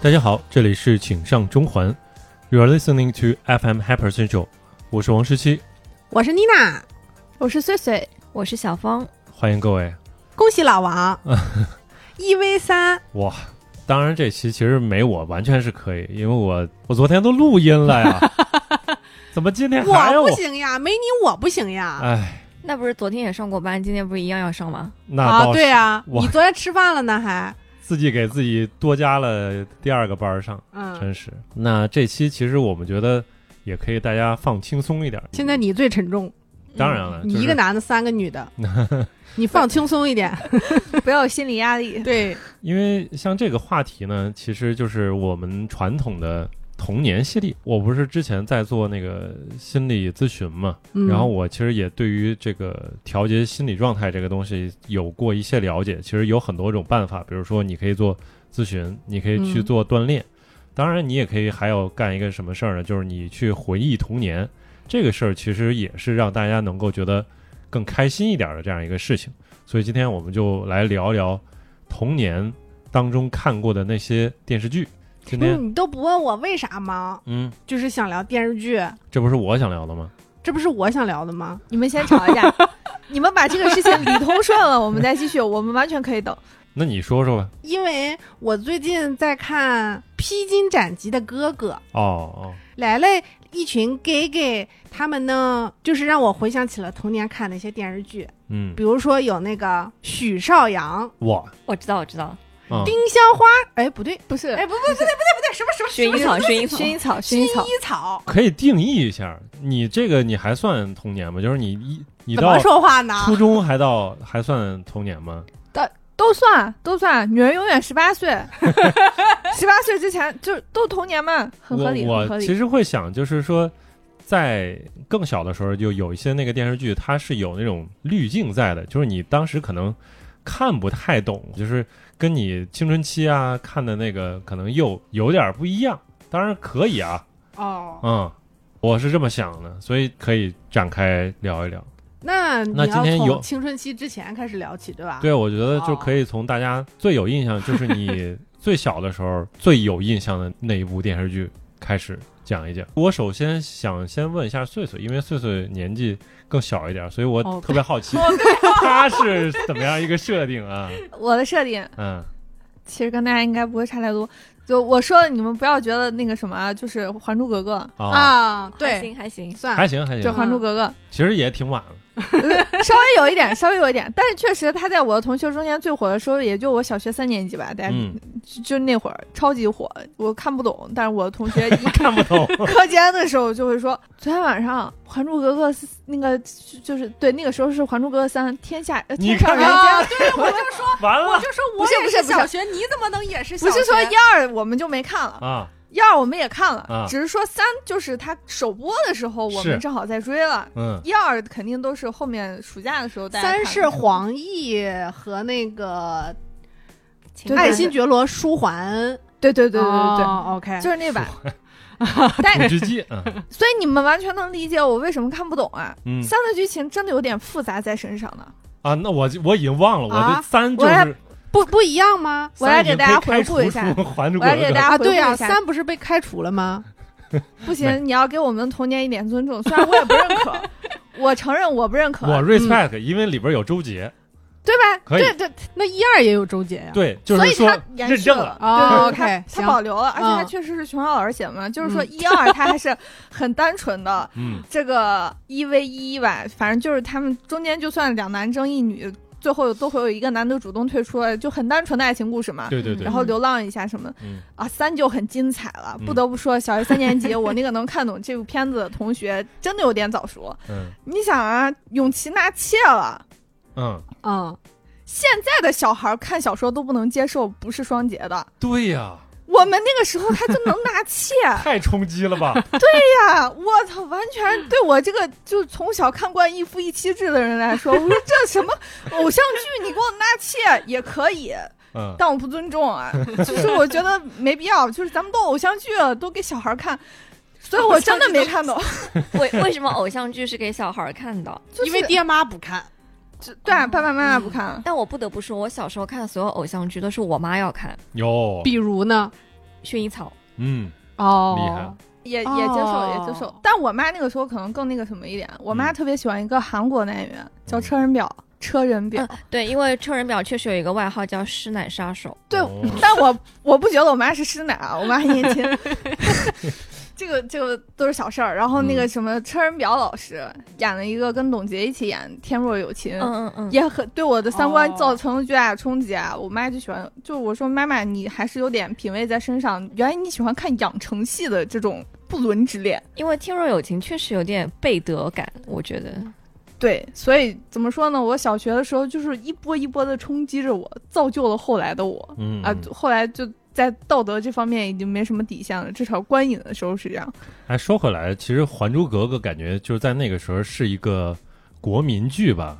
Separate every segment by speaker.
Speaker 1: 大家好，这里是请上中环，You are listening to FM Hyper Central，我是王十七，
Speaker 2: 我是妮娜，
Speaker 3: 我是穗穗，我是小芳。
Speaker 1: 欢迎各位。
Speaker 2: 恭喜 老王，EV 三
Speaker 1: 哇，当然这期其实没我完全是可以，因为我我昨天都录音了 呀，怎么今天哎还要
Speaker 2: 我不行呀，没你我不行呀。
Speaker 1: 哎，
Speaker 3: 那不是昨天也上过班，今天不是一样要上吗？
Speaker 1: 那
Speaker 2: 啊，
Speaker 1: 倒是
Speaker 2: 对呀、
Speaker 1: 我
Speaker 2: 你昨天吃饭了呢还，
Speaker 1: 自己给自己多加了第二个班儿上，
Speaker 2: 嗯，
Speaker 1: 真是。那这期其实我们觉得也可以大家放轻松一点儿，
Speaker 2: 现在你最沉重，
Speaker 1: 当然了，啊
Speaker 2: 你
Speaker 1: 就是
Speaker 2: 一个男的，三个女的， 你放轻松一点。
Speaker 3: 不要有心理压力。
Speaker 2: 对，
Speaker 1: 因为像这个话题呢，其实就是我们传统的童年系列。我不是之前在做那个心理咨询嘛，
Speaker 2: 嗯
Speaker 1: 然后我其实也对于这个调节心理状态这个东西有过一些了解。其实有很多种办法，比如说你可以做咨询，你可以去
Speaker 2: 嗯
Speaker 1: 做锻炼，当然你也可以还有干一个什么事儿呢？就是你去回忆童年这个事儿，其实也是让大家能够觉得更开心一点儿的这样一个事情。所以今天我们就来聊聊童年当中看过的那些电视剧。今天，
Speaker 2: 嗯，你都不问我为啥吗？
Speaker 1: 嗯，
Speaker 2: 就是想聊电视剧，
Speaker 1: 这不是我想聊的吗？
Speaker 2: 这不是我想聊的吗？
Speaker 3: 你们先吵一 架，你们把这个事情理通顺了，我们再继续。我们完全可以等。
Speaker 1: 那你说说吧。
Speaker 2: 因为我最近在看《披荆斩棘的哥哥》，
Speaker 1: 哦哦，
Speaker 2: 来了一群 gay gay，他们呢，就是让我回想起了童年看的一些电视剧，
Speaker 1: 嗯
Speaker 2: 比，如说有那个许绍洋、
Speaker 1: 我
Speaker 3: 我知道，我知道，
Speaker 1: 啊，
Speaker 2: 丁香花，哎，不对，
Speaker 3: 不是
Speaker 2: 哎，不不不对不对不对，什么什么
Speaker 3: 薰衣草，薰衣草，
Speaker 2: 薰
Speaker 3: 薰
Speaker 2: 衣
Speaker 3: 衣草，薰
Speaker 2: 薰
Speaker 3: 衣草。
Speaker 2: 衣草，
Speaker 1: 可以定义一下，你这个你还算童年吗？就是你一你
Speaker 2: 怎
Speaker 1: 到
Speaker 2: 么说话呢？
Speaker 4: 啊
Speaker 1: 初中还到还算童年吗？
Speaker 4: 都算都算，女人永远十八岁，十八岁之前就都童年嘛，很合理，
Speaker 1: 我
Speaker 4: 很合
Speaker 1: 我
Speaker 4: 理
Speaker 1: 其。实会想，就是说，在更小的时候，就有一些那个电视剧，它是有那种滤镜在的，就是你当时可能看不太懂，就是跟你青春期啊看的那个可能又有点不一样。当然可以啊，
Speaker 2: 哦，
Speaker 1: 嗯，我是这么想的，所以可以展开聊一聊。
Speaker 2: 那
Speaker 1: 那
Speaker 2: 你
Speaker 1: 今
Speaker 2: 要
Speaker 1: 天有
Speaker 2: 从青春期之前开始聊起，对吧？
Speaker 1: 对，我觉得
Speaker 4: 哦
Speaker 1: 就可以从大家最有印象，就是 你最小的时候最有印象的那一部电视剧开始讲一讲。我首先想先问一下穗穗，因为穗穗年纪更小一点，所以我
Speaker 2: 哦
Speaker 1: 特别好 奇 她是怎么样一个设定啊？
Speaker 4: 我的设定
Speaker 1: 嗯，
Speaker 4: 其实跟大家应该不会差太多，就我说你们不要觉得那个什么啊，就是《还珠格格
Speaker 1: 啊，
Speaker 2: 啊，
Speaker 3: 还
Speaker 2: 对，
Speaker 3: 行还行。
Speaker 2: 算，
Speaker 1: 还行还》，
Speaker 4: 就
Speaker 1: 行
Speaker 4: 《还珠格格
Speaker 1: 其实也挺晚了。》，
Speaker 4: 稍微有一点，稍微有一点，但是确实他在我的同学中间最火的时候，也就我小学三年级吧，大家、
Speaker 1: 嗯，
Speaker 4: 就就那会儿超级火，我看不懂，但是我的同学一
Speaker 1: 看不懂。
Speaker 4: 课间的时候就会说，昨天晚上《还珠格格》是那个就是对，那个时候是《还珠格格三》，天下呃
Speaker 1: 你
Speaker 4: 天
Speaker 1: 看
Speaker 4: 上人
Speaker 2: 啊，
Speaker 4: 间。
Speaker 2: 对，我就说，
Speaker 1: 完
Speaker 2: 我
Speaker 1: 了
Speaker 2: 就说，
Speaker 4: 不
Speaker 2: 我
Speaker 4: 是
Speaker 2: 也
Speaker 4: 不是不是
Speaker 2: 小学，你怎么能也是小
Speaker 4: 不
Speaker 2: 学？
Speaker 4: 是说一二我们就没看了，
Speaker 1: 啊，
Speaker 4: 一二我们也看了，
Speaker 1: 啊
Speaker 4: 只是说三就是它首播的时候我
Speaker 1: 是
Speaker 4: 们正好在追了，
Speaker 1: 嗯，
Speaker 4: 一二肯定都是后面暑假的时候大家看
Speaker 2: 三
Speaker 4: 的
Speaker 2: 是黄奕和那个
Speaker 3: 情感
Speaker 2: 爱新觉罗书桓，哦
Speaker 4: 对对
Speaker 2: 对
Speaker 4: 对对对对，
Speaker 2: o k
Speaker 4: 就是那 版，
Speaker 1: 古
Speaker 4: 但
Speaker 1: 之记，嗯
Speaker 4: 所以你们完全能理解我为什么看不懂啊。
Speaker 1: 嗯
Speaker 4: 三的剧情真的有点复杂在身上呢，
Speaker 1: 啊，那我我已经忘了，我
Speaker 2: 啊
Speaker 1: 的三就
Speaker 4: 我来
Speaker 1: 是
Speaker 2: 不不一样吗？
Speaker 4: 我来
Speaker 1: 三已
Speaker 4: 给
Speaker 1: 经
Speaker 4: 大家
Speaker 1: 可以开
Speaker 4: 回顾一
Speaker 1: 除
Speaker 4: 下
Speaker 1: 出 还珠
Speaker 4: 我
Speaker 1: 格格》
Speaker 4: 来给大家
Speaker 2: 啊，
Speaker 4: 回顾
Speaker 2: 对
Speaker 4: 一
Speaker 2: 呀、
Speaker 4: 下。
Speaker 2: 三不是被开除了吗？
Speaker 4: 不
Speaker 1: 没
Speaker 4: 行，你要给我们童年一点尊重。虽然我也不认 可，我承认我不认可，
Speaker 1: 我 respect，因为里边有周杰，
Speaker 4: 嗯对吧？
Speaker 1: 可以
Speaker 2: 对对，那一二也有周杰呀、
Speaker 1: 对，就
Speaker 4: 所
Speaker 1: 是
Speaker 4: 以
Speaker 1: 说
Speaker 4: 它延
Speaker 1: 认
Speaker 4: 续
Speaker 1: 证
Speaker 4: 了
Speaker 1: 了，，
Speaker 2: 哦
Speaker 4: 对对对
Speaker 2: OK，
Speaker 4: 它
Speaker 2: 行
Speaker 4: 它保留了，而且它
Speaker 2: 嗯
Speaker 4: 确实是琼瑶老师写的嘛，就是说
Speaker 2: 嗯
Speaker 4: 一二它还是很单纯的，
Speaker 1: 嗯，
Speaker 4: 这个一 v 一吧，反正就是他们中间就算两男争一女，最后都会有一个男的主动退出，就很单纯的爱情故事嘛。
Speaker 1: 对对对
Speaker 4: 然，后流浪一下什么的
Speaker 1: 嗯
Speaker 4: 啊，三就很精彩了，
Speaker 1: 嗯
Speaker 4: 不得不说，小学三年级 我那个能看懂这部片子的同学真的有点早熟。
Speaker 1: 嗯
Speaker 4: 你想啊，永琪纳妾了，
Speaker 1: 嗯，
Speaker 2: 嗯，
Speaker 4: 现在的小孩儿看小说都不能接受不是双节的，
Speaker 1: 对呀，
Speaker 4: 我们那个时候他就能纳妾
Speaker 1: 太冲击了 吧？
Speaker 4: 呀！我操，完全对我这个就从小看惯一夫一妻制的人来说，我说这什么偶像剧，你给我纳妾也可以，
Speaker 1: 嗯，
Speaker 4: 但我不尊重啊，就是我觉得没必要，就是咱们都偶像剧了，都给小孩儿看。所以我真的没看懂，
Speaker 3: 为为什么偶像剧是给小孩看的？
Speaker 4: 就是
Speaker 2: 因为爹妈不看，
Speaker 4: 就对啊，爸爸妈妈不看，
Speaker 3: 但我不得不说，我小时候看的所有偶像剧都是我妈要看。
Speaker 1: 有
Speaker 2: 比如呢，
Speaker 3: 薰衣草。
Speaker 1: 嗯，
Speaker 3: 哦
Speaker 1: 厉害了
Speaker 4: 也也接受，也接受
Speaker 2: 哦。
Speaker 4: 但我妈那个时候可能更那个什么一点，我妈
Speaker 1: 嗯
Speaker 4: 特别喜欢一个韩国男演员，叫车仁表。车仁表，
Speaker 3: 对，因为车仁表确实有一个外号叫“师奶杀手
Speaker 4: 对
Speaker 1: 哦
Speaker 4: 但我我不觉得我妈是师奶啊，我妈很年轻。这个这个都是小事儿。然后那个
Speaker 1: 嗯
Speaker 4: 什么车仁表老师演了一个跟董洁一起演《天若有情》”。
Speaker 3: 嗯嗯嗯，
Speaker 4: 也很对我的三观
Speaker 2: 哦
Speaker 4: 造成了巨大的冲击啊！我妈就喜欢，就我说妈妈，你还是有点品味在身上，原来你喜欢看养成系的这种不伦之恋。
Speaker 3: 因为《天若有情》确实有点贝德感，我觉得。
Speaker 4: 对，所以怎么说呢？我小学的时候就是一波一波的冲击着我，造就了后来的我
Speaker 1: 嗯
Speaker 4: 啊
Speaker 1: 嗯。
Speaker 4: 后来就在道德这方面已经没什么底线了，至少观影的时候是这样。
Speaker 1: 哎，说回来，其实《还珠格格》感觉就是在那个时候是一个国民剧吧。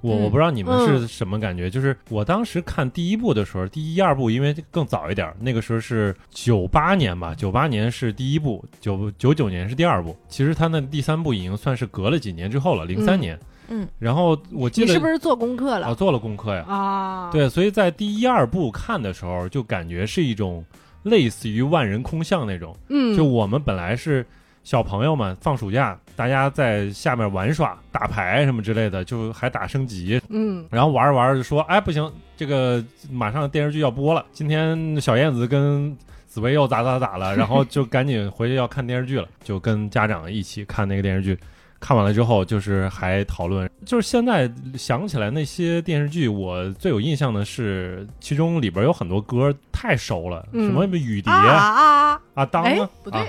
Speaker 1: 我
Speaker 3: 嗯
Speaker 1: 我不知道你们是什么感觉，就是我当时看第一部的时候，第一二部因为更早一点儿，那个时候是九八年吧，九八年是第一部，九九九年是第二部。其实它那第三部已经算是隔了几年之后了，零三
Speaker 2: 嗯
Speaker 1: 年。
Speaker 3: 嗯
Speaker 1: 然后我记
Speaker 2: 你
Speaker 1: 得
Speaker 2: 是不是做功课
Speaker 1: 啊
Speaker 2: 了
Speaker 1: 做了功课呀？
Speaker 2: 啊？，
Speaker 1: 对，所以在第一二部看的时候，就感觉是一种类似于万人空巷那种。
Speaker 2: 嗯，
Speaker 1: 就我们本来是小朋友们放暑假，大家在下面玩耍、打牌什么之类的，就还打升级，
Speaker 2: 嗯
Speaker 1: 然后玩着玩着就说：“哎，不行，这个马上电视剧要播了，今天小燕子跟紫薇又咋咋咋了。”然后就赶紧回去要看电视剧了，就跟家长一起看那个电视剧。看完了之后，就是还讨论，就是现在想起来那些电视剧，我最有印象的是，其中里边有很多歌太熟了，
Speaker 2: 嗯
Speaker 1: 什么雨蝶
Speaker 2: 啊啊啊！
Speaker 1: 啊当
Speaker 2: 哎
Speaker 1: 啊，
Speaker 4: 不对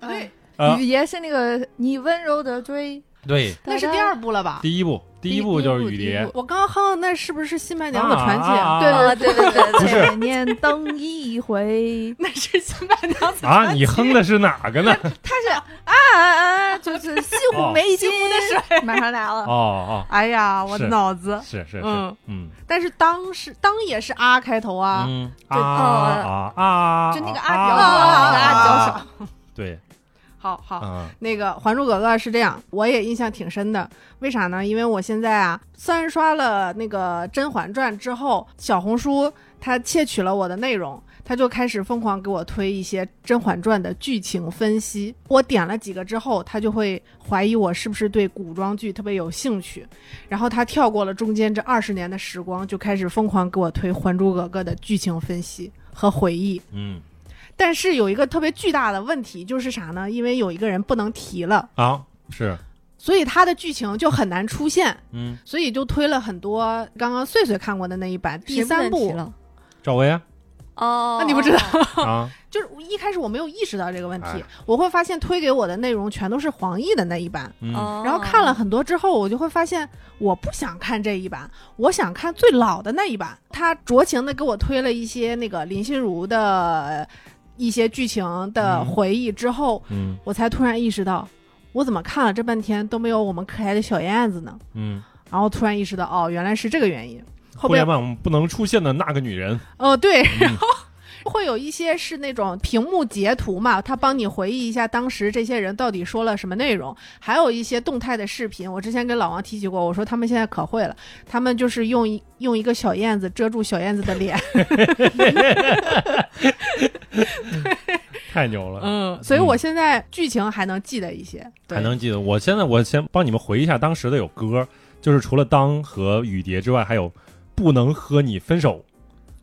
Speaker 1: 啊
Speaker 2: 对，
Speaker 1: 啊
Speaker 4: 雨蝶是那个你温柔的追，
Speaker 1: 对，
Speaker 2: 那是第二部了吧？
Speaker 1: 第一部，第一部就是雨蝶，
Speaker 2: 我刚刚哼，那是不是《新白娘子传奇》，
Speaker 1: 啊
Speaker 4: 对
Speaker 1: 啊
Speaker 4: 对对对对，
Speaker 1: 不是
Speaker 4: 千年等一回
Speaker 2: 那是《新白娘子
Speaker 1: 啊啊！你哼的是哪个 呢？
Speaker 4: 他是啊啊啊，就是西 湖梅津的水马上来了。
Speaker 1: 哦
Speaker 2: 哎呀，我
Speaker 1: 是
Speaker 2: 脑子
Speaker 1: 哦，。是是是，
Speaker 2: 嗯
Speaker 1: 嗯
Speaker 2: 但是当是当也是啊开头啊，
Speaker 1: 嗯
Speaker 2: 对
Speaker 1: 啊啊啊，
Speaker 4: 就那个
Speaker 1: 啊
Speaker 4: 啊比较
Speaker 2: 少那个
Speaker 4: 啊比较
Speaker 1: 少，对
Speaker 2: 好好。
Speaker 1: 啊，
Speaker 2: 那个《还珠格格》是这样，我也印象挺深的。为啥呢？因为我现在啊，虽然刷了那个《甄嬛传》之后，小红书它窃取了我的内容，它就开始疯狂给我推一些《甄嬛传》的剧情分析。我点了几个之后，它就会怀疑我是不是对古装剧特别有兴趣，然后它跳过了中间这二十年的时光，就开始疯狂给我推《还珠格格》的剧情分析和回忆。
Speaker 1: 嗯
Speaker 2: 但是有一个特别巨大的问题，就是啥呢？因为有一个人不能提了，
Speaker 1: 啊是
Speaker 2: 所以它的剧情就很难出现，
Speaker 1: 嗯，
Speaker 2: 所以就推了很多刚刚穗穗看过的那一版第
Speaker 3: 谁不能提
Speaker 2: 三部。
Speaker 3: 了
Speaker 1: 赵薇 啊
Speaker 3: 哦，
Speaker 2: 那你不知道
Speaker 1: 啊
Speaker 2: 就是一开始我没有意识到这个问题，
Speaker 1: 哎
Speaker 2: 我会发现推给我的内容全都是黄奕的那一版，
Speaker 1: 嗯
Speaker 3: 哦？
Speaker 2: 然后看了很多之后，我就会发现我不想看这一版，我想看最老的那一版。他酌情的给我推了一些那个林心如的一些剧情的
Speaker 1: 嗯
Speaker 2: 回忆之后，
Speaker 1: 嗯
Speaker 2: 我才突然意识到，我怎么看了这半天都没有我们可爱的小燕子呢？
Speaker 1: 嗯，
Speaker 2: 然后突然意识到，哦，原来是这个原因。后
Speaker 1: 互联
Speaker 2: 边，
Speaker 1: 网不能出现的那个女 人，
Speaker 2: 哦，对，
Speaker 1: 嗯
Speaker 2: 会有一些是那种屏幕截图嘛，他帮你回忆一下当时这些人到底说了什么内容，还有一些动态的视频。我之前跟老王提起过，我说他们现在可会了，他们就是用一用一个小燕子遮住小燕子的脸，
Speaker 1: 太牛了。
Speaker 2: 嗯，所以我现在剧情还能记得一些，对
Speaker 1: 还能记得，我现在我先帮你们回忆一下当时的有歌，就是除了《当》和《雨蝶》之外，还有《不能和你分手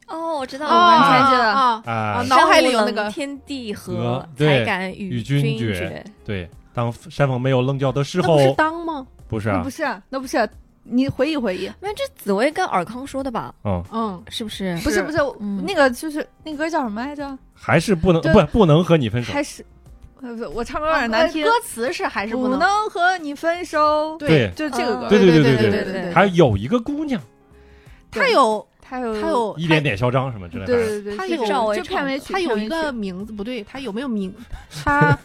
Speaker 3: 哦，我知道，
Speaker 2: 哦
Speaker 3: 我完全
Speaker 4: 记得
Speaker 2: 啊啊》
Speaker 1: 啊
Speaker 2: 啊，脑海里有那
Speaker 3: 山无
Speaker 2: 个
Speaker 3: 棱天地合
Speaker 1: 合，对
Speaker 3: 才敢与
Speaker 1: 与君
Speaker 3: 君
Speaker 1: 绝
Speaker 3: 绝。
Speaker 1: 对，当山峰没有棱角的时
Speaker 2: 那不是
Speaker 1: 候，
Speaker 2: 当吗？
Speaker 1: 不是
Speaker 4: 那
Speaker 1: 啊
Speaker 4: 不，是，那不是，你回忆回忆。
Speaker 3: 没有，这紫薇跟尔康说的吧？
Speaker 1: 嗯，
Speaker 2: 嗯，
Speaker 3: 是不是？
Speaker 4: 不是不是，
Speaker 3: 嗯
Speaker 4: 那个就是那歌叫什么来着？
Speaker 1: 还是不能
Speaker 4: 对
Speaker 1: 不不能和你分手，
Speaker 4: 还是呃不我唱歌有点难听，
Speaker 2: 歌词是还是不
Speaker 4: 不
Speaker 2: 能。
Speaker 4: 能和你分手。
Speaker 1: 对，
Speaker 4: 就这个
Speaker 5: 啊
Speaker 4: 歌，
Speaker 3: 嗯
Speaker 1: 对对
Speaker 2: 对
Speaker 1: 对
Speaker 2: 对
Speaker 3: 对对
Speaker 1: 还有一个姑娘，
Speaker 2: 他有
Speaker 4: 他有
Speaker 2: 他有
Speaker 1: 一点点嚣张什么之类
Speaker 4: 对
Speaker 1: 的，
Speaker 4: 对对，
Speaker 2: 他
Speaker 4: 是
Speaker 2: 有
Speaker 4: 这样
Speaker 3: 赵薇
Speaker 4: 就
Speaker 3: 唱
Speaker 4: 片尾
Speaker 3: 的
Speaker 4: 曲，
Speaker 2: 他有
Speaker 4: 片
Speaker 2: 一
Speaker 4: 尾曲
Speaker 2: 个名字不对，他有没有名？他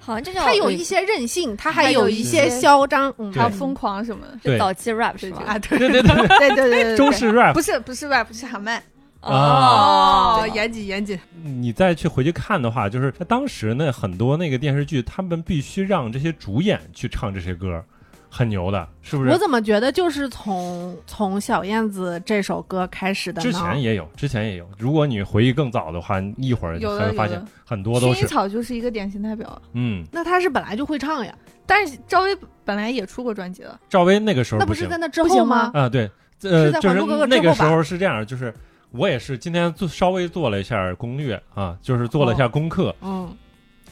Speaker 3: 好像这叫
Speaker 2: 他有
Speaker 3: 一
Speaker 2: 一
Speaker 3: 些
Speaker 2: 些任性，他还
Speaker 4: 还
Speaker 2: 有
Speaker 4: 有
Speaker 2: 一
Speaker 4: 一
Speaker 2: 些
Speaker 4: 些
Speaker 2: 嚣张，嗯，
Speaker 4: 还有
Speaker 1: 对
Speaker 4: 疯狂什么的。
Speaker 1: 对
Speaker 3: 早期 rap 是吧？
Speaker 4: 啊，对
Speaker 1: 对对对，
Speaker 4: 对对对对对，
Speaker 1: 中式 rap。
Speaker 4: 不是不是 rap，是喊哦麦。
Speaker 5: 哦
Speaker 1: 啊
Speaker 3: 对
Speaker 2: 哦严谨严谨，
Speaker 1: 你再去回去看的话，就是在当时那很多那个电视剧，他们必须让这些主演去唱这些歌，很牛的，是不
Speaker 2: 我
Speaker 1: 是？
Speaker 2: 怎么觉得就是从从小燕子这首歌开始的呢？
Speaker 1: 之前也有，之前也有。如果你回忆更早的话，你一会儿
Speaker 4: 有的
Speaker 1: 还会发
Speaker 4: 有的
Speaker 1: 现很多都
Speaker 4: 薰衣
Speaker 1: 是，
Speaker 4: 草就是一个典型代表，
Speaker 1: 嗯，
Speaker 2: 那他是本来就会唱呀，
Speaker 4: 但是赵薇本来也出过专辑的，
Speaker 1: 赵薇那个时候
Speaker 2: 那不
Speaker 1: 行
Speaker 2: 是在那之
Speaker 3: 不行
Speaker 2: 后
Speaker 3: 吗？
Speaker 1: 啊，对，呃
Speaker 2: 是，在
Speaker 1: 就
Speaker 2: 还
Speaker 1: 是
Speaker 2: 珠格格
Speaker 1: 那
Speaker 2: 之
Speaker 1: 个
Speaker 2: 后
Speaker 1: 时
Speaker 2: 吧
Speaker 1: 候是这样，就是我也是今天做稍微做了一下攻略啊，就是做了一下功课，
Speaker 2: 嗯，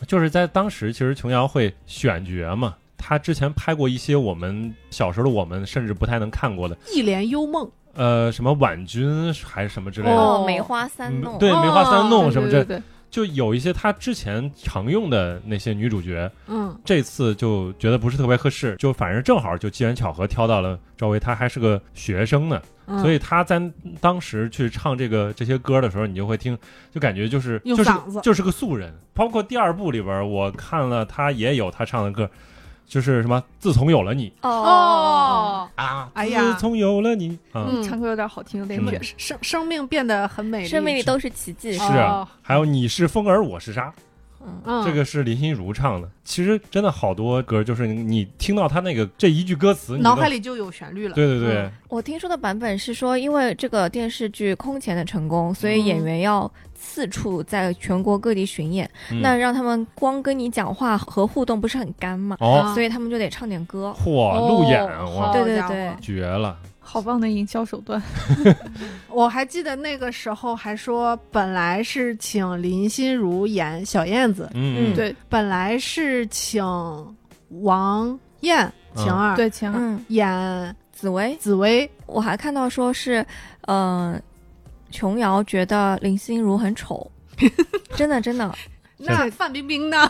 Speaker 1: 就是在当时其实琼瑶会选角嘛，她之前拍过一些我们小时候的我们甚至不太能看过的，
Speaker 2: 一帘幽梦，
Speaker 1: 呃，什么婉君还是什么之类的，
Speaker 2: 哦
Speaker 5: 梅花三
Speaker 1: 嗯
Speaker 5: 弄，
Speaker 1: 对，梅花三弄
Speaker 4: 对
Speaker 1: 哦什么
Speaker 4: 对
Speaker 1: 之类
Speaker 4: 对
Speaker 1: 的，
Speaker 4: 对，
Speaker 1: 就有一些她之前常用的那些女主角，
Speaker 2: 嗯，
Speaker 1: 这次就觉得不是特别合适，就反正正好就机缘巧合挑到了赵薇，她还是个学生呢。
Speaker 2: 嗯
Speaker 1: 所以他在当时去唱这个这些歌的时候，你就会听，就感觉就是
Speaker 2: 用
Speaker 1: 就是
Speaker 2: 嗓子
Speaker 1: 就是个素人。包括第二部里边，我看了他也有他唱的歌，就是什么“自从有了你
Speaker 5: 哦，”
Speaker 1: 啊，
Speaker 2: 哎呀
Speaker 1: 自从有了你啊，
Speaker 2: 嗯
Speaker 4: 唱歌有点好听，有点
Speaker 1: 嗯
Speaker 4: 卷。
Speaker 2: 生生命变得很美丽，
Speaker 5: 生命里都是奇迹，
Speaker 1: 是啊
Speaker 2: 哦，
Speaker 1: 还有你是风儿，我是沙，
Speaker 5: 嗯，
Speaker 2: 嗯
Speaker 1: 这个是林心如唱的。其实真的好多歌，就是你你听到他那个这一句歌词，你
Speaker 2: 脑
Speaker 1: 都
Speaker 2: 海里就有旋律了，
Speaker 1: 对对对
Speaker 2: 嗯，
Speaker 5: 我听说的版本是说，因为这个电视剧空前的成功，所以演员要四处在全国各地巡演，
Speaker 1: 嗯
Speaker 5: 那让他们光跟你讲话和互动不是很干嘛，
Speaker 1: 哦，
Speaker 5: 所以他们就得唱点歌。
Speaker 1: 嚯，路演
Speaker 2: 嗯哦
Speaker 1: 哇，
Speaker 2: 好
Speaker 5: 对对
Speaker 2: 家伙
Speaker 5: 对
Speaker 1: 绝了，
Speaker 4: 好棒的营销手段，
Speaker 2: 我还记得那个时候还说，本来是请林心如演小燕子，
Speaker 1: 嗯
Speaker 5: 嗯
Speaker 4: 对
Speaker 2: 本来是请王艳
Speaker 1: 嗯
Speaker 2: 晴儿、
Speaker 4: 对，前
Speaker 5: 嗯，
Speaker 2: 演
Speaker 5: 紫薇，
Speaker 2: 紫薇，
Speaker 5: 我还看到说是，嗯、琼瑶觉得林心如很丑， 真的真的
Speaker 2: 那范冰冰呢？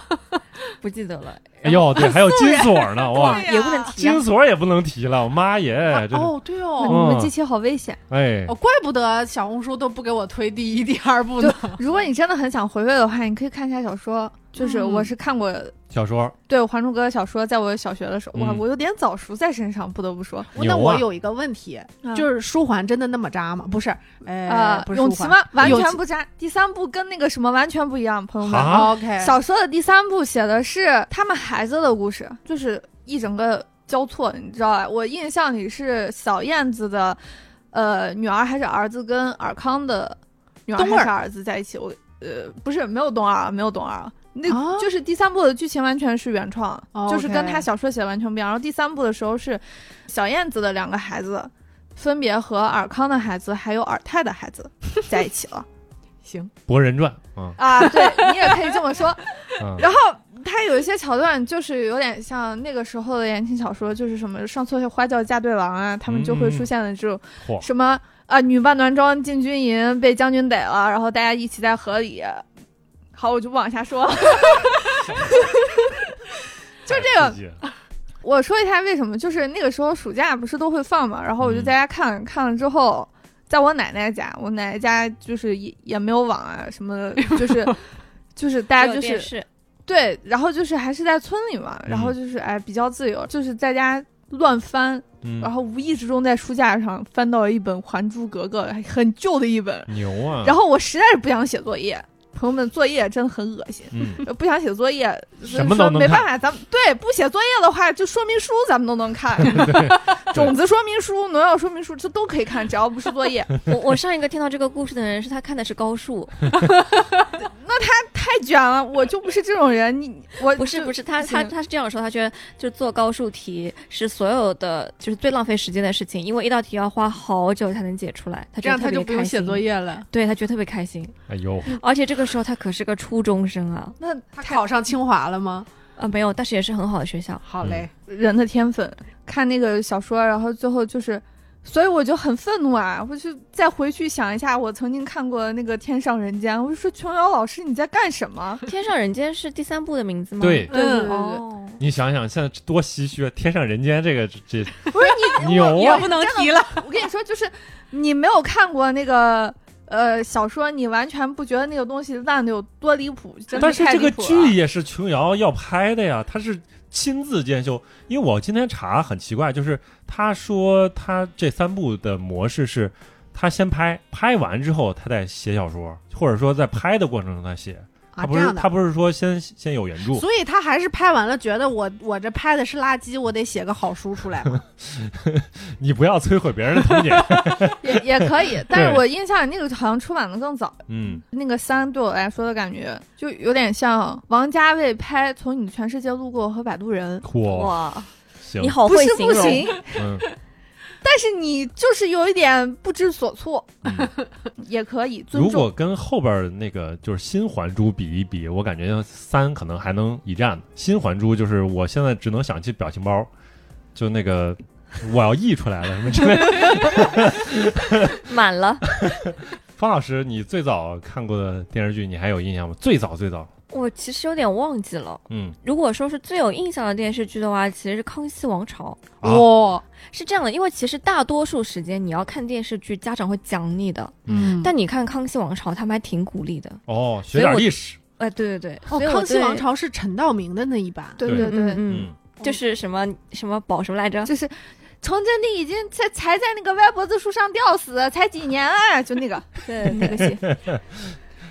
Speaker 5: 不记得了。
Speaker 1: 哎呦，对，还有金锁 呢，哇
Speaker 5: 哇，，也不能提、啊
Speaker 1: 金。锁也不能提了，我妈耶，
Speaker 4: 啊
Speaker 1: 真的，
Speaker 2: 哦，对
Speaker 4: 哇
Speaker 2: 哦，
Speaker 4: 你们
Speaker 1: 嗯
Speaker 4: 这期好危险。
Speaker 1: 哎
Speaker 2: 哦，，怪不得小红书都不给我推第一、第二部呢。
Speaker 4: 如果你真的很想回味的话，你可以看一下小说，就是
Speaker 2: 嗯
Speaker 4: 我是看过
Speaker 1: 小说
Speaker 4: 对《还珠格格》小说，在我小学的时候，哇，
Speaker 1: 嗯
Speaker 4: 我有点早熟在身上，不得不说，
Speaker 1: 牛
Speaker 2: 那我
Speaker 1: 啊，
Speaker 2: 有一个问题，
Speaker 4: 啊
Speaker 2: 就是舒缓真的那么渣吗？不是，嗯呃
Speaker 4: 呃，，
Speaker 2: 不是
Speaker 4: 永
Speaker 2: 舒
Speaker 4: 琪
Speaker 2: 缓
Speaker 4: 吗？完
Speaker 2: 永
Speaker 4: 全
Speaker 2: 琪
Speaker 4: 不沾。第三部跟那个什么完全不一样，朋友们。
Speaker 1: 啊
Speaker 2: ，OK，
Speaker 4: 小说的第三部写的是他们孩子的故事，就是一整个交错，你知道吧？我印象里是小燕子的，呃，女儿还是儿子跟尔康的女儿
Speaker 2: 冬儿
Speaker 4: 还是儿子在一起？我呃，不是，没有冬儿，没有冬儿。那
Speaker 2: 啊
Speaker 4: 就是第三部的剧情完全是原创，
Speaker 2: 哦
Speaker 4: 就是跟
Speaker 2: OK
Speaker 4: 他小说写的完全不一样。然后第三部的时候是小燕子的两个孩子，分别和尔康的孩子还有尔泰的孩子在一起了
Speaker 2: 行，
Speaker 1: 《博人传》啊
Speaker 4: 啊！对你也可以这么说。
Speaker 1: 啊，
Speaker 4: 然后他有一些桥段，就是有点像那个时候的言情小说，就是什么上错花轿嫁对郎啊，他们就会出现的这种
Speaker 1: 嚯
Speaker 4: 什么啊、女扮男装进军营被将军逮了，然后大家一起在河里。好，我就不往下说了。
Speaker 1: 就
Speaker 4: 这个
Speaker 1: 个，
Speaker 4: 我说一下为什么，就是那个时候暑假不是都会放嘛，然后我就在家看、看了之后，在我奶奶家，我奶奶家就是也也没有网啊什么的，就是就是大
Speaker 5: 还
Speaker 4: 家
Speaker 5: 有
Speaker 4: 就
Speaker 5: 电
Speaker 4: 是
Speaker 5: 视，
Speaker 4: 对，然后就是还是在村里嘛，然后就是哎比较自由，就是在家乱翻，
Speaker 1: 嗯
Speaker 4: 然后无意之中在书架上翻到了一本《还珠格格》，还很旧的一本。
Speaker 1: 牛啊，
Speaker 4: 然
Speaker 1: 后
Speaker 4: 后我实在是不想写作业，朋友们，作业真的很恶心，
Speaker 1: 嗯，
Speaker 4: 呃不想写作业，就是
Speaker 1: 什么
Speaker 4: 说
Speaker 1: 都能
Speaker 4: 没办法，咱们对不写作业的话，就说明书咱们都能看， 种子说明书、农药说明书这都可以看，只要不是作 业，
Speaker 5: 我我上一个听到这个故事的人是他看的是高数，
Speaker 4: 太卷了，我就不是这种人，你我
Speaker 5: 不是
Speaker 4: 呃就
Speaker 5: 不是，他他
Speaker 4: 行
Speaker 5: 他是这样说，他觉得就是做高数题是所有的就是最浪费时间的事情，因为一道题要花好久才能解出来，他
Speaker 2: 这
Speaker 5: 觉得
Speaker 2: 样
Speaker 5: 特
Speaker 2: 他
Speaker 5: 别
Speaker 2: 就不用
Speaker 5: 开
Speaker 2: 写
Speaker 5: 心。
Speaker 2: 作业了。
Speaker 5: 对他觉得特别开心，
Speaker 1: 哎呦，
Speaker 4: 嗯
Speaker 5: 而且这个时候他可是个初中生啊，
Speaker 4: 那
Speaker 2: 他考上清华了吗？
Speaker 5: 啊没有，但是也是很好的学校。
Speaker 2: 好嘞，
Speaker 4: 人的天分，看那个小说，然后最后就是，所以我就很愤怒啊！我就再回去想一下，我曾经看过那个《天上人间》，我就说琼瑶老师你在干 什么？
Speaker 5: 天上人间是第三部的名字吗？
Speaker 2: 嗯
Speaker 1: 对
Speaker 4: 对对对对，
Speaker 5: 哦，
Speaker 1: 你想想现在多唏嘘，啊！天上人间这个这
Speaker 4: 不是你
Speaker 1: 牛啊，
Speaker 2: 不能提了。
Speaker 4: 我跟你说，就是你没有看过那个呃小说，你完全不觉得那个东西烂的有多离谱，真的
Speaker 1: 但是
Speaker 4: 太
Speaker 1: 这
Speaker 4: 离
Speaker 1: 个
Speaker 4: 谱了。
Speaker 1: 剧也是琼瑶要拍的呀，他是亲自监修。因为我今天查很奇怪，就是他说他这三部的模式是，他先拍，拍完之后他再写小说，或者说在拍的过程中他写。
Speaker 2: 啊，
Speaker 1: 他
Speaker 2: 这
Speaker 1: 不是
Speaker 2: 样的
Speaker 1: 他。不是说先先有原著，
Speaker 2: 所以他还是拍完了，觉得我我这拍的是垃圾，我得写个好书出来嘛。
Speaker 1: 你不要摧毁别人的童年。
Speaker 4: 也也可以， 但
Speaker 1: 对
Speaker 4: 是我印象里那个好像出版的更早。
Speaker 1: 嗯，
Speaker 4: 那个三对我来说的感觉，就有点像王家卫拍《从你全世界路过》和《摆渡人》，
Speaker 1: 嚯，
Speaker 5: 哇，
Speaker 1: 行
Speaker 5: 你，好
Speaker 4: 不
Speaker 5: 会
Speaker 4: 是
Speaker 5: 形
Speaker 4: 不行
Speaker 5: 容，，
Speaker 1: 嗯
Speaker 4: 但是你就是有一点不知所措，
Speaker 1: 嗯，
Speaker 4: 也可以尊
Speaker 1: 如果
Speaker 4: 重。
Speaker 1: 跟后边儿那个就是新《还珠》比一比，我感觉三可能还能一战。新《还珠》就是我现在只能想起表情包，就那个我要溢出来了什么之类的。
Speaker 5: 满了。
Speaker 1: 方老师，你最早看过的电视剧你还有印象吗？最早最早，
Speaker 5: 我其实有点忘记了。
Speaker 1: 嗯
Speaker 5: 如果说是最有印象的电视剧的话，其实是《康熙王朝
Speaker 1: 啊，
Speaker 2: 哇，》。
Speaker 4: 哦
Speaker 5: 是这样的，因为其实大多数时间你要看电视剧，家长会奖你的。
Speaker 1: 嗯
Speaker 5: 但你看《康熙王朝》，他们还挺鼓励的。
Speaker 1: 哦，学
Speaker 5: 所以
Speaker 1: 点
Speaker 5: 我
Speaker 1: 历史，
Speaker 5: 哎，对对对，
Speaker 2: 哦，
Speaker 5: 所以我
Speaker 2: 康熙
Speaker 5: 对
Speaker 2: 王，朝是陈道明的那一版，
Speaker 4: 对
Speaker 1: 对
Speaker 4: 对对，
Speaker 5: 嗯
Speaker 1: 嗯，
Speaker 5: 嗯，就是什么什么宝什么来着？
Speaker 4: 就是程真的已经才才在那个歪脖子树上吊死，才几年啊，就那个
Speaker 5: 对 那个戏，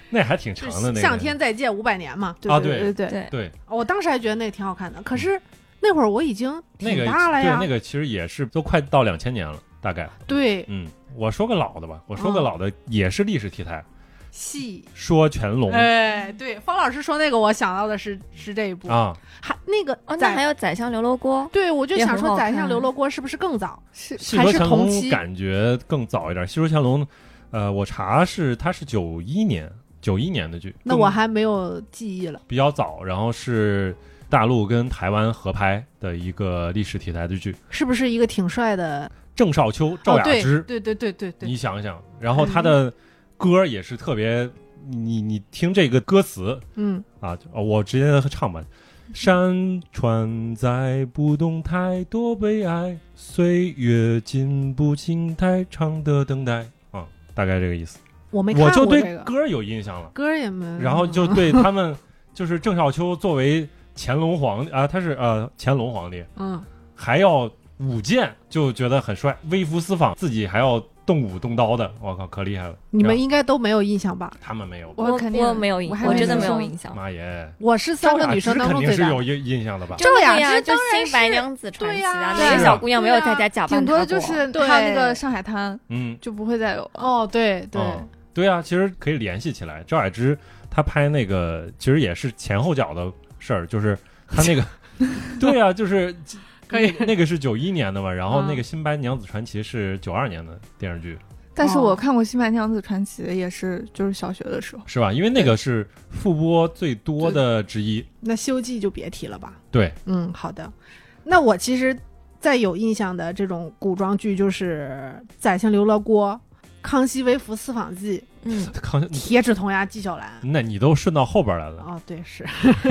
Speaker 1: 那还挺长的那个。
Speaker 2: 向天再借五百年嘛。
Speaker 1: 啊
Speaker 4: 对
Speaker 1: 对
Speaker 4: 对
Speaker 5: 对
Speaker 1: 对
Speaker 2: 我当时还觉得那挺好看的，可是那会儿我已经
Speaker 1: 那
Speaker 2: 挺
Speaker 1: 个
Speaker 2: 大了
Speaker 1: 对
Speaker 2: 呀。
Speaker 5: 嗯
Speaker 1: 那个其实也是都快到两千年了，大概。
Speaker 2: 对
Speaker 1: 嗯，我说个老的吧，我说个
Speaker 2: 嗯
Speaker 1: 老的也是历史题材，
Speaker 2: 戏，
Speaker 1: 说乾隆
Speaker 2: 哎，对，方老师说那个，我想到的是是这一部，
Speaker 1: 啊，
Speaker 2: 还那个
Speaker 5: 哦，那
Speaker 2: 宰
Speaker 5: 还有《宰相刘罗锅》。
Speaker 2: 对，我就
Speaker 5: 也
Speaker 2: 想
Speaker 5: 很
Speaker 2: 说
Speaker 5: 好
Speaker 2: 宰相
Speaker 5: 看
Speaker 2: 刘罗锅是不是更早？
Speaker 4: 是
Speaker 1: 戏
Speaker 2: 还
Speaker 1: 说
Speaker 2: 是
Speaker 1: 乾
Speaker 2: 同
Speaker 1: 隆
Speaker 2: 期
Speaker 1: 感觉更早一点，戏说乾隆，呃，我查是它是九一年九一年的剧，
Speaker 2: 那我
Speaker 1: 更
Speaker 2: 还没有记忆了。
Speaker 1: 比较早，然后是大陆跟台湾合拍的一个历史题材的剧，
Speaker 2: 是不是一个挺帅的
Speaker 1: 郑少秋、赵
Speaker 2: 哦
Speaker 1: 雅
Speaker 2: 对
Speaker 1: 芝，
Speaker 2: 对对对对嗯对，
Speaker 1: 你想想，然后他的歌也是特别，你你听这个歌词
Speaker 2: 嗯，
Speaker 1: 啊，就哦我直接唱吧。山川载不动太多悲哀，岁月经不起太长的等待啊，大概这个意思。
Speaker 2: 我没看
Speaker 1: 我就
Speaker 2: 过
Speaker 1: 对
Speaker 2: 这个嗯
Speaker 1: 歌儿有印象了，
Speaker 2: 歌儿也没，
Speaker 1: 然后就对他们，就是郑少秋作为乾隆皇帝啊，他是呃乾隆皇帝，
Speaker 2: 嗯，
Speaker 1: 还要舞剑，就觉得很帅，微服私访，自己还要动武动刀的，我靠，可厉害了。
Speaker 2: 你
Speaker 1: 然
Speaker 2: 们
Speaker 1: 后
Speaker 2: 应该都没有印象吧？
Speaker 1: 他们没有，
Speaker 4: 我肯定
Speaker 5: 我没有印
Speaker 4: 我
Speaker 5: 象，
Speaker 4: 还
Speaker 5: 我
Speaker 4: 没
Speaker 5: 真的
Speaker 4: 有
Speaker 5: 没有
Speaker 4: 印
Speaker 5: 印象。
Speaker 1: 妈耶，
Speaker 2: 我是三个女生
Speaker 1: 赵雅芝
Speaker 2: 当
Speaker 1: 肯
Speaker 2: 中
Speaker 1: 定
Speaker 2: 最
Speaker 1: 是
Speaker 2: 大的。
Speaker 1: 有印印象的吧？
Speaker 2: 赵雅
Speaker 5: 对呀
Speaker 2: 芝
Speaker 5: 就
Speaker 2: 当然
Speaker 5: 新白
Speaker 2: 是
Speaker 5: 娘子传
Speaker 2: 对
Speaker 5: 奇
Speaker 2: 呀
Speaker 5: 啊，哪
Speaker 1: 是
Speaker 5: 个小姑娘没有在家假
Speaker 4: 顶
Speaker 5: 扮
Speaker 4: 多
Speaker 5: 她过？
Speaker 4: 就是
Speaker 2: 对
Speaker 4: 还有那个上海滩
Speaker 1: 嗯，
Speaker 4: 就不会再有了。
Speaker 2: 哦，对对，
Speaker 1: 嗯对啊，其实可以联系起来。赵雅芝她拍那个其实也是前后脚的事儿，就是她那个， 对啊，就是
Speaker 2: 可以
Speaker 1: 那那个是九一年的嘛，然后
Speaker 2: 嗯
Speaker 1: 那个《新白娘子传奇》是九二年的电视剧，
Speaker 4: 但是
Speaker 2: 哦
Speaker 4: 我看过《新白娘子传奇》，也是就是小学的时候。
Speaker 1: 是吧？因为那个是复播最多的之一。
Speaker 2: 那《西游记》就别提了吧。
Speaker 1: 对，
Speaker 2: 嗯，好的。那我其实再有印象的这种古装剧就是《宰相刘罗锅》《康熙微服私访记》
Speaker 5: 嗯，
Speaker 1: 康，
Speaker 2: 《铁齿铜牙纪晓岚》。
Speaker 1: 那你都顺到后边来了。
Speaker 2: 哦，对，是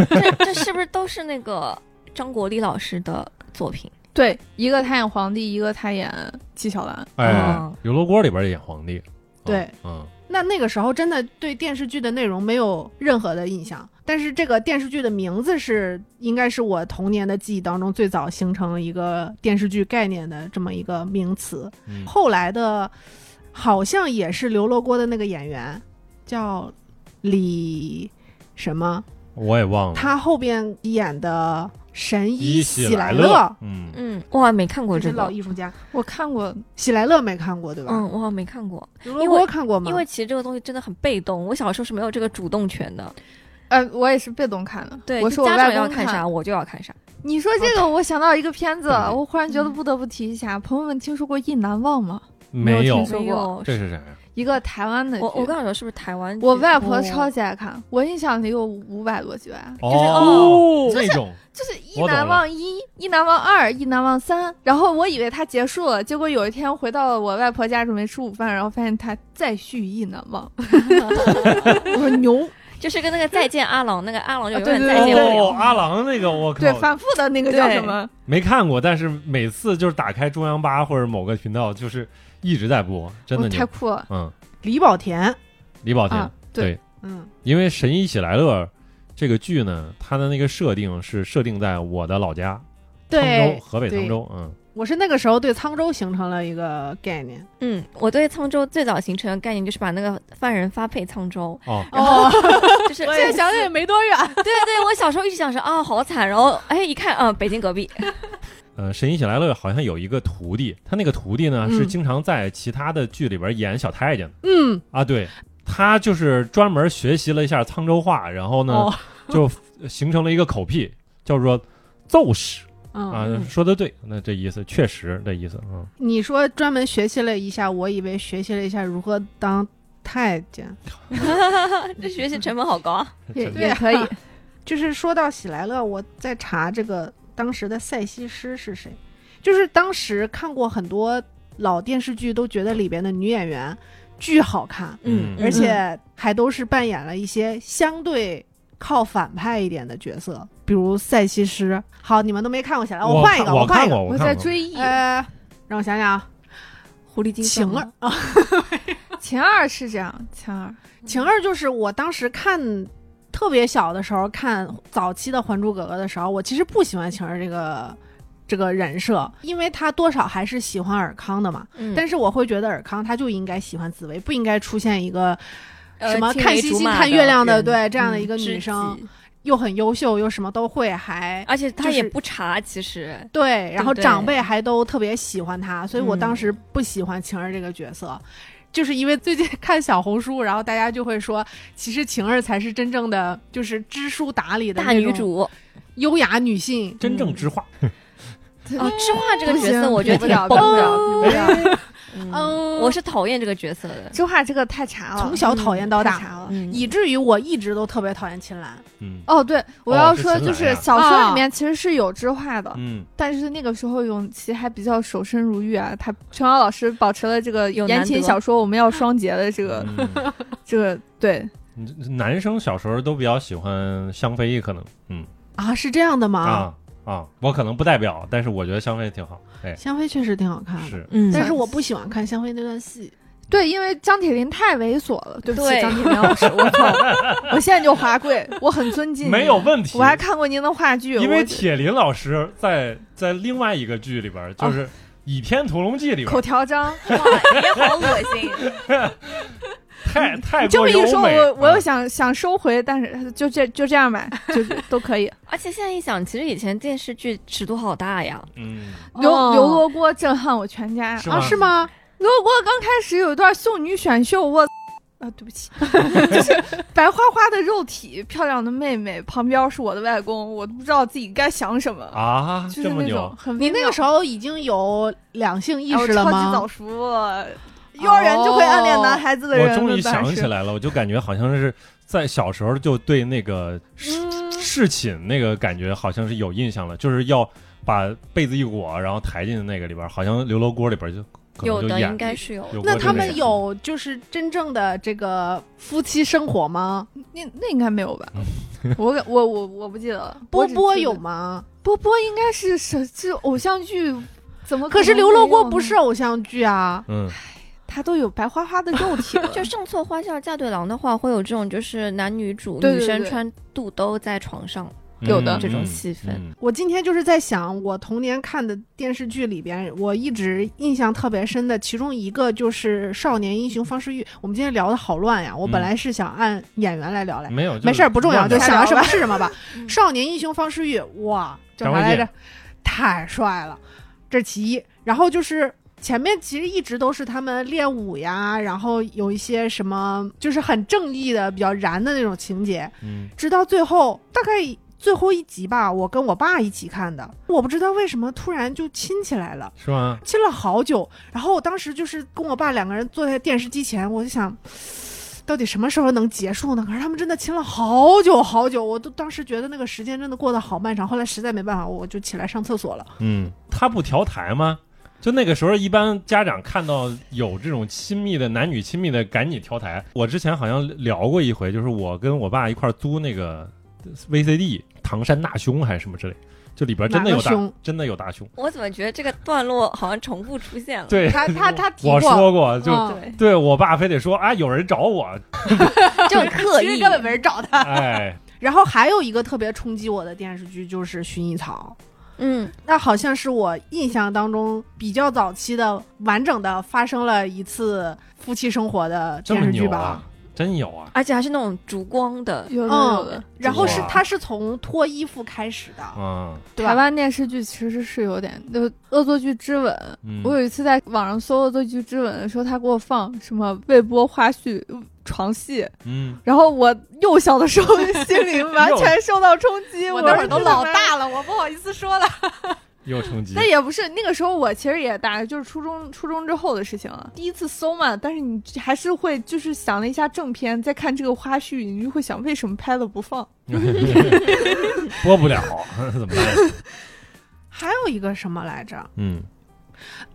Speaker 5: 这这是不是都是那个张国立老师的作品？
Speaker 4: 对，一个他演皇帝，一个他演纪晓岚。
Speaker 1: 哎
Speaker 5: 嗯，
Speaker 1: 刘罗锅里边演皇帝。
Speaker 2: 对
Speaker 1: 嗯，
Speaker 2: 那那个时候真的对电视剧的内容没有任何的印象，但是这个电视剧的名字是应该是我童年的记忆当中最早形成一个电视剧概念的这么一个名词。
Speaker 1: 嗯，
Speaker 2: 后来的，好像也是刘罗锅的那个演员叫李什么，
Speaker 1: 我也忘了。
Speaker 2: 他后边演的神医
Speaker 1: 一
Speaker 2: 喜
Speaker 1: 来
Speaker 2: 乐，，
Speaker 1: 嗯，
Speaker 5: 嗯，我还没看过
Speaker 2: 这
Speaker 5: 这
Speaker 2: 是老
Speaker 5: 个。
Speaker 2: 艺术家，
Speaker 4: 我看过，
Speaker 2: 喜来乐没看过对吧？
Speaker 5: 嗯，我好像没看过，
Speaker 2: 刘罗锅
Speaker 5: 为
Speaker 2: 看过吗？
Speaker 5: 因为其实这个东西真的很被动，我小时候是没有这个主动权的。
Speaker 4: 呃，我也是被动看的。
Speaker 5: 对，
Speaker 4: 我
Speaker 5: 就是
Speaker 4: 我
Speaker 5: 家
Speaker 4: 外
Speaker 5: 长
Speaker 4: 公
Speaker 5: 要看啥我就要看啥。
Speaker 4: 你说这个，我想嗯到一个片子，
Speaker 1: 对
Speaker 4: 我忽然觉得不得不提一下。朋友们听说过《意难忘》吗？
Speaker 1: 没
Speaker 4: 没
Speaker 1: 有
Speaker 4: 有听，说
Speaker 5: 没有，
Speaker 1: 这是啊啥呀？
Speaker 4: 一个台湾的剧。
Speaker 5: 我我刚想说是不是台湾剧？啊
Speaker 4: 我外婆超级爱看，我印象里有五百多集吧，
Speaker 1: 哦， 那种
Speaker 4: 就是《意
Speaker 1: 我懂
Speaker 4: 难忘一》《意难忘二》《意难忘三》，然后我以为它结束了，结果有一天回到我外婆家准备吃午饭，然后发现它再续《意难忘》，我说牛，
Speaker 5: 就是跟那个再见阿郎，那个阿郎就永
Speaker 4: 啊对呃
Speaker 5: 远
Speaker 4: 对
Speaker 5: 再见不
Speaker 1: 哦，
Speaker 5: 了。
Speaker 1: 阿郎那个我
Speaker 4: 对，
Speaker 1: 靠，
Speaker 4: 反复的那个叫
Speaker 5: 对
Speaker 4: 什么？
Speaker 1: 没看过，但是每次就是打开中央八或者某个频道，就是一直在播，真的
Speaker 4: 哦太
Speaker 1: 牛。
Speaker 4: 酷了
Speaker 1: 嗯，
Speaker 2: 李保田，
Speaker 1: 李保田
Speaker 4: 啊，！
Speaker 1: 对
Speaker 2: 嗯，
Speaker 1: 因为《神医喜来乐》这个剧呢，它的那个设定是设定在我的老家沧
Speaker 2: 对
Speaker 1: 州，河北沧州，嗯，
Speaker 2: 我是那个时候对沧州形成了一个概念。
Speaker 5: 嗯，我对沧州最早形成的概念就是把那个犯人发配沧州，
Speaker 1: 哦，
Speaker 2: 哦，
Speaker 5: 就是
Speaker 2: 现在想想也没多远。
Speaker 5: 对对，我小时候一直想着啊、好惨，然后哎一看啊、北京隔壁，
Speaker 1: 呃，神医喜来乐好像有一个徒弟，他那个徒弟呢、
Speaker 2: 嗯
Speaker 1: 是经常在其他的剧里边演小太监的
Speaker 2: 嗯，
Speaker 1: 啊，对他就是专门学习了一下沧州话，然后呢、
Speaker 2: 哦，
Speaker 1: 就形成了一个口癖，叫做“奏史”啊，
Speaker 2: 嗯，
Speaker 1: 说的对，那这意思确实这意思啊、嗯
Speaker 2: 你说专门学习了一下，我以为学习了一下如何当太监。
Speaker 5: 这学习成本好高啊。
Speaker 1: 这
Speaker 4: 也
Speaker 2: 对
Speaker 4: 也可以。
Speaker 2: 就是说到喜来乐，我在查这个当时的赛西施是谁，就是当时看过很多老电视剧，都觉得里边的女演员巨好看，
Speaker 1: 嗯
Speaker 2: 而且还都是扮演了一些相对靠反派一点的角色，比如赛西施。好，你们都没看过起来，
Speaker 1: 我
Speaker 2: 换一
Speaker 1: 看
Speaker 2: 个，
Speaker 1: 我
Speaker 2: 换
Speaker 1: 看
Speaker 2: 一个，
Speaker 1: 过，
Speaker 4: 我
Speaker 1: 看
Speaker 4: 在
Speaker 1: 过
Speaker 4: 追忆，
Speaker 2: 呃，让我想想啊，
Speaker 5: 狐狸精
Speaker 2: 晴
Speaker 5: 算
Speaker 2: 儿
Speaker 5: 吗，
Speaker 2: 啊，
Speaker 4: 晴儿是这样，晴儿
Speaker 2: 晴儿就是我当时看。特别小的时候看早期的《还珠格格》的时候，我其实不喜欢晴儿这个这个人设，因为她多少还是喜欢尔康的嘛。
Speaker 5: 嗯
Speaker 2: 但是我会觉得尔康他就应该喜欢紫薇，不应该出现一个
Speaker 5: 呃
Speaker 2: 什么
Speaker 5: 青
Speaker 2: 看
Speaker 5: 梅
Speaker 2: 星
Speaker 5: 竹
Speaker 2: 星
Speaker 5: 马
Speaker 2: 看月亮的
Speaker 5: 人
Speaker 2: 对这样的一个
Speaker 5: 嗯
Speaker 2: 女
Speaker 5: 知
Speaker 2: 生
Speaker 5: 己
Speaker 2: 又很优秀又什么都会，还
Speaker 5: 而且他
Speaker 2: 就是
Speaker 5: 也不查，其实
Speaker 2: 对，然后
Speaker 5: 对
Speaker 2: 长辈还都特别喜欢他，所以我当时不喜欢晴儿这个角色。就是因为最近看小红书，然后大家就会说，其实晴儿才是真正的就是知书达理的那
Speaker 5: 大女
Speaker 2: 种
Speaker 5: 主哦
Speaker 2: 优雅女性。
Speaker 1: 真正之话，
Speaker 5: 啊，知画这个角色
Speaker 4: 哦不
Speaker 5: 我觉得
Speaker 4: 不哦
Speaker 5: 挺
Speaker 4: 了，
Speaker 5: 崩
Speaker 4: 不
Speaker 5: 的，
Speaker 4: 了，不了。
Speaker 5: 嗯，
Speaker 2: 嗯
Speaker 5: 我是讨厌这个角色的，
Speaker 4: 这话这个太馋了，
Speaker 2: 从小讨厌到大
Speaker 4: 太馋了。
Speaker 5: 嗯，
Speaker 2: 以至于我一直都特别讨厌秦岚。
Speaker 1: 嗯
Speaker 4: 哦，对，我
Speaker 1: 哦
Speaker 4: 要
Speaker 1: 是
Speaker 4: 说
Speaker 1: 秦
Speaker 4: 就
Speaker 1: 岚
Speaker 4: 是
Speaker 1: 呀
Speaker 4: 小说
Speaker 2: 啊
Speaker 4: 里面其实是有知画的，
Speaker 1: 嗯，
Speaker 4: 但是那个时候永琪还比较守身如玉啊，他琼瑶老师保持了这个
Speaker 5: 有
Speaker 4: 言
Speaker 5: 难
Speaker 4: 情
Speaker 5: 得
Speaker 4: 小说我们要双节的这个
Speaker 1: 嗯
Speaker 4: 这个对，
Speaker 1: 嗯男生小时候都比较喜欢香妃，可能嗯
Speaker 2: 啊，是这样的吗？
Speaker 1: 啊啊，我可能不代表，但是我觉得香妃挺好，哎，
Speaker 2: 香妃确实挺好看的，
Speaker 1: 是
Speaker 5: 嗯
Speaker 2: 但是我不喜欢看香妃那段戏。
Speaker 4: 对，因为张铁林太猥琐了，对不起，
Speaker 5: 对
Speaker 4: 张铁林老师，我靠，我现在就华贵，我很尊敬，啊
Speaker 1: 没有，问题。
Speaker 4: 我还看过您的话剧，
Speaker 1: 因为
Speaker 4: 我
Speaker 1: 铁林老师在在另外一个剧里边，
Speaker 4: 哦
Speaker 1: 就是《倚天屠龙记》里边
Speaker 4: 口，条张，
Speaker 5: 哇，也好恶心，
Speaker 1: 太 太
Speaker 4: 这
Speaker 1: 过
Speaker 4: 么一
Speaker 1: 优
Speaker 4: 说，
Speaker 1: 美。
Speaker 4: 我我又
Speaker 1: 嗯
Speaker 4: 想想收回，但是就这就这样吧，就都可 以。
Speaker 5: 而且现在一想，其实以前电视剧尺度好大呀，
Speaker 1: 嗯，
Speaker 4: 刘
Speaker 2: 哦
Speaker 4: 刘罗锅震撼我全家，
Speaker 1: 是
Speaker 2: 啊，
Speaker 1: 吗？
Speaker 2: 是吗？
Speaker 4: 刘罗锅刚开始有一段秀女选秀，我。 啊，对不起， 就是白花花的肉体，漂亮的妹妹，旁边是我的外公，我都不知道自己该想什么，
Speaker 1: 啊，
Speaker 4: 就
Speaker 1: 这
Speaker 4: 是
Speaker 1: 么
Speaker 4: 那
Speaker 1: 牛
Speaker 4: 种！很
Speaker 2: 你那
Speaker 4: 微妙
Speaker 2: 个时候已经有两性意
Speaker 5: 啊
Speaker 4: 哎我
Speaker 2: 识了
Speaker 4: 超级
Speaker 2: 吗
Speaker 4: 早？熟，幼儿园就会暗恋男孩子的人。
Speaker 1: 哦我终于
Speaker 4: 那当
Speaker 1: 想
Speaker 4: 时
Speaker 1: 起，来了，我就感觉好像是在小时候就对那个侍
Speaker 4: 嗯
Speaker 1: 侍寝那个感觉好像是有印象了，就是要把被子一裹，然后抬进那个里边，好像刘罗锅里边就可能
Speaker 5: 有
Speaker 1: 就
Speaker 5: 的
Speaker 1: 演
Speaker 5: 应该是有。
Speaker 1: 有过
Speaker 2: 那
Speaker 1: 这
Speaker 2: 他
Speaker 1: 个
Speaker 2: 们
Speaker 1: 事
Speaker 2: 有就是真正的这个夫妻生活吗？
Speaker 4: 那那应该没有吧？
Speaker 1: 嗯
Speaker 4: 我我我我不记得了。
Speaker 2: 波
Speaker 4: 我只
Speaker 2: 波
Speaker 4: 记得
Speaker 2: 有？吗？
Speaker 4: 波波应该是是是偶像剧，怎么能没有呢？
Speaker 2: 可是刘罗锅不是偶像剧啊，
Speaker 1: 嗯，
Speaker 4: 他都有白花花的肉体了
Speaker 5: 就上错花轿嫁对郎的话，会有这种就是男女主
Speaker 4: 对对
Speaker 5: 女生
Speaker 4: 对
Speaker 5: 穿肚兜在床上
Speaker 4: 有的
Speaker 1: 嗯
Speaker 5: 这种
Speaker 1: 嗯
Speaker 5: 戏份
Speaker 1: 嗯
Speaker 2: 我今天就是在想，我童年看的电视剧里边，我一直印象特别深的，其中一个就是《少年英雄方世玉》。我们今天聊的好乱呀，我
Speaker 1: 嗯
Speaker 2: 本来是想按演员来聊来，
Speaker 1: 没有，
Speaker 2: 没事儿，不重要，
Speaker 1: 乱
Speaker 2: 就
Speaker 1: 聊
Speaker 2: 想到什么
Speaker 4: 瞎聊吧
Speaker 2: 是什么 吧。
Speaker 5: 嗯
Speaker 2: 少年英雄方世玉，哇，叫
Speaker 1: 张
Speaker 2: 啥
Speaker 1: 卫
Speaker 2: 来
Speaker 1: 健
Speaker 2: 着？太帅了，这是其一。然后就是前面其实一直都是他们练武呀，然后有一些什么就是很正义的、比较燃的那种情节，
Speaker 1: 嗯
Speaker 2: 直到最后大概。最后一集吧，我跟我爸一起看的，我不知道为什么突然就亲起来了。
Speaker 1: 是吗？
Speaker 2: 亲了好久。然后我当时就是跟我爸两个人坐在电视机前，我就想，到底什么时候能结束呢？可是他们真的亲了好久好久，我都当时觉得那个时间真的过得好漫长。后来实在没办法，我就起来上厕所了。
Speaker 1: 嗯，他不调台吗？就那个时候，一般家长看到有这种亲密的男女亲密的，赶紧调台。我之前好像聊过一回，就是我跟我爸一块儿租那个 VCD《唐山大兄》还是什么之类，就里边真的有
Speaker 2: 哪个
Speaker 1: 大
Speaker 2: 兄，
Speaker 1: 真的有大兄。
Speaker 5: 我怎么觉得这个段落好像重复出现 了？
Speaker 1: 对，
Speaker 4: 他他他提
Speaker 1: 我
Speaker 4: 过，
Speaker 1: 说过，就、
Speaker 2: 嗯
Speaker 4: 对，
Speaker 1: 对我爸非得说啊，有人找我，
Speaker 5: 这种刻
Speaker 2: 其实
Speaker 5: 意
Speaker 2: 根本没人找他。
Speaker 1: 哎，
Speaker 2: 然后还有一个特别冲击我的电视剧就是《薰衣草》，
Speaker 5: 嗯，
Speaker 2: 那好像是我印象当中比较早期的完整的发生了一次夫妻生活的
Speaker 1: 这
Speaker 2: 电
Speaker 1: 么
Speaker 2: 视剧
Speaker 1: 牛
Speaker 2: 吧。
Speaker 1: 啊，真有啊
Speaker 5: 而且还是那种烛光的，
Speaker 4: 有的有
Speaker 2: 嗯
Speaker 4: 的，，
Speaker 2: 然后是哦
Speaker 1: 哇
Speaker 2: 它是从脱衣服开始的，
Speaker 1: 啊，
Speaker 2: 对
Speaker 4: 台
Speaker 2: 吧？
Speaker 4: 湾电视剧其实是有点，就《恶作剧之吻》
Speaker 1: 嗯，
Speaker 4: 我有一次在网上搜《恶作剧之吻》的时候，他给我放什么未播花絮、床戏，
Speaker 1: 嗯，
Speaker 4: 然后我幼小的时候心里完 全受到冲击，
Speaker 2: 我
Speaker 4: 我
Speaker 2: 那
Speaker 4: 说
Speaker 2: 会儿都
Speaker 4: 这
Speaker 2: 老
Speaker 4: 怎么
Speaker 3: 大了，我不好意思说了。
Speaker 1: 又冲击
Speaker 4: 那，也不是那个时候，我其实也大，就是初中初中之后的事情了。第一次搜嘛，但是你还是会就是想了一下正片，再看这个花絮，你就会想为什么拍了不放？
Speaker 1: 播不了， 怎么办？
Speaker 2: 还有一个什么来着？
Speaker 1: 嗯，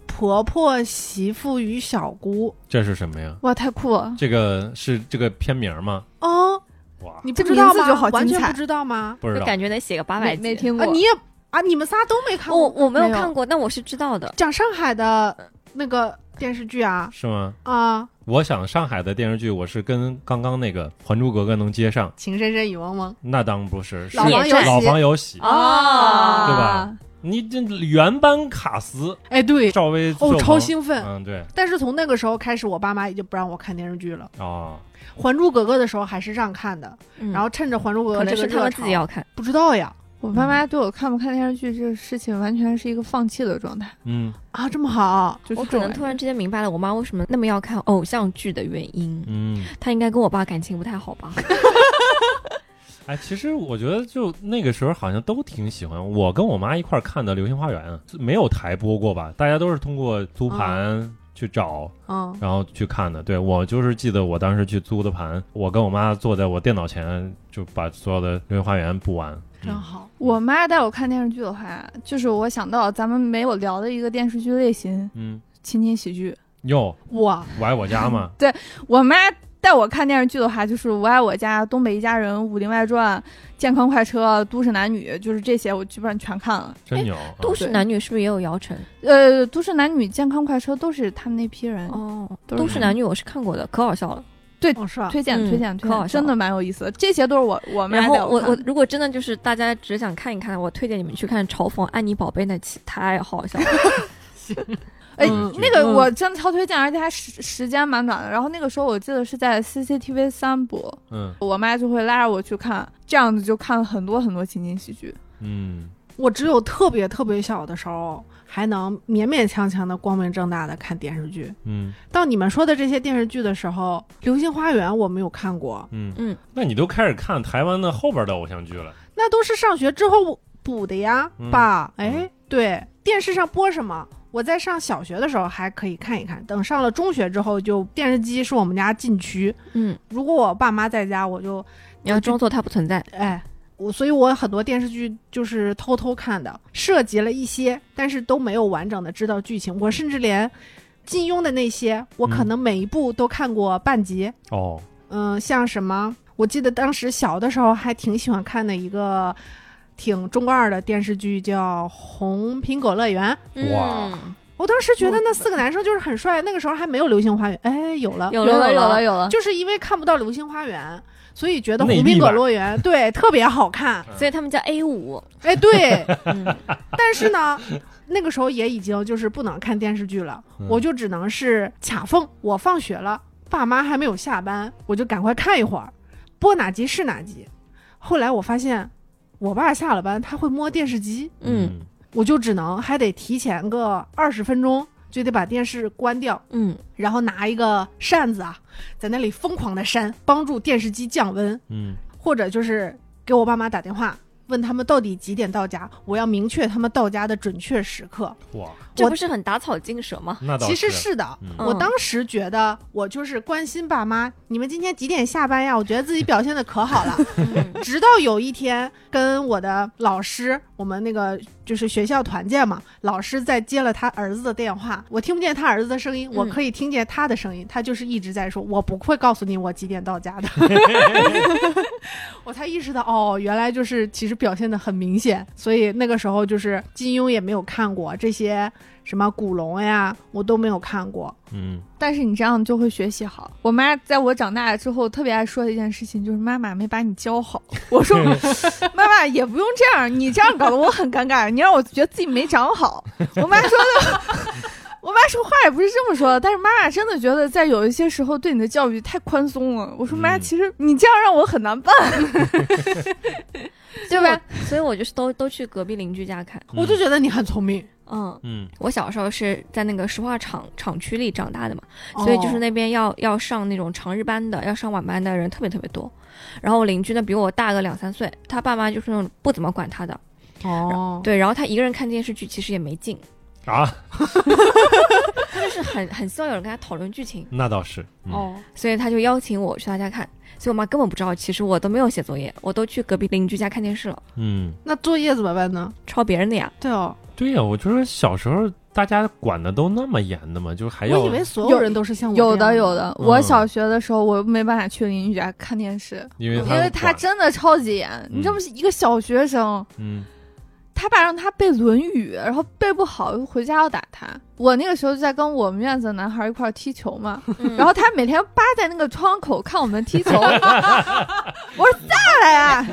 Speaker 2: 婆婆、媳妇与小姑。
Speaker 1: 这是什么呀？
Speaker 4: 哇，太酷了！
Speaker 1: 这个是这个片名吗？
Speaker 2: 哦，
Speaker 1: 哇，
Speaker 2: 你不
Speaker 4: 这
Speaker 2: 知
Speaker 4: 名
Speaker 2: 道
Speaker 4: 字
Speaker 2: 吗？
Speaker 4: 就好
Speaker 2: 完
Speaker 4: 精
Speaker 2: 全
Speaker 4: 彩
Speaker 2: 不知道吗？
Speaker 1: 不知
Speaker 5: 就
Speaker 1: 道，
Speaker 5: 感觉得写个八
Speaker 4: 没
Speaker 5: 百字。哦
Speaker 4: 没听
Speaker 2: 啊，
Speaker 4: 过，
Speaker 2: 你也啊，你们仨都没看
Speaker 5: 我
Speaker 2: 过
Speaker 5: 我没有
Speaker 4: 没有
Speaker 5: 看过，但我是知道的。
Speaker 2: 讲上海的那个电视剧啊
Speaker 1: 是吗？
Speaker 2: 啊，
Speaker 1: 我想上海的电视剧，我是跟刚刚那个《还珠格格》能接上，
Speaker 2: 《情深深雨蒙蒙
Speaker 1: 那当不是，是
Speaker 2: 老王
Speaker 5: 野
Speaker 2: 有
Speaker 5: 战
Speaker 1: 老
Speaker 2: 喜，
Speaker 1: 房有喜，
Speaker 5: 啊
Speaker 4: 哦
Speaker 1: 对吧？你这原班卡斯，
Speaker 2: 哎，对，
Speaker 1: 赵薇
Speaker 2: 哦，
Speaker 1: 纣
Speaker 2: 超
Speaker 1: 王
Speaker 2: 兴奋。
Speaker 1: 嗯，对，
Speaker 2: 但是从那个时候开始，我爸妈已经不让我看电视剧了。
Speaker 1: 哦，
Speaker 2: 《还珠格格》的时候还是让看的，
Speaker 5: 嗯
Speaker 2: 然后趁着《还珠格格
Speaker 5: 可》
Speaker 2: 这个
Speaker 5: 能是他
Speaker 2: 热
Speaker 5: 们自
Speaker 2: 潮
Speaker 5: 己，要看，
Speaker 2: 不知道呀
Speaker 4: 我爸
Speaker 5: 嗯
Speaker 4: 妈对我看不看电视剧这个事情完全是一个放弃的状态，
Speaker 1: 嗯
Speaker 2: 啊，这么好，
Speaker 4: 就是
Speaker 5: 我
Speaker 4: 这
Speaker 5: 可
Speaker 4: 种
Speaker 5: 能
Speaker 4: 感
Speaker 5: 突然之间明白了我妈为什么那么要看偶像剧的原因。
Speaker 1: 嗯，哦
Speaker 5: 她应该跟我爸感情不太好吧？
Speaker 1: 哎，其实我觉得就那个时候好像都挺喜欢，我跟我妈一块儿看的《流星花园》，没有台播过吧？大家都是通过租盘去找，
Speaker 2: 嗯，
Speaker 1: 然后去看的。对我就是记得我当时去租的盘，我跟我妈坐在我电脑前，就把所有的《流星花园》补完。
Speaker 2: 真
Speaker 1: 嗯
Speaker 2: 好。
Speaker 4: 我妈带我看电视剧的话，就是我想到咱们没有聊的一个电视剧类型
Speaker 1: 嗯，
Speaker 4: ——情景喜剧。
Speaker 1: 哟，
Speaker 2: 哇，
Speaker 1: 我爱我家
Speaker 4: 嗯
Speaker 1: 嘛，
Speaker 4: 我妈带我看电视剧的话，就是《我爱我家》《东北一家人》《武林外传》《健康快车》《都市男女》，就是这些我基本上全看了。
Speaker 1: 真嗯牛。
Speaker 5: 都市
Speaker 4: 对
Speaker 5: 男女是不是也有姚晨？
Speaker 4: 呃，《都市男女》《健康快车》都是他们那批人，
Speaker 5: 哦，
Speaker 4: 嗯都
Speaker 5: 都
Speaker 4: 是
Speaker 5: 市男女我是看过的，可好笑了。
Speaker 2: 哦是啊，
Speaker 4: 推荐
Speaker 5: 嗯
Speaker 4: 推荐推
Speaker 5: 可好
Speaker 4: 荐，
Speaker 5: 笑
Speaker 4: 真的蛮有意思的。这些都是我我妈
Speaker 5: 然后
Speaker 4: 带
Speaker 5: 我
Speaker 4: 看
Speaker 5: 我
Speaker 4: 的
Speaker 5: 如果真的就是大家只想看一看，我推荐你们去看《嘲讽安妮宝贝》那期，太 好笑了。
Speaker 4: 哎
Speaker 2: 嗯，
Speaker 4: 那个
Speaker 2: 嗯
Speaker 4: 我真的超推荐，而且它时时间蛮短的。然后那个时候我记得是在 CCTV 三播，
Speaker 1: 嗯
Speaker 4: 我妈就会拉着我去看，这样子就看了很多很多情景喜剧。
Speaker 1: 嗯，
Speaker 2: 我只有特别特别小的时候，还能勉勉强强的光明正大的看电视剧。
Speaker 1: 嗯
Speaker 2: 到你们说的这些电视剧的时候，《流星花园》我没有看过，
Speaker 1: 嗯
Speaker 5: 嗯，
Speaker 1: 那你都开始看台湾的后边的偶像剧了？
Speaker 2: 那都是上学之后补的呀，
Speaker 1: 嗯
Speaker 2: 爸。
Speaker 1: 嗯
Speaker 2: 哎，对，电视上播什么？我在上小学的时候还可以看一看，等上了中学之后就，电视机是我们家禁区。
Speaker 5: 嗯，
Speaker 2: 如果我爸妈在家，我就
Speaker 5: 你要装作它不存在。
Speaker 2: 哎，我所以，我很多电视剧就是偷偷看的，涉及了一些，但是都没有完整的知道剧情。我甚至连金庸的那些，我可
Speaker 1: 嗯
Speaker 2: 能每一部都看过半集。
Speaker 1: 哦，
Speaker 2: 嗯、像什么，我记得当时小的时候还挺喜欢看的一个挺中二的电视剧，叫《红苹果乐园》。
Speaker 1: 哇
Speaker 5: 嗯，
Speaker 2: 我当时觉得那四个男生就是很帅，那个时候还没有《流星花园》，哎，有了，
Speaker 5: 有
Speaker 4: 了
Speaker 5: 了
Speaker 4: 有
Speaker 5: 了，
Speaker 4: 有了，
Speaker 2: 就是因为看不到《流星花园》，所以觉得《红
Speaker 1: 内
Speaker 2: 苹
Speaker 1: 地
Speaker 2: 果
Speaker 1: 版
Speaker 2: 乐园》对特别好看。
Speaker 5: 所以他们叫 A 五。
Speaker 2: 哎，对，
Speaker 5: 嗯，
Speaker 2: 但是呢，那个时候也已经就是不能看电视剧了，
Speaker 1: 嗯
Speaker 2: 我就只能是卡缝。我放学了，爸妈还没有下班，我就赶快看一会儿，播哪集是哪集。后来我发现，我爸下了班他会摸电视机，
Speaker 5: 嗯
Speaker 2: 我就只能还得提前个二十分钟，就得把电视关掉，
Speaker 5: 嗯，
Speaker 2: 然后拿一个扇子啊，在那里疯狂的扇，帮助电视机降温。
Speaker 1: 嗯
Speaker 2: 或者就是给我爸妈打电话，问他们到底几点到家，我要明确他们到家的准确时刻。
Speaker 1: 嗯，哇，
Speaker 5: 这
Speaker 2: 我
Speaker 5: 不是很打草惊蛇吗？
Speaker 1: 那倒
Speaker 2: 其实
Speaker 1: 是，
Speaker 2: 是的，
Speaker 1: 嗯
Speaker 2: 我当时觉得我就是关心爸妈，你们今天几点下班呀？我觉得自己表现的可好了。
Speaker 5: 嗯
Speaker 2: 直到有一天跟我的老师，我们那个就是学校团建嘛，老师在接了他儿子的电话，我听不见他儿子的声音，我
Speaker 5: 嗯
Speaker 2: 可以听见他的声音，他就是一直在说，我不会告诉你我几点到 家的。 我才意识到，哦，原来就是其实表现的很明显，所以那个时候就是金庸也没有看过这些什么古龙呀，我都没有看过。
Speaker 1: 嗯
Speaker 4: 但是你这样就会学习好。我妈在我长大之后特别爱说的一件事情就是妈妈没把你教好。我说妈妈也不用这样，你这样搞得我很尴尬。你让我觉得自己没长好。我妈说的， 我妈说话也不是这么说的，但是妈妈真的觉得在有一些时候对你的教育太宽松了。我说妈，
Speaker 1: 嗯
Speaker 4: 其实你这样让我很难办。
Speaker 5: 对吧？所以我就是都都去隔壁邻居家看。
Speaker 2: 我就觉得你很聪明，
Speaker 5: 嗯，
Speaker 1: 嗯
Speaker 5: 我小时候是在那个石化厂厂区里长大的嘛，所以就是那边要要上那种长日班的，要上晚班的人特别特别多。然后我邻居呢比我大个两三岁，他爸妈就是那种不怎么管他的，
Speaker 2: 哦，
Speaker 5: 对。然后他一个人看电视剧其实也没劲，
Speaker 1: 啊，
Speaker 5: 他就是很很希望有人跟他讨论剧情，
Speaker 1: 那倒是，嗯、
Speaker 4: 哦，
Speaker 5: 所以他就邀请我去他家看。所以我妈根本不知道，其实我都没有写作业，我都去隔壁邻居家看电视了，
Speaker 1: 嗯，
Speaker 2: 那作业怎么办呢？
Speaker 5: 抄别人的呀。
Speaker 2: 对哦，
Speaker 1: 对呀、我就说小时候大家管的都那么严的嘛，就是还要
Speaker 2: 我以为所有人都是像我
Speaker 4: 有
Speaker 2: 这样
Speaker 4: 的有，的，
Speaker 1: 嗯
Speaker 4: 我小学的时候我没办法去邻居家看电视，
Speaker 1: 因为
Speaker 4: 因
Speaker 1: 他嗯
Speaker 4: 为他
Speaker 1: 管
Speaker 4: 真的超级严。你这不是一个小学生，
Speaker 1: 嗯
Speaker 4: 他爸让他背《论语》，然后背不好回家要打他。我那个时候就在跟我们院子的男孩一块儿踢球嘛，
Speaker 2: 嗯
Speaker 4: 然后他每天扒在那个窗口看我们踢 球。我说下来呀、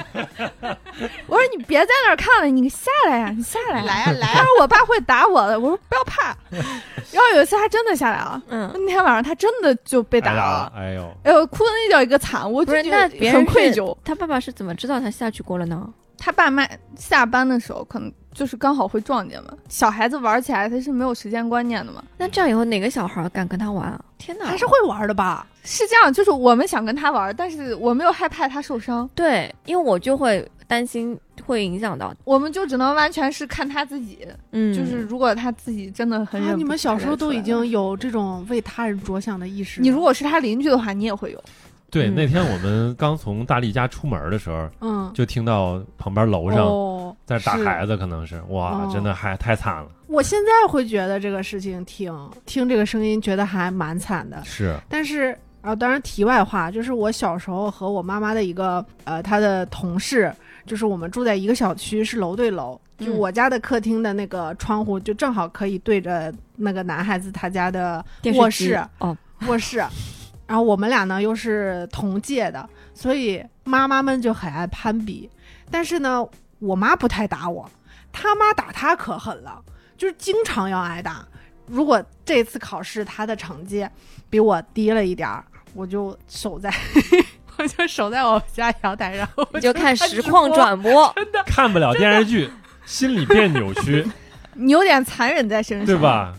Speaker 4: 我说你别在那儿看了，你下来呀、你下来、
Speaker 2: 来啊来
Speaker 4: 他说我爸会打我的，我说不要怕。然后有一次他真的下来了，
Speaker 5: 嗯，
Speaker 4: 那天晚上他真的就被打
Speaker 1: 挨打
Speaker 4: 了
Speaker 1: 了，。哎呦，
Speaker 4: 哎呦，哭的那叫一个惨！我
Speaker 5: 不是，
Speaker 4: 就
Speaker 5: 那
Speaker 4: 觉
Speaker 5: 别
Speaker 4: 得
Speaker 5: 人
Speaker 4: 很愧
Speaker 5: 是
Speaker 4: 疚。
Speaker 5: 他爸爸是怎么知道他下去过了呢？
Speaker 4: 他爸妈下班的时候，可能就是刚好会撞见嘛。小孩子玩起来他是没有时间观念的嘛。
Speaker 5: 那这样以后哪个小孩敢跟他玩啊？天哪！
Speaker 2: 还是会玩的吧？
Speaker 4: 是这样，就是我们想跟他玩，但是我没有害怕他受伤，
Speaker 5: 对，因为我就会担心会影响到，
Speaker 4: 我们就只能完全是看他自己。
Speaker 5: 嗯，
Speaker 4: 就是如果他自己真的很忍
Speaker 2: 啊，
Speaker 4: 不住
Speaker 2: 你们小时候都已
Speaker 4: 出来
Speaker 2: 经
Speaker 4: 了。
Speaker 2: 有这种为他人着想的意识了，
Speaker 4: 你如果是他邻居的话，你也会有。
Speaker 1: 对，
Speaker 5: 嗯
Speaker 1: 那天我们刚从大力家出门的时候，
Speaker 2: 嗯，
Speaker 1: 就听到旁边楼上
Speaker 2: 哦
Speaker 1: 在打
Speaker 2: 是
Speaker 1: 孩子，可能是哇，
Speaker 2: 哦
Speaker 1: 真的还太惨了，
Speaker 2: 我现在会觉得这个事情挺听这个声音，觉得还蛮惨的。
Speaker 1: 是，
Speaker 2: 但是啊，当然题外话，就是我小时候和我妈妈的一个呃，她的同事，就是我们住在一个小区，是楼对楼，就
Speaker 5: 嗯
Speaker 2: 我家的客厅的那个窗户，就正好可以对着那个男孩子他家的
Speaker 5: 电视
Speaker 2: 卧
Speaker 5: 机
Speaker 2: 室，
Speaker 5: 哦，
Speaker 2: 卧室。然后我们俩呢又是同届的，所以妈妈们就很爱攀比。但是呢，我妈不太打我，她妈打她可狠了，就是经常要挨打。如果这次考试她的成绩比我低了一点儿，我就守在， 我就守在我家阳台上， 我
Speaker 5: 你就看
Speaker 2: 直
Speaker 5: 实
Speaker 2: 播
Speaker 5: 况转播，
Speaker 1: 看不了电视剧，心里变扭曲，
Speaker 4: 你有点残忍在身上，
Speaker 1: 对？吧？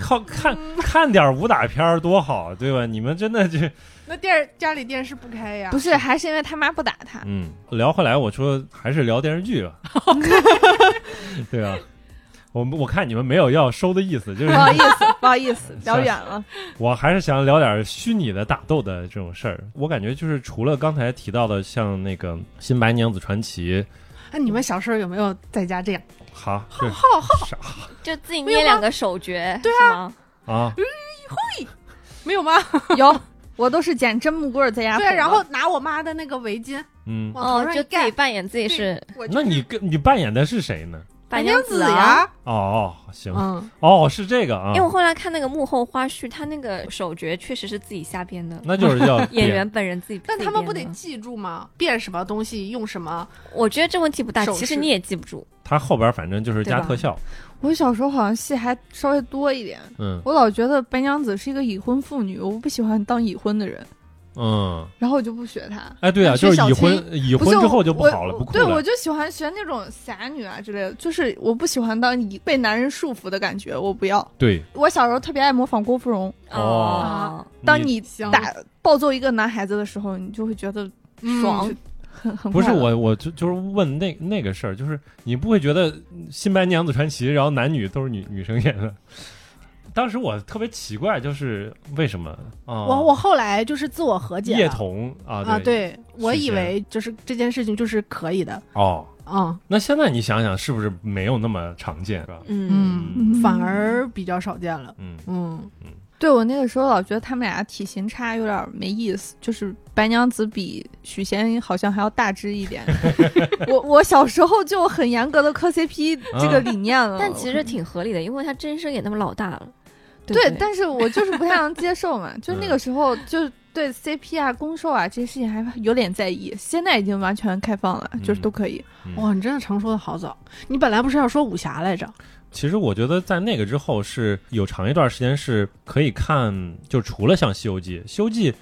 Speaker 1: 靠，看
Speaker 2: 嗯
Speaker 1: 看点武打片儿多好，对吧？你们真 的这，
Speaker 2: 那电家里电视不开呀
Speaker 4: 不，是，还是因为他妈不打他。
Speaker 1: 嗯，聊回来，我说还是聊电视 剧吧，对吧？我们我看你们没有要收的意思， 就是
Speaker 4: 不好意思，不好意 思，聊远了。
Speaker 1: 我还是想聊点虚拟的打斗的这种事儿。我感觉就是除了刚才提到的，像那个《新白娘子传奇》，
Speaker 2: 那你们小时候有没有在家这样？
Speaker 1: 好，这
Speaker 2: 浩浩
Speaker 1: 啥
Speaker 5: 就自己捏两个手诀，对啊，
Speaker 1: 啊？
Speaker 2: 没有吗？
Speaker 4: 有，我都是捡真木棍儿在家。
Speaker 2: 对，然后拿我妈的那个围巾
Speaker 1: 嗯，
Speaker 2: 往
Speaker 5: 哦
Speaker 2: 头，上
Speaker 5: 就
Speaker 2: 一
Speaker 5: 自
Speaker 2: 盖
Speaker 5: 己，扮演自己是
Speaker 2: 我就
Speaker 1: 那你跟你扮演的是谁呢？
Speaker 5: 白娘
Speaker 2: 子
Speaker 5: 啊。
Speaker 2: 呀，
Speaker 1: 哦，行，
Speaker 2: 嗯，
Speaker 1: 哦，是这个啊
Speaker 5: 因为，我后来看那个幕后花絮，他那个手诀确实是自己瞎编的，
Speaker 1: 那就是叫
Speaker 5: 演员本人自己。
Speaker 2: 但他们不
Speaker 5: 自
Speaker 2: 得
Speaker 5: 己编的
Speaker 2: 记住吗？变什么东西用什么？
Speaker 5: 我觉得这问题不大，
Speaker 2: 手
Speaker 5: 其实
Speaker 2: 势
Speaker 5: 你也记不住。
Speaker 1: 他后边反正就是加
Speaker 5: 对吧
Speaker 1: 特效，
Speaker 4: 我小时候好像戏还稍微多一点，
Speaker 1: 嗯
Speaker 4: 我老觉得白娘子是一个已婚妇女，我不喜欢当已婚的人，
Speaker 1: 嗯，
Speaker 4: 然后我就不学她。
Speaker 1: 哎，对啊，
Speaker 4: 那
Speaker 1: 就是是
Speaker 4: 小
Speaker 1: 已
Speaker 4: 青
Speaker 1: 婚已婚
Speaker 4: 是
Speaker 1: 之后就不
Speaker 4: 我
Speaker 1: 好了，
Speaker 4: 我
Speaker 1: 不酷
Speaker 4: 对，我
Speaker 1: 了，
Speaker 4: 就喜欢学那种侠女啊之类的，就是我不喜欢当已被男人束缚的感觉，我不要。
Speaker 1: 对，
Speaker 4: 我小时候特别爱模仿郭芙蓉，
Speaker 1: 哦
Speaker 5: 哦，
Speaker 4: 当
Speaker 1: 你
Speaker 4: 你打暴揍一个男孩子的时候，你就会觉得爽，
Speaker 2: 嗯
Speaker 4: 很很
Speaker 1: 不是
Speaker 4: 快乐
Speaker 1: 我，我就就是问那那个事儿，就是你不会觉得《新白娘子传奇》然后男女都是女女生演的？当时我特别奇怪，就是为什么啊？
Speaker 2: 我我后来就是自我和解
Speaker 1: 叶
Speaker 2: 了
Speaker 1: 童啊
Speaker 2: 啊，对我
Speaker 1: 是
Speaker 2: 以
Speaker 1: 这样
Speaker 2: 为就是这件事情就是可以的，
Speaker 1: 哦，
Speaker 2: 嗯
Speaker 1: 那现在你想想是不是没有那么常见是吧？
Speaker 5: 嗯，
Speaker 4: 嗯
Speaker 2: 反而比较少见了，
Speaker 1: 嗯，
Speaker 2: 嗯，
Speaker 4: 对我那个时候老觉得他们俩体型差有点没意思，就是白娘子比许仙好像还要大只 一点。我我小时候就很严格的磕 CP
Speaker 1: 啊
Speaker 4: 这个理念了，
Speaker 1: 哦
Speaker 5: 但其实挺合理的，因为他真声也那么老大了。
Speaker 4: 对
Speaker 5: 不，
Speaker 1: 嗯
Speaker 4: 但是我就是不太能接受嘛，就那个时候就对 CP 啊、公售啊这些事情还有点在意，现在已经完全开放了，就是
Speaker 1: 嗯
Speaker 4: 都可以。
Speaker 2: 哇，你真的成熟的好早。你本来不是要说武侠来着？
Speaker 1: 其实我觉得在那个之后是有长一段时间是可以看，就除了像《西游记》，《西游记》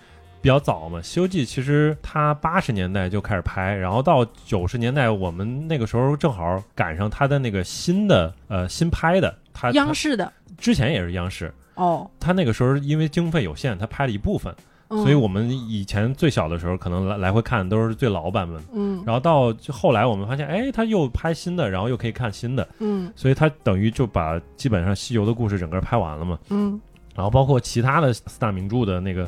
Speaker 1: 比较早嘛，《西游记》其实它八十年代就开始拍，然后到九十年代，我们那个时候正好赶上它的那个新的呃新拍的，它
Speaker 2: 央
Speaker 1: 它
Speaker 2: 视的
Speaker 1: 之前也是央视，
Speaker 2: 哦，
Speaker 1: 它那个时候因为经费有限，它拍了一部分，
Speaker 2: 嗯、
Speaker 1: 所以我们以前最小的时候可能来来回看都是最老版本。
Speaker 2: 嗯
Speaker 1: 然后到就后来我们发现，哎，它又拍新的，然后又可以看新的，
Speaker 2: 嗯
Speaker 1: 所以它等于就把基本上西游的故事整个拍完了嘛。
Speaker 2: 嗯，
Speaker 1: 然后包括其他的四大名著的那个，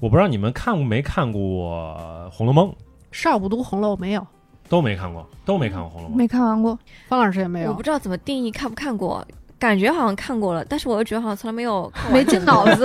Speaker 1: 我不知道你们看过没看过《红楼梦》，
Speaker 2: 少不读红楼没有，
Speaker 1: 都没看过，都没看过《红楼梦》。
Speaker 4: 没看完过，
Speaker 2: 方老师也没
Speaker 5: 我
Speaker 2: 有
Speaker 5: 不。知道怎么定义看不看过，感觉好像看过了，但是我又觉得好像从来没有看
Speaker 4: 没
Speaker 5: 完。
Speaker 4: 进 脑 子。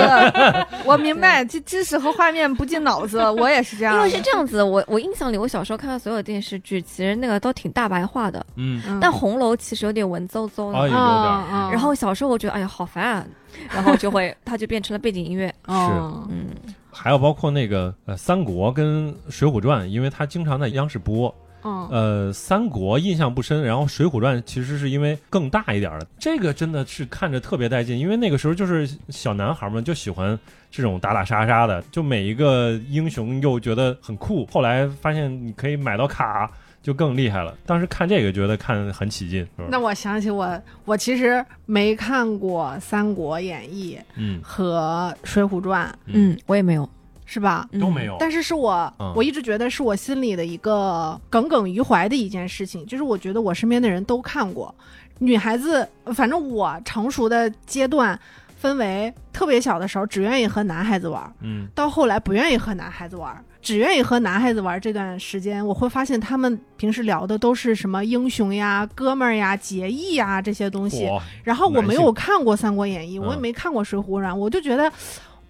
Speaker 4: 我明白，这知识和画面不进脑子，我也是这样
Speaker 5: 因
Speaker 4: 的。
Speaker 5: 为是这样子，我我印象里，我小时候看的所有电视剧，其实那个都挺大白话的。
Speaker 1: 嗯，
Speaker 2: 嗯
Speaker 5: 但红楼其实有点文绉绉
Speaker 1: 哦，
Speaker 5: 的
Speaker 1: 也，有点
Speaker 2: 嗯嗯
Speaker 1: 儿。
Speaker 2: 嗯
Speaker 5: 然后小时候我觉得哎呀好烦啊，然后就会它就变成了背景音乐。
Speaker 2: 哦
Speaker 5: 嗯，
Speaker 1: 还有包括那个呃，《三国》跟《水浒传》，因为它经常在央视播。
Speaker 2: 嗯
Speaker 1: 呃，《三国》印象不深，然后《水浒传》其实是因为更大一点儿的，这个真的是看着特别带劲，因为那个时候就是小男孩们就喜欢这种打打杀杀的，就每一个英雄又觉得很酷，后来发现你可以买到卡，就更厉害了。当时看这个觉得看很起劲，是吧
Speaker 2: 那我想起我，我其实没看过《三国演义》
Speaker 1: 嗯
Speaker 2: 和《水浒传
Speaker 5: 嗯，我也没有，》，
Speaker 2: 是吧？
Speaker 5: 嗯
Speaker 1: 都没。有，
Speaker 2: 但是是我，
Speaker 1: 哦嗯
Speaker 2: 我一直觉得是我心里的一个耿耿于怀的一件事情，就是我觉得我身边的人都看过，女孩子，反正我成熟的阶段分为特别小的时候只愿意和男孩子玩儿，
Speaker 1: 嗯
Speaker 2: 到后来不愿意和男孩子玩儿，只愿意和男孩子玩儿这段时间，我会发现他们平时聊的都是什么英雄呀、哥们儿呀、结义呀这些东西。
Speaker 1: 哇，
Speaker 2: 然后我没
Speaker 1: 男
Speaker 2: 有
Speaker 1: 性
Speaker 2: 看过《三国演义》，
Speaker 1: 嗯
Speaker 2: 我也没看过《水浒传》，我就觉得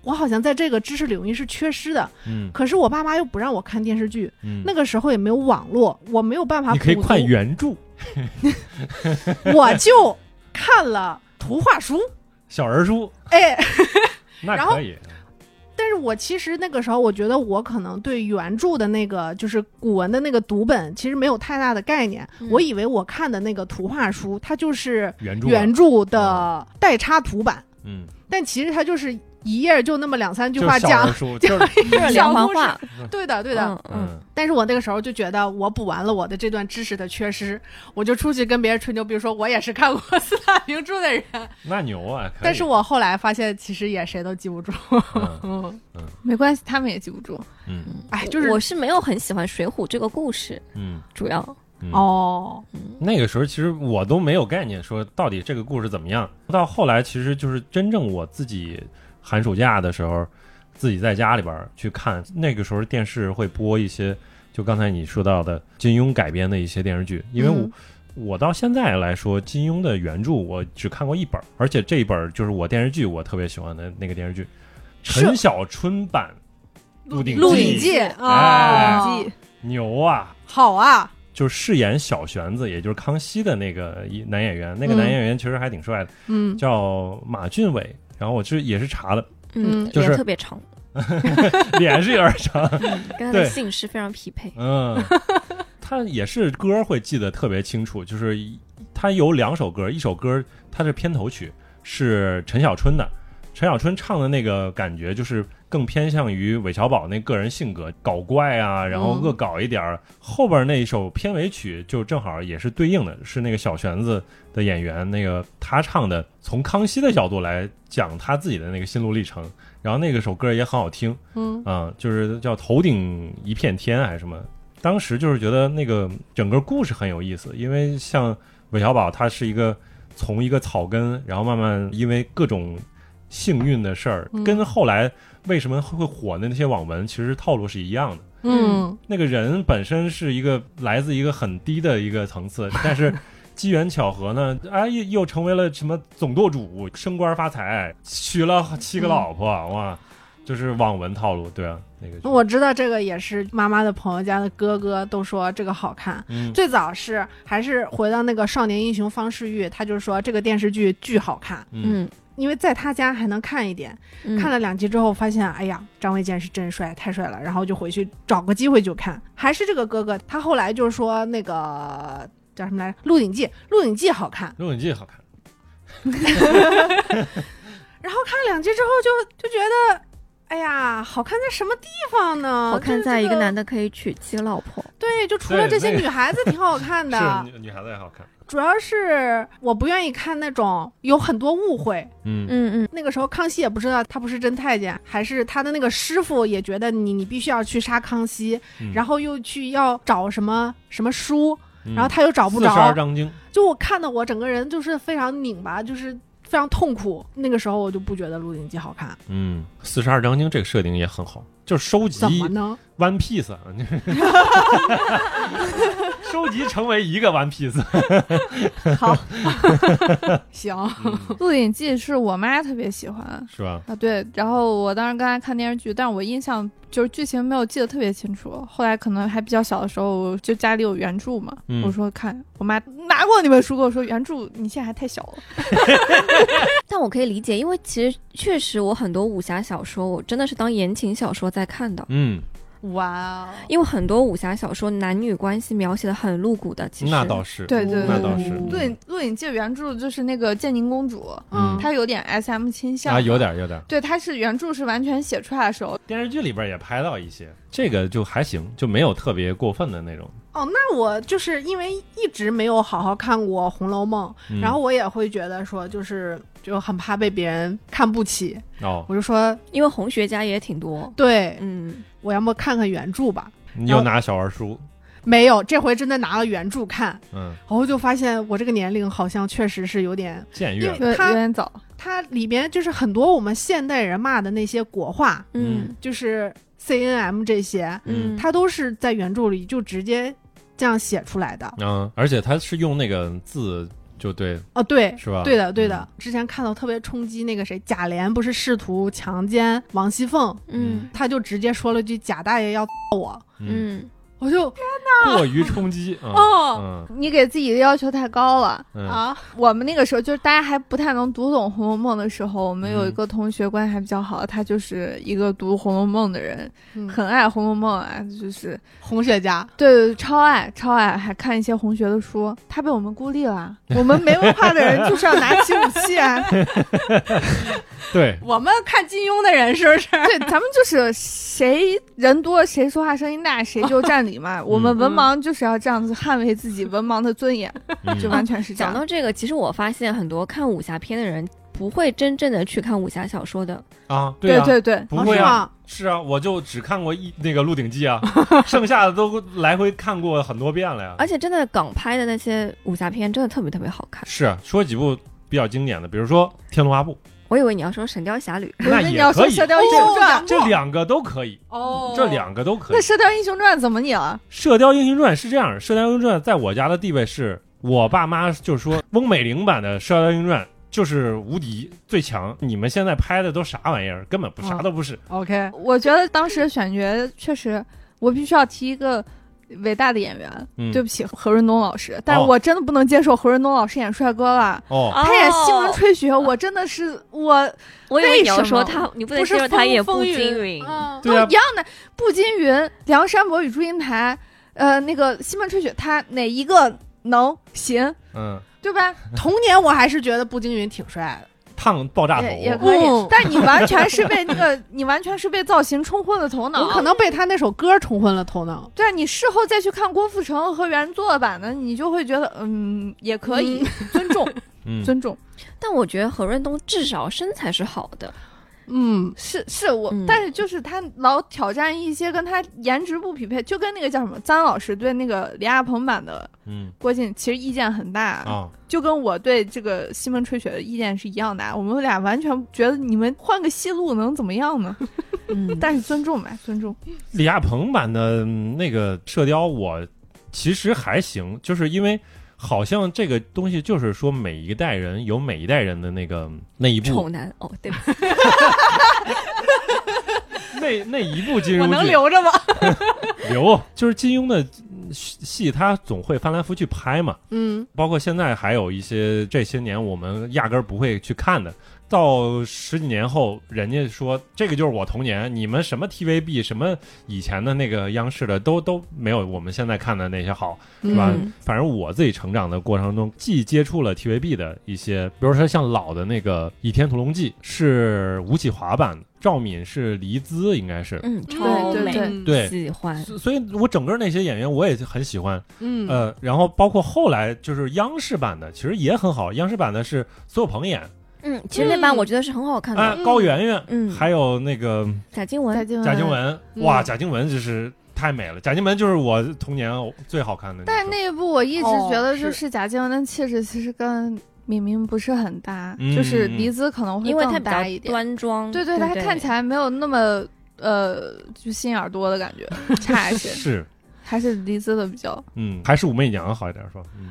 Speaker 2: 我好像在这个知识领域是缺失的。
Speaker 1: 嗯
Speaker 2: 可是我爸妈又不让我看电视剧，
Speaker 1: 嗯，
Speaker 2: 那个时候也没有网络，我没有办法。
Speaker 1: 你可以看，原著
Speaker 2: 我就看了图画书。
Speaker 1: 小人书，
Speaker 2: 哎，
Speaker 1: 那
Speaker 2: 然后
Speaker 1: 可以，
Speaker 2: 但是我其实那个时候，我觉得我可能对原著的那个就是古文的那个读本，其实没有太大的概念。
Speaker 5: 嗯
Speaker 2: 我以为我看的那个图画书，它就是
Speaker 1: 原著啊
Speaker 2: 原著的代插图版，
Speaker 1: 嗯，
Speaker 2: 但其实它就是一页就那么两三句
Speaker 1: 就
Speaker 2: 话
Speaker 1: 是小
Speaker 2: 讲
Speaker 1: 人书，就是
Speaker 5: 这是连环嗯画，
Speaker 2: 啊对的，对
Speaker 5: 对
Speaker 2: 的。
Speaker 5: 嗯，
Speaker 1: 嗯
Speaker 2: 但是我那个时候就觉得我补完了我的这段知识的缺失，我就出去跟别人吹牛，比如说我也是看过 四大名著的人。
Speaker 1: 那牛啊！可以
Speaker 2: 但是我后来发现，其实也谁都记不住。
Speaker 1: 嗯
Speaker 2: 嗯，
Speaker 4: 没关系，他们也记不住。
Speaker 1: 嗯
Speaker 2: 哎，就是
Speaker 5: 我是没有很喜欢《水浒》这个故事，
Speaker 1: 嗯，
Speaker 5: 主要
Speaker 1: 嗯
Speaker 2: 哦，
Speaker 1: 那个时候其实我都没有概念，说到底这个故事怎么样。到后来，其实就是真正我自己寒暑假的时候，自己在家里边儿去看，那个时候电视会播一些，就刚才你说到的金庸改编的一些电视剧，因为我。
Speaker 2: 嗯
Speaker 1: 我到现在来说，金庸的原著我只看过一本儿，而且这一本儿就是我电视剧我特别喜欢的那个电视剧，
Speaker 2: 是
Speaker 1: 陈小春版《鹿鼎
Speaker 2: 鹿
Speaker 1: 记
Speaker 2: 鼎记
Speaker 1: 哎
Speaker 2: 啊，
Speaker 5: 哦
Speaker 4: 记
Speaker 1: 牛啊！
Speaker 2: 好啊，
Speaker 1: 就是饰演小玄子，也就是康熙的那个一男演员，那个
Speaker 2: 嗯
Speaker 1: 男演员其实还挺帅的，
Speaker 2: 嗯，
Speaker 1: 叫马俊伟。然后我这也是查了，
Speaker 5: 嗯，
Speaker 1: 就是
Speaker 5: 脸特别长，
Speaker 1: 脸是有点长，
Speaker 5: 跟他
Speaker 1: 对
Speaker 5: 的姓氏非常匹配。
Speaker 1: 嗯，他也是歌会记得特别清楚，就是一他有两首歌，一首歌他的片头曲是陈小春的，陈小春唱的那个感觉就是更偏向于韦小宝那个人性格，搞怪啊，然后
Speaker 2: 嗯
Speaker 1: 恶搞一点儿。后边那一首片尾曲就正好也是对应的，是那个小玄子的演员，那个他唱的，从康熙的角度来讲他自己的那个心路历程。然后那个首歌也很好听，
Speaker 2: 嗯
Speaker 1: 啊，就是叫头顶一片天还是什么？当时就是觉得那个整个故事很有意思，因为像韦小宝他是一个从一个草根，然后慢慢因为各种幸运的事儿，
Speaker 2: 嗯
Speaker 1: 跟后来为什么会火的那些网文其实套路是一样的。
Speaker 2: 嗯
Speaker 1: 那个人本身是一个来自一个很低的一个层 次，但是机缘巧合呢，哎，又又成为了什么总舵主，升官发财，娶了七个老婆，哇！就是网文套路，对啊，那个就是
Speaker 2: 嗯我知道这个也是妈妈的朋友家的哥哥都说这个好看。
Speaker 1: 嗯
Speaker 2: 最早是还是回到那个少年英雄方世玉，他就说这个电视剧巨好看，
Speaker 1: 嗯
Speaker 5: 嗯，
Speaker 2: 因为在他家还能看一点。
Speaker 5: 嗯
Speaker 2: 看了两集之后，发现哎呀，张卫健是真帅，太帅了，然后就回去找个机会就看。还是这个哥哥，他后来就是说那个叫什么来着，《鹿鼎记》，《鹿鼎记》好看
Speaker 1: 《鹿鼎记》好看，
Speaker 2: 看了两集之后就就觉得，哎呀，好看在什么地方呢？
Speaker 5: 好看
Speaker 2: 就是
Speaker 5: 在一
Speaker 2: 这
Speaker 5: 个男的可以娶七个老婆，
Speaker 2: 对，就除了
Speaker 1: 对
Speaker 2: 这些
Speaker 1: 那个
Speaker 2: 女孩子挺好看的，
Speaker 1: 是女女孩子也好看，
Speaker 2: 主要是我不愿意看那种有很多误会。
Speaker 1: 嗯
Speaker 5: 嗯嗯，
Speaker 2: 那个时候康熙也不知道他不是真太监，还是他的那个师傅也觉得你你必须要去杀康熙，
Speaker 1: 嗯
Speaker 2: 然后又去要找什么什么书，
Speaker 1: 嗯
Speaker 2: 然后他又找不
Speaker 1: 四十二
Speaker 2: 着，
Speaker 1: 章经，
Speaker 2: 就我看的我整个人就是非常拧巴，就是非常痛苦。那个时候我就不觉得《鹿鼎记》好看，
Speaker 1: 嗯，四十二章经这个设定也很好，就是收集
Speaker 2: 怎么呢？
Speaker 1: One Piece，啊就是 收集成为一个 One Piece，
Speaker 2: 行，
Speaker 1: 嗯
Speaker 4: 《鹿鼎记》是我妈特别喜欢
Speaker 1: 是吧？
Speaker 4: 啊，对。然后我当时刚才看电视剧，但是我印象就是剧情没有记得特别清楚。后来可能还比较小的时候，我就家里有原著嘛，
Speaker 1: 嗯
Speaker 4: 我说看，我妈拿过那本书跟我说，原著你现在还太小了。
Speaker 5: 但我可以理解，因为其实确实我很多武侠小说，我真的是当言情小说在看的，
Speaker 1: 嗯，
Speaker 4: 哇哦，
Speaker 5: 因为很多武侠小说男女关系描写的很露骨的，其实
Speaker 1: 那倒是，
Speaker 4: 对对
Speaker 1: 那
Speaker 4: 对。
Speaker 1: 倒是，
Speaker 2: 嗯
Speaker 4: 鹿鼎鹿鼎记原著就是那个建宁公主，
Speaker 1: 嗯
Speaker 4: 她有点 S M 倾向
Speaker 1: 啊，有。点有点，
Speaker 4: 对，她是原著是完全写出来的时候，
Speaker 1: 电视剧里边也拍到一些，这个就还行，就没有特别过分的那种。
Speaker 2: 哦，那我就是因为一直没有好好看过《红楼梦》，
Speaker 1: 嗯
Speaker 2: 然后我也会觉得说，就是就很怕被别人看不起，
Speaker 1: 哦，
Speaker 2: 我就说，
Speaker 5: 因为红学家也挺多，
Speaker 2: 对
Speaker 5: 嗯，
Speaker 2: 我要么看看原著吧。
Speaker 1: 你又拿小儿书，
Speaker 2: 没有，这回真的拿了原著看，
Speaker 1: 嗯，
Speaker 2: 然后就发现我这个年龄好像确实是有点，
Speaker 1: 僭
Speaker 2: 因
Speaker 1: 越
Speaker 2: 为
Speaker 1: 了，
Speaker 4: 有
Speaker 2: 她
Speaker 4: 有点早。
Speaker 2: 它里边就是很多我们现代人骂的那些国话，
Speaker 5: 嗯
Speaker 2: 就是 C N M 这些，
Speaker 1: 嗯
Speaker 5: 嗯，
Speaker 2: 它都是在原著里就直接这样写出来的。
Speaker 1: 嗯，而且他是用那个字，就对，
Speaker 2: 哦，对，
Speaker 1: 是吧？嗯
Speaker 2: 对的，对的。之前看到特别冲击那个谁，贾琏不是试图强奸王熙凤，
Speaker 5: 嗯
Speaker 2: 他就直接说了句“贾大爷要我
Speaker 1: 嗯，
Speaker 5: 嗯，”，
Speaker 2: 我就嗯
Speaker 1: 过于冲击啊，
Speaker 4: 哦你给自己的要求太高了。
Speaker 1: 嗯嗯
Speaker 2: 啊，
Speaker 4: 我们那个时候就是大家还不太能读懂《红楼梦》的时候，我们有一
Speaker 1: 嗯
Speaker 4: 个同学关系还比较好，他就是一个读《红楼梦》的人，
Speaker 2: 嗯
Speaker 4: 很爱《红楼梦》啊，就是
Speaker 2: 红雪家
Speaker 4: 对对，对超爱超爱，还看一些红学的书。他被我们孤 立了，啊我们没文化的人就是要拿起武器啊！
Speaker 1: 对，
Speaker 2: 我们看金庸的人是不是？
Speaker 4: 对，咱们就是谁人多谁说话声音大谁就占理
Speaker 1: 嗯
Speaker 4: 嘛。我们文盲就是要这样子捍卫自己文盲的尊严，
Speaker 2: 啊
Speaker 1: 嗯
Speaker 4: 就完全是这
Speaker 5: 讲
Speaker 4: 样。
Speaker 5: 到这个，其实我发现很多看武侠片的人不会真正的去看武侠小说的，
Speaker 1: 啊，
Speaker 4: 对
Speaker 1: 啊，
Speaker 4: 对对，
Speaker 1: 不会
Speaker 2: 是
Speaker 1: 啊。
Speaker 2: 吗？
Speaker 1: 是啊，我就只看过一那个《鹿鼎记》 啊，剩下的都来回看过很多遍了呀。
Speaker 5: 而且真的港拍的那些武侠片真的特别特别好看。
Speaker 1: 是啊说几部比较经典的，比如说《天龙八部》，
Speaker 5: 我以为你要说《神雕侠侣》，
Speaker 4: 我
Speaker 1: 那
Speaker 4: 以为你
Speaker 1: 也
Speaker 4: 要说
Speaker 1: 可
Speaker 4: 《
Speaker 1: 以，哦
Speaker 4: 射雕英雄传》，
Speaker 1: 这两个都可以，
Speaker 2: 哦
Speaker 1: 这两个都可以
Speaker 4: 那《射雕英雄传》怎么你啊了？
Speaker 1: 《射雕英雄传》是这样，《射雕英雄传》在我家的地位是我爸妈就说，翁美玲版的《射雕英雄传》就是无敌最强，你们现在拍的都啥玩意儿，根本不啥
Speaker 4: 哦
Speaker 2: 嗯
Speaker 1: 都不是。
Speaker 2: OK，
Speaker 4: 我觉得当时选角确实，我必须要提一个伟大的演员。
Speaker 1: 嗯，
Speaker 4: 对不起，何润东老师，但是我真的不能接受何润东老师演帅哥了。
Speaker 1: 哦，
Speaker 4: 他演西门吹雪，我真的是我
Speaker 5: 我以为
Speaker 4: 为
Speaker 5: 你要
Speaker 4: 什么
Speaker 5: 说他，你不能
Speaker 2: 不
Speaker 5: 接
Speaker 2: 是
Speaker 5: 受
Speaker 2: 风
Speaker 5: 他演步
Speaker 2: 风
Speaker 5: 惊
Speaker 2: 云
Speaker 5: 云，
Speaker 2: 嗯
Speaker 4: 都
Speaker 1: 对啊
Speaker 4: 一，样的。步惊云、梁山伯与祝英台，呃，那个西门吹雪，他哪一个能行？
Speaker 1: 嗯，
Speaker 4: 对吧？
Speaker 2: 童年我还是觉得步惊云挺帅的。
Speaker 1: 烫爆炸头，
Speaker 4: 也也可以
Speaker 2: 嗯，
Speaker 4: 但你完全是被那个，你完全是被造型冲昏了头脑。
Speaker 2: 嗯我可能被他那首歌冲昏了头脑。
Speaker 4: 对啊，你事后再去看郭富城和原作版的，你就会觉得，嗯，也可以， 尊重，
Speaker 1: 嗯，
Speaker 4: 尊重。
Speaker 5: 但我觉得何润东至少身材是好的，
Speaker 2: 嗯，
Speaker 4: 是是我，
Speaker 5: 嗯
Speaker 4: 但是就是他老挑战一些跟他颜值不匹配，就跟那个叫什么张老师对那个李亚鹏版的
Speaker 1: 嗯
Speaker 4: 郭靖其实意见很大，
Speaker 1: 啊，
Speaker 4: 就跟我对这个西门吹雪的意见是一样的啊。我们俩完全觉得你们换个戏路能怎么样呢？
Speaker 5: 嗯，
Speaker 4: 但是尊重嘛，尊重。
Speaker 1: 李亚鹏版的嗯那个射雕，我其实还行，就是因为好像这个东西就是说每一代人嗯 有每一代人的那个那一部
Speaker 5: 丑男哦，对吧？
Speaker 1: 那那一部金
Speaker 2: 我
Speaker 1: 庸
Speaker 2: 能
Speaker 1: 剧
Speaker 2: 留着吗？
Speaker 1: 留，就是金庸的嗯戏，他总会翻来覆去拍嘛。
Speaker 2: 嗯，
Speaker 1: 包括现在还有一些这些年我们压根儿不会去看的，到十几年后，人家说这个就是我童年，你们什么 TVB 什么以前的那个央视的都都没有我们现在看的那些好，是吧？
Speaker 5: 嗯
Speaker 1: 反正我自己成长的过程中，既接触了 TVB 的一些，比如说像老的那个《倚天屠龙记》是吴启华版的，赵敏是黎姿，应该是。
Speaker 5: 嗯，超
Speaker 4: 对
Speaker 5: 美，
Speaker 2: 嗯
Speaker 1: 对
Speaker 5: 喜欢。
Speaker 1: 所所以，我整个那些演员我也很喜欢，
Speaker 2: 嗯，
Speaker 1: 呃，然后包括后来就是央视版的，其实也很好。央视版的是苏有朋演，
Speaker 5: 嗯，其实那版我觉得是很好看
Speaker 1: 啊
Speaker 5: 的，，
Speaker 1: 高圆圆，
Speaker 5: 嗯
Speaker 1: 还有那个
Speaker 5: 贾静雯，
Speaker 4: 静
Speaker 1: 贾静雯，哇，
Speaker 2: 嗯
Speaker 1: 贾静雯就是太美了，贾静雯就是我童年最好看的女生。
Speaker 4: 但那一部我一直
Speaker 2: 哦
Speaker 4: 觉得，就是是贾静雯的气质其实跟敏敏不是很搭，
Speaker 1: 嗯
Speaker 4: 就是黎姿可能会
Speaker 5: 因为她
Speaker 4: 更
Speaker 5: 比
Speaker 4: 搭一
Speaker 5: 较
Speaker 4: 点。
Speaker 5: 端庄，
Speaker 4: 对对，她看起来没有那么呃，就心眼儿多的感 觉，差一些，
Speaker 1: 是，
Speaker 4: 还是黎姿的比较。
Speaker 1: 嗯，还是武媚娘好一点说，嗯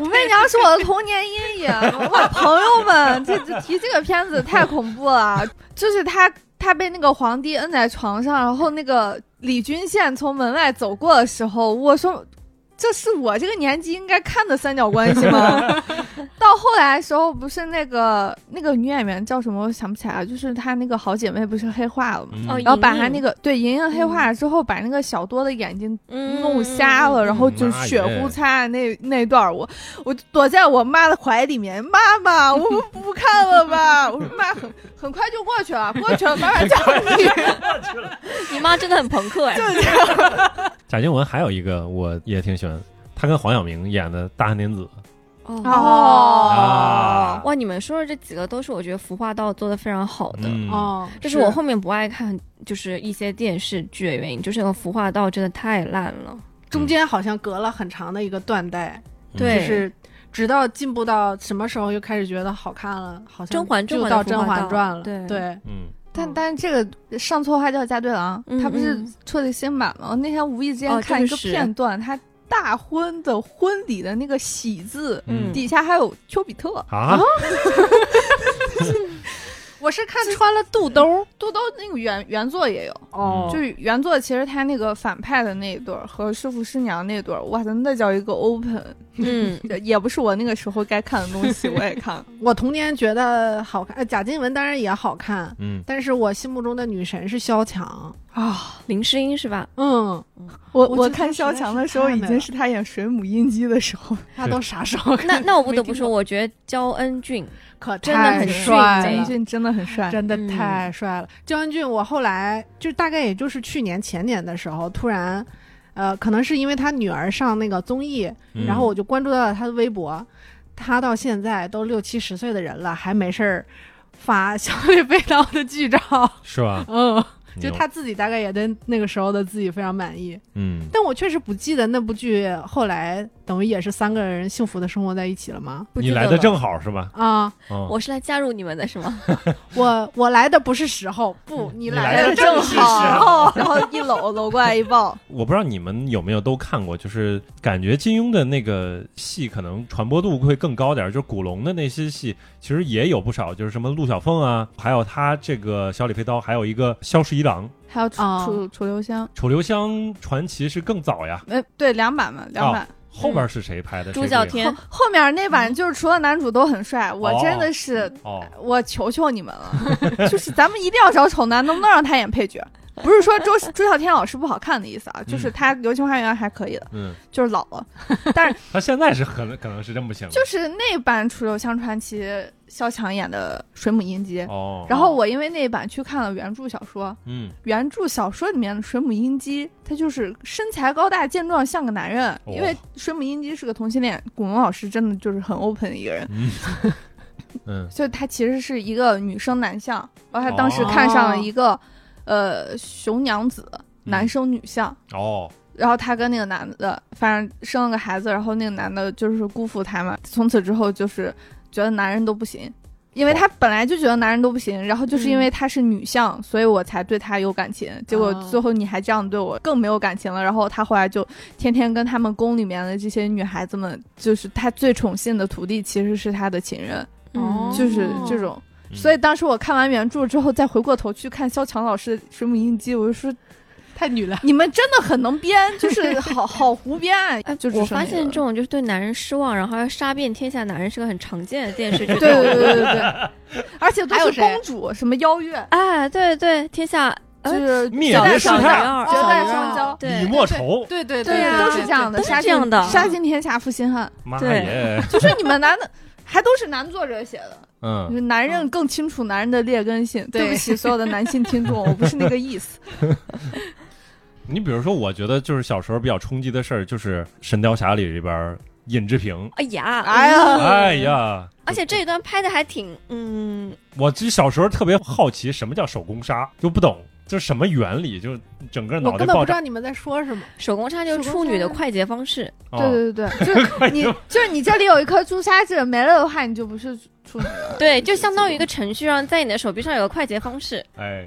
Speaker 4: 武媚娘是 我的童年阴影， 我朋友们，这这提这个片子太恐怖了，就是她她被那个皇帝摁在床上，然后那个李君羡从门外走过的时候，我说。这是我这个年纪应该看的三角关系 吗？到后来的时候，不是那个那个女演员叫什么，我想不起来了，就是她那个好姐妹不是黑化了吗？
Speaker 1: 嗯
Speaker 5: 哦
Speaker 4: 然后把她
Speaker 5: 莹莹
Speaker 4: 那个对莹莹黑化了之后，把那个小多的眼睛
Speaker 5: 嗯
Speaker 4: 弄瞎了，然后就
Speaker 1: 妈
Speaker 4: 血
Speaker 1: 耶
Speaker 4: 呼擦那那段儿我我就躲在我妈的怀里面，妈妈，我们不看了吧？ 我说妈，很很快就过去了，过去了，晚晚叫你。
Speaker 5: 你妈真的很 朋克哎，
Speaker 1: 贾静雯还有一个我也挺喜欢，她跟黄晓明演的《大汉天子
Speaker 5: 哦。
Speaker 4: 哦
Speaker 1: 啊，
Speaker 5: 哇，你们说的这几个都是我觉得服化道做的非常好》，的，
Speaker 1: 嗯，
Speaker 2: 哦，
Speaker 5: 这是我后面不爱看就是一些电视剧的原因，就是那个服化道真的太烂了。
Speaker 2: 中间好像隔了很长的一个断代，
Speaker 1: 嗯
Speaker 5: 对
Speaker 2: 就是直到进步到什么时候又开始觉得好看了，好像
Speaker 5: 甄嬛
Speaker 2: 就
Speaker 5: 甄嬛
Speaker 2: 到《
Speaker 5: 的
Speaker 2: 甄
Speaker 5: 服化
Speaker 2: 嬛
Speaker 5: 道
Speaker 2: 传》了，
Speaker 5: 对
Speaker 2: 对，
Speaker 1: 嗯，
Speaker 4: 但但这个上错花轿嫁对郎
Speaker 5: 嗯，
Speaker 4: 他不是
Speaker 5: 嗯
Speaker 4: 出了新版吗？那天无意之
Speaker 5: 哦
Speaker 4: 间看
Speaker 5: 这
Speaker 4: 一
Speaker 5: 个
Speaker 4: 个
Speaker 5: 是
Speaker 4: 片段，他大婚的婚礼的那个喜字
Speaker 1: 嗯
Speaker 4: 底下还有丘比特，
Speaker 1: 啊，
Speaker 2: 我是看穿了肚兜
Speaker 4: 都都那个原原作也有。
Speaker 2: 哦，
Speaker 4: 就是原作，其实他那个反派的那一对儿和师傅师娘那对儿，哇塞，那叫一个 open，
Speaker 5: 嗯，
Speaker 4: 也不是我那个时候该看的东西，我也看了。
Speaker 2: 我童年觉得好看，呃贾静雯当然也好看，
Speaker 1: 嗯，
Speaker 2: 但是我心目中的女神是萧蔷，
Speaker 4: 啊！
Speaker 5: 林诗音是吧？
Speaker 2: 嗯，
Speaker 4: 我
Speaker 2: 我
Speaker 4: 我
Speaker 2: 觉得
Speaker 4: 看萧蔷的时候，
Speaker 2: 实在是太
Speaker 4: 已
Speaker 2: 美
Speaker 4: 经
Speaker 2: 了
Speaker 4: 是他演水母音姬的时 候。
Speaker 2: 她都啥时候看？
Speaker 5: 那那我不得不
Speaker 2: 没听
Speaker 5: 说，我觉得焦恩俊
Speaker 2: 可
Speaker 5: 真的
Speaker 2: 太
Speaker 5: 很
Speaker 2: 帅
Speaker 5: 俊
Speaker 4: 张
Speaker 5: 了
Speaker 4: 一
Speaker 2: 了，
Speaker 4: 俊真的很帅，
Speaker 2: 真的
Speaker 5: 嗯
Speaker 2: 太帅了。焦恩俊，我后来就大概也就是去年前年的时候，突然，呃，可能是因为他女儿上那个综艺，
Speaker 1: 嗯
Speaker 2: 然后我就关注到了他的微博。他到现在都六七十岁的人了，还没事儿发小李飞刀的剧照，
Speaker 1: 是 吧？
Speaker 2: 嗯，就
Speaker 1: 牛
Speaker 2: 他，自己大概也对那个时候的自己非常满意。
Speaker 1: 嗯，
Speaker 2: 但我确实不记得那部剧后来等于也是三个人幸福的生活在一起了吗？
Speaker 5: 不
Speaker 1: 你
Speaker 5: 记得
Speaker 1: 来的
Speaker 5: 了
Speaker 1: 正好是吧？
Speaker 2: 啊、
Speaker 1: 嗯，
Speaker 5: 我是来加入你们的是吗？
Speaker 2: 我我来的不是时候，不，你
Speaker 1: 嗯来
Speaker 2: 来
Speaker 1: 的
Speaker 2: 的
Speaker 1: 正
Speaker 2: 正
Speaker 1: 是
Speaker 2: 好。
Speaker 1: 是好
Speaker 4: 然后然后一搂搂过来一抱，
Speaker 1: 我不知道你们有没有都看过，就是感觉金庸的那个戏可能传播度会更高点儿，就是古龙的那些戏其实也有不少，就是什么陆小凤啊，还有他这个小李飞刀，还有一个萧十一郎，
Speaker 4: 还有楚
Speaker 2: 哦
Speaker 4: 楚楚留香。
Speaker 1: 《楚留香传奇》是更早呀，
Speaker 4: 呃，对，两版嘛，两版。
Speaker 1: 后边是谁拍的？
Speaker 5: 嗯朱
Speaker 1: 谁不
Speaker 5: 孝
Speaker 1: 知道
Speaker 5: 天
Speaker 4: 哦后后面那版就是除了男主都很帅，我
Speaker 1: 哦
Speaker 4: 真的是
Speaker 1: 哦，
Speaker 4: 我求求你们了， 就是咱们一定要找丑男，能不能让他演配角？不是说周周小天老师不好看的意思啊，就是他《流星花园》还可以的，
Speaker 1: 嗯，
Speaker 4: 就是老了。
Speaker 1: 他现在是可能可能是真不行了，
Speaker 4: 就是那版《楚留香传奇》，萧蔷演的水母音姬。
Speaker 1: 哦，
Speaker 4: 然后我因为那版去看了原著小说，
Speaker 1: 嗯，
Speaker 4: 原著小说里面的水母音姬，她就是身材高大健壮，像个男人。
Speaker 1: 哦
Speaker 4: 因为水母音姬是个同性恋，古龙老师真的就是很 open 的一个人，
Speaker 1: 嗯嗯
Speaker 4: 所以她其实是一个女生男相，然后
Speaker 2: 哦
Speaker 4: 她当时看上了一个，呃，熊娘子，
Speaker 2: 嗯
Speaker 4: 男生女相。
Speaker 1: 哦，
Speaker 4: 然后她跟那个男的，反正生了个孩子，然后那个男的就是辜负她嘛。从此之后就是觉得男人都不行，因为她本来就觉得男人都不行，然后就是因为她是女相，所以我才对她有感情。结果
Speaker 2: 嗯哦
Speaker 4: 最后你还这样对我，更没有感情了。然后她后来就天天跟他们宫里面的这些女孩子们，就是她最宠信的徒弟其实是她的情人，
Speaker 2: 哦
Speaker 5: 嗯
Speaker 4: 就是这种。
Speaker 1: 嗯
Speaker 4: 所以当时我看完原著之后，再回过头去看肖强老师的《水母印记》，我就说
Speaker 2: 太女了。
Speaker 4: 你们真的很能编，就是好好胡编啊。
Speaker 5: 哎，
Speaker 4: 就只
Speaker 5: 我
Speaker 4: 剩
Speaker 5: 发
Speaker 4: 那个。
Speaker 5: 现这种就是对男人失望，然后要杀遍天下男人是个很常见的电视剧
Speaker 4: 对对
Speaker 5: 对，
Speaker 4: 对对对，而且都
Speaker 2: 还有
Speaker 4: 是
Speaker 2: 谁
Speaker 4: 公主，什么邀月，
Speaker 5: 哎，对对，天下
Speaker 4: 就
Speaker 5: 哎
Speaker 4: 是
Speaker 1: 灭
Speaker 4: 小
Speaker 1: 绝
Speaker 4: 戴
Speaker 1: 师
Speaker 4: 小戴
Speaker 1: 太
Speaker 5: 二
Speaker 4: 绝
Speaker 2: 哦
Speaker 4: 代
Speaker 2: 小
Speaker 4: 双
Speaker 2: 戴
Speaker 4: 骄，
Speaker 1: 李
Speaker 5: 对
Speaker 1: 莫愁，
Speaker 2: 对对
Speaker 4: 对
Speaker 5: 啊
Speaker 4: 都是这样的，
Speaker 5: 都是
Speaker 4: 杀
Speaker 5: 这
Speaker 4: 尽
Speaker 5: 样的
Speaker 4: 杀尽天下负心汉，
Speaker 1: 妈
Speaker 5: 对
Speaker 1: 耶，
Speaker 4: 就是你们男的。还都是男作者写的，就
Speaker 1: 嗯，
Speaker 4: 是男人更清楚男人的劣根性。
Speaker 2: 对
Speaker 4: 对不起，所有的男性听众，我不是那个意思。
Speaker 1: 你比如说，我觉得就是小时候比较冲击的事儿，就是《神雕侠侣》里边尹志平，
Speaker 5: 哎呀，
Speaker 4: 哎呀
Speaker 5: 嗯
Speaker 1: 哎，呀，
Speaker 5: 而且这一段拍的还挺，嗯，
Speaker 1: 我其实小时候特别好奇，什么叫手工杀，就不懂，就是什么原理，就是整个
Speaker 2: 我
Speaker 1: 脑袋
Speaker 2: 根本
Speaker 1: 爆
Speaker 2: 不知
Speaker 1: 炸
Speaker 2: 道。你们在说什么。
Speaker 5: 手工杀就是
Speaker 2: 手
Speaker 5: 处
Speaker 2: 工
Speaker 5: 女的
Speaker 2: 杀
Speaker 5: 快捷方式，
Speaker 1: 啊
Speaker 4: 对对 对，对，哦就是你就是你这里有一颗朱砂痣没了的话，你就不是处女了。
Speaker 5: 对，就相当于一个程序，让在你的手臂上有个快捷方式，
Speaker 1: 哎，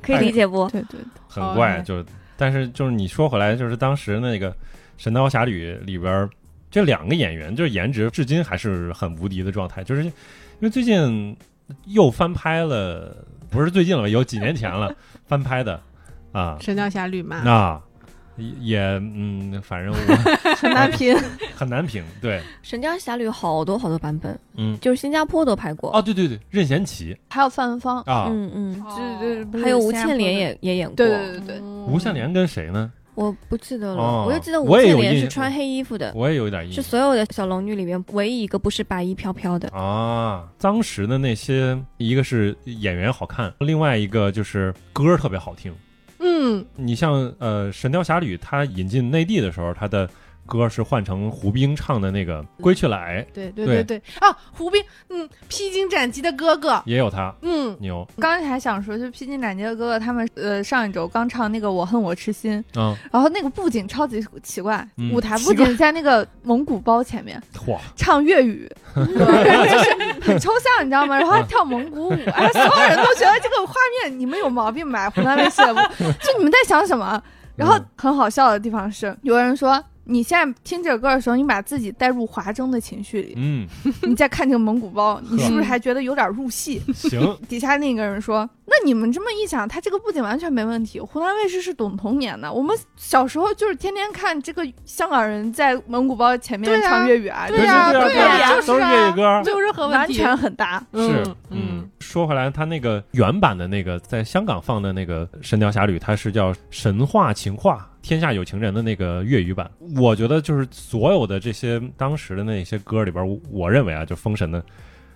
Speaker 5: 可以理解不？
Speaker 4: 对对，
Speaker 1: 很
Speaker 2: 哦
Speaker 1: 怪，
Speaker 2: 对
Speaker 1: 就但是就是你说回来，就是当时那个《神雕侠侣》里边儿这两个演员，就是颜值至今还是很无敌的状态，就是因为最近又翻拍了，不是最近了，有几年前了翻拍的啊
Speaker 2: 《神雕侠侣》嘛，
Speaker 1: 那。也也嗯，反正我
Speaker 4: 很难评。
Speaker 1: 很难评。对，
Speaker 5: 《神雕侠侣》好多好多版本，
Speaker 1: 嗯，
Speaker 5: 就是新加坡都拍过，
Speaker 1: 哦，对对对，任贤齐
Speaker 4: 还有范文芳，
Speaker 1: 啊，
Speaker 5: 嗯嗯，
Speaker 4: 对对，不是
Speaker 5: 还有吴
Speaker 4: 新加
Speaker 5: 倩
Speaker 4: 坡
Speaker 5: 莲
Speaker 4: 的。
Speaker 5: 也也演过，
Speaker 4: 哦对嗯对对对，
Speaker 1: 吴倩莲跟谁呢？
Speaker 5: 我不记得了，
Speaker 1: 哦
Speaker 5: 我就记得吴
Speaker 1: 我也
Speaker 5: 倩
Speaker 1: 有
Speaker 5: 莲
Speaker 1: 印
Speaker 5: 是
Speaker 1: 象
Speaker 5: 穿黑衣服的，
Speaker 1: 我也有点印
Speaker 5: 是
Speaker 1: 象。
Speaker 5: 所有的小龙女里面唯一一个不是白衣飘飘的。
Speaker 1: 啊，当时的那些，一个是演员好看，另外一个就是歌儿特别好听。
Speaker 2: 嗯，
Speaker 1: 你像呃《神雕侠侣》，它引进内地的时候，它的歌是换成胡兵唱的那个《归去来》，
Speaker 2: 对对
Speaker 1: 对
Speaker 2: 对对。啊，胡兵，嗯，披荆斩棘的哥哥，
Speaker 1: 也有他
Speaker 2: 嗯，
Speaker 1: 牛
Speaker 4: 刚才还想说，就披荆斩棘的哥哥他们，呃，上一周刚唱那个《我恨我痴心》，
Speaker 1: 啊，
Speaker 4: 然后那个布景超级奇怪，
Speaker 1: 嗯
Speaker 4: 舞台布景在那个蒙古包前面
Speaker 1: 哇，
Speaker 4: 唱粤 语，就是很抽象，你知道吗？然后还跳蒙古舞，哎，所有人都觉得这个画面你们有毛病吧？湖南卫视的舞， 就你们在想什么？然后
Speaker 1: 嗯
Speaker 4: 很好笑的地方是，有人说。你现在听这首歌的时候，你把自己带入华筝的情绪里，
Speaker 1: 嗯，
Speaker 4: 你再看这个蒙古包，你是不是
Speaker 2: 呵
Speaker 4: 还觉得有点入 戏？
Speaker 1: 行
Speaker 4: 底下那个人说：“那你们这么一想，他这个布景完全没问题。湖南卫视是懂童年的，我们小时候就是天天看这个香港人在蒙古包前面
Speaker 2: 对啊
Speaker 4: 唱粤语啊，
Speaker 2: 对呀
Speaker 1: 对
Speaker 2: 对啊呀
Speaker 1: 呀，都是粤语歌儿
Speaker 2: 没。有任何问
Speaker 4: 完
Speaker 2: 题。
Speaker 4: 全很搭。
Speaker 1: 是
Speaker 2: 嗯，
Speaker 1: 嗯，说回来，他那个原版的那个在香港放的那个《神雕侠侣》，它是叫《神话情话》《天下有情人》的那个粤语版。我觉得就是所有的这些当时的那些歌里边，我我认为啊，就封神的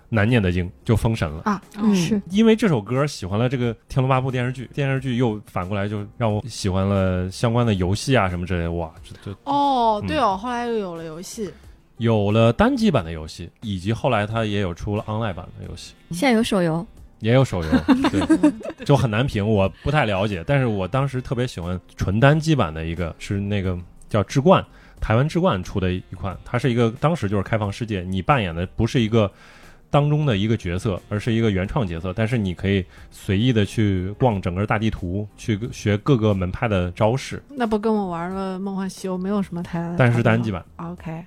Speaker 1: 难念的经就封神了。
Speaker 2: 啊，
Speaker 4: 哦
Speaker 5: 嗯
Speaker 2: 是
Speaker 1: 因为这首歌喜欢了这个《天龙八部》电视剧，电视剧又反过来就让我喜欢了相关的游戏啊什么之类的。哇，这这
Speaker 2: 哦
Speaker 1: 嗯，
Speaker 2: 对哦，后来又有了游戏，
Speaker 1: 有了单机版的游戏，以及后来它也有出了 online 版的游戏。
Speaker 5: 现在有手游，
Speaker 1: 也有手游，对， 就很难评，我不太了解。但是我当时特别喜欢纯单机版的一个，是那个叫《志冠》，台湾志冠出的一款，它是一个当时就是开放世界，你扮演的不是一个当中的一个角色，而是一个原创角色，但是你可以随意的去逛整个大地图，去学各个门派的招式，
Speaker 2: 那不跟我玩了《梦幻西游》没有什么太大的。
Speaker 1: 但是单机
Speaker 2: 版。
Speaker 1: 版，
Speaker 2: OK，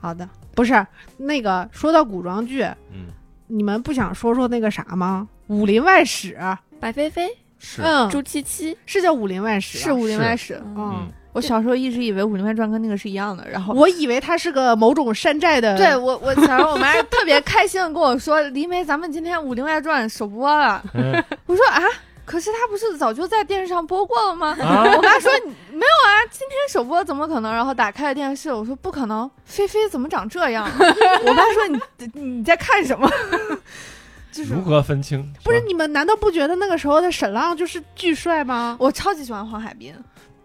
Speaker 2: 好的，不是那个说到古装剧，
Speaker 1: 嗯，
Speaker 2: 你们不想说说那个啥吗？《武林外史》
Speaker 5: 白飞飞、
Speaker 1: 是
Speaker 4: 哦
Speaker 2: 嗯，
Speaker 5: 朱七七，
Speaker 2: 是叫《武林外史》
Speaker 4: 是《
Speaker 2: 啊，
Speaker 4: 武林
Speaker 1: 是
Speaker 4: 外史》，
Speaker 2: 嗯
Speaker 1: 嗯，
Speaker 4: 我小时候一直以为《武林外传》跟那个是一样的。然后，
Speaker 2: 我以为它是个某种山寨的，
Speaker 4: 对我，我小时候我妈特别开心的跟我说：“黎梅，咱们今天《武林外传》首播了。
Speaker 1: 嗯”
Speaker 4: 我说：“啊。”可是他不是早就在电视上播过了吗？
Speaker 1: 啊
Speaker 4: 我妈说你没有啊，今天首播怎么可能？然后打开了电视，我说不可能，菲菲怎么长这样？啊我妈说你你在看什么？就是
Speaker 1: 如何分清？
Speaker 2: 不是
Speaker 1: 吧
Speaker 2: 你们难道不觉得那个时候的沈浪就是巨帅吗？
Speaker 4: 我超级喜欢黄海滨，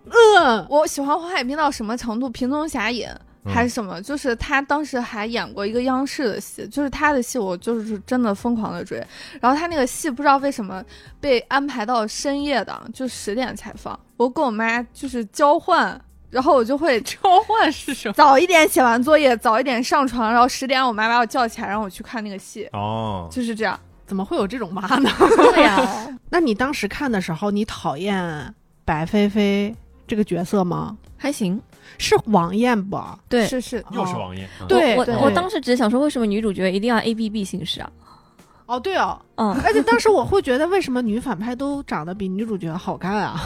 Speaker 2: 嗯，
Speaker 4: 我喜欢黄海滨到什么程度？萍踪侠影
Speaker 1: 嗯
Speaker 4: 还是什么？就是他当时还演过一个央视的戏，就是他的戏我就是真的疯狂的追。然后他那个戏不知道为什么被安排到深夜档，就十点才放。我跟我妈就是交换，然后我就 会
Speaker 2: 召唤是什么？
Speaker 4: 早一点写完作业，早一点上床，然后十点我妈把我叫起来，让我去看那个戏，
Speaker 1: 哦，
Speaker 4: 就是这样。
Speaker 2: 怎么会有这种妈呢？
Speaker 5: 对呀、
Speaker 2: 那你当时看的时候，你讨厌白飞飞这个角色吗？
Speaker 5: 还
Speaker 1: 嗯
Speaker 5: 行。
Speaker 2: 是王艳不？
Speaker 5: 对，
Speaker 4: 是是，
Speaker 1: 又是王爷，嗯
Speaker 2: 对
Speaker 5: 我
Speaker 2: 对
Speaker 5: 我当时只是想说，为什么女主角一定要 A B B 形式啊？
Speaker 2: 哦，对哦，
Speaker 5: 嗯，
Speaker 2: 而且当时我会觉得，为什么女反派都长得比女主角好看啊？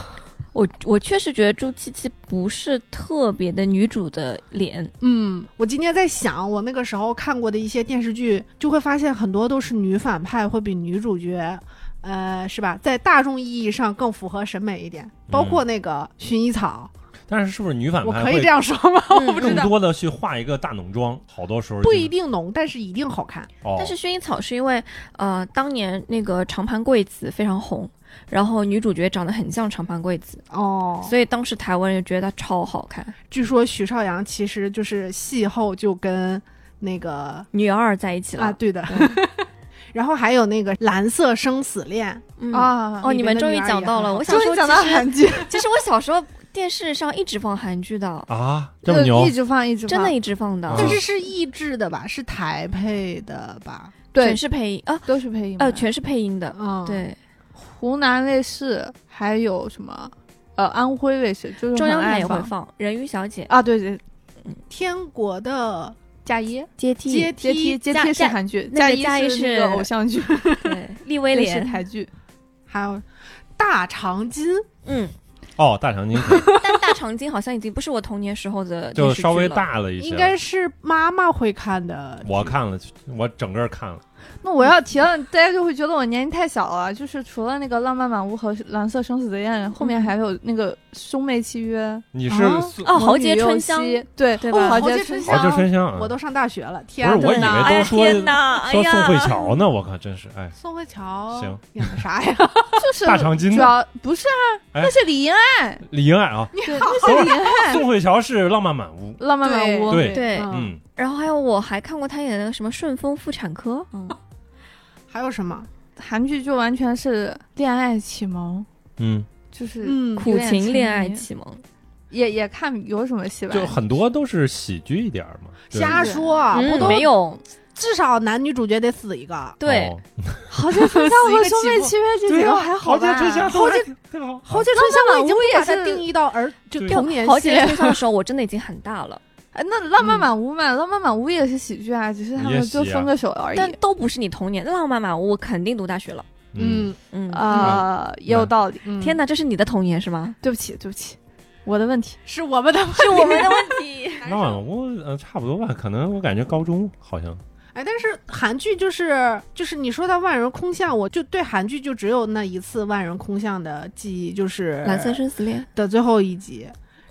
Speaker 5: 我我确实觉得朱七七不是特别的女主的 脸，
Speaker 2: 嗯，我今天在想，我那个时候看过的一些电视剧，就会发现很多都是女反派会比女主角，呃，是吧，在大众意义上更符合审美一点，包括那个薰衣草，
Speaker 1: 但是是不是女反
Speaker 2: 我
Speaker 1: 派
Speaker 2: 可以这
Speaker 1: 会
Speaker 2: 样说吗？
Speaker 5: 嗯
Speaker 2: 我不知
Speaker 1: 更
Speaker 2: 道，
Speaker 1: 多的去化一个大浓妆？好多时候
Speaker 2: 不
Speaker 1: 就
Speaker 2: 一，定浓，但是一定好看。
Speaker 1: 哦、
Speaker 5: 但是薰衣草是因为呃当年那个长盘贵子非常红，然后女主角长得很像长盘贵子，
Speaker 2: 哦，
Speaker 5: 所以当时台湾人觉得她超好看。
Speaker 2: 据说许绍洋其实就是戏后就跟那个
Speaker 5: 女二在一起了
Speaker 2: 啊，对的，
Speaker 5: 对
Speaker 2: 然后还有那个《蓝色生死恋》
Speaker 5: 嗯
Speaker 4: 啊
Speaker 5: 哦，
Speaker 2: 里
Speaker 5: 你
Speaker 2: 面
Speaker 5: 们
Speaker 2: 的
Speaker 5: 终
Speaker 2: 女
Speaker 5: 于
Speaker 2: 二
Speaker 5: 讲
Speaker 2: 也
Speaker 5: 到
Speaker 2: 很
Speaker 5: 了，
Speaker 2: 好
Speaker 5: 我想
Speaker 4: 终
Speaker 5: 说
Speaker 4: 于讲到
Speaker 5: 其实
Speaker 4: 韩剧，
Speaker 5: 其实我小时候电视上一直放韩剧的，
Speaker 1: 啊，这么
Speaker 4: 就
Speaker 1: 牛
Speaker 4: 一，直放一直放，
Speaker 5: 真的一直放的，
Speaker 1: 啊
Speaker 2: 但是是译制的吧？是台配的吧？
Speaker 4: 对
Speaker 5: 全，是配音啊，
Speaker 4: 都是配音版。
Speaker 5: 呃，全是配音的，
Speaker 2: 嗯，，
Speaker 5: 对，
Speaker 4: 湖南卫视还有什么？呃，安徽卫视就是
Speaker 5: 中央
Speaker 4: 嗯很爱
Speaker 5: 台也会
Speaker 4: 放
Speaker 5: 放《人鱼小姐》
Speaker 4: 啊，对对，
Speaker 2: 天国的
Speaker 4: 嫁衣
Speaker 5: 阶
Speaker 2: 阶
Speaker 4: 阶
Speaker 2: 梯
Speaker 4: 梯阶
Speaker 5: 嫁
Speaker 4: 梯是
Speaker 5: 嫁
Speaker 4: 韩剧，
Speaker 5: 那个
Speaker 4: 衣
Speaker 5: 嫁衣
Speaker 4: 是那个
Speaker 5: 是
Speaker 4: 偶像 剧，
Speaker 5: 对，利威
Speaker 4: 这是
Speaker 5: 廉，
Speaker 4: 台剧。
Speaker 2: 还有大长今，
Speaker 5: 嗯，
Speaker 1: 哦，大长今可以
Speaker 5: 但大长今好像已经不是我童年时候 的
Speaker 1: 就
Speaker 5: 电视
Speaker 1: 稍
Speaker 5: 剧
Speaker 1: 微
Speaker 5: 了，
Speaker 1: 大了一些，
Speaker 2: 应该是妈妈会看的。
Speaker 1: 我看了，我整个看了，
Speaker 4: 那我要提了，大家就会觉得我年龄太小了。就是除了那个《浪漫满屋》和《蓝色生死恋》，后面还有那个《兄妹契约
Speaker 1: 你是
Speaker 2: 啊
Speaker 1: 四》
Speaker 5: 哦，
Speaker 4: 《
Speaker 5: 豪
Speaker 4: 豪
Speaker 5: 杰
Speaker 4: 杰
Speaker 5: 春
Speaker 4: 春
Speaker 5: 香
Speaker 4: 香》，对
Speaker 5: 对
Speaker 2: 哦
Speaker 5: 吧？
Speaker 4: 豪
Speaker 2: 豪
Speaker 4: 杰
Speaker 2: 杰
Speaker 4: 春
Speaker 2: 春
Speaker 1: 豪
Speaker 2: 香
Speaker 1: 杰春香啊，
Speaker 2: 哦我都上大学了，天啊
Speaker 1: 不是我以
Speaker 5: 天
Speaker 1: 为都
Speaker 5: 哪哎呀
Speaker 1: 说
Speaker 5: 天哪，哎
Speaker 1: 说
Speaker 5: 呀，
Speaker 1: 宋慧乔呢，我靠，真是哎，
Speaker 2: 宋慧乔
Speaker 1: 行
Speaker 2: 演的啥 呀？
Speaker 4: 就是
Speaker 1: 大长今
Speaker 4: 主
Speaker 1: 呢
Speaker 4: 要不是啊，
Speaker 1: 哎
Speaker 4: 那是李英爱，
Speaker 1: 李英爱 啊，
Speaker 4: 对那是李英爱，《
Speaker 1: 宋慧乔是浪漫满屋，
Speaker 4: 浪漫满屋》
Speaker 1: 对
Speaker 5: 对
Speaker 4: 嗯
Speaker 1: 嗯，
Speaker 5: 然后还有我还看过他演的什么《顺风妇产科》， 嗯，
Speaker 2: 还有什么？
Speaker 4: 韩剧就完全是恋爱启蒙，
Speaker 1: 嗯，
Speaker 4: 就是
Speaker 2: 嗯，
Speaker 5: 苦
Speaker 4: 有点
Speaker 5: 情恋
Speaker 4: 沉
Speaker 5: 爱
Speaker 4: 迷
Speaker 5: 启蒙，
Speaker 4: 也也看有什么戏吧。
Speaker 1: 嗯就很多都是喜剧一点儿嘛，对
Speaker 2: 瞎说啊，不
Speaker 5: 嗯，
Speaker 2: 都
Speaker 5: 没有，
Speaker 2: 至少男女主角得死一 个。
Speaker 5: 对，
Speaker 1: 哦
Speaker 4: 豪 杰春香和
Speaker 2: 死一个
Speaker 4: 兄妹契约这几
Speaker 1: 对
Speaker 4: 个
Speaker 1: 啊
Speaker 4: 还好吧？
Speaker 1: 豪杰特哦好，
Speaker 2: 豪杰春香，我已经不
Speaker 5: 啊
Speaker 2: 把它
Speaker 4: 浪漫满屋也是
Speaker 2: 定义到儿就
Speaker 1: 对
Speaker 2: 童年
Speaker 5: 豪
Speaker 2: 期
Speaker 5: 杰推上的时候，我真的已经很大 了，
Speaker 4: 哎，那浪漫满屋嘛，浪漫满屋也是喜剧啊，只是他
Speaker 1: 嗯也
Speaker 4: 们
Speaker 1: 喜
Speaker 4: 就
Speaker 1: 啊
Speaker 4: 分个手而已。
Speaker 5: 但都不是你童年。浪漫满屋，我肯定读大学了。
Speaker 1: 嗯，
Speaker 2: 嗯
Speaker 5: 嗯啊，
Speaker 4: 呃，也有道理。
Speaker 2: 嗯
Speaker 5: 天哪，这是你的童年是 吗？
Speaker 4: 对不起，对不起，我的问题。
Speaker 2: 是我们的
Speaker 5: 是我们的问题。
Speaker 2: 嗯
Speaker 1: 浪漫满屋呃差不多吧，可能我感觉高中好像
Speaker 2: 哎，但是韩剧就是就是你说它万人空巷，我就对韩剧就只有那一次万人空巷的记忆，就是
Speaker 5: 蓝色生死恋，
Speaker 2: 的最后一集，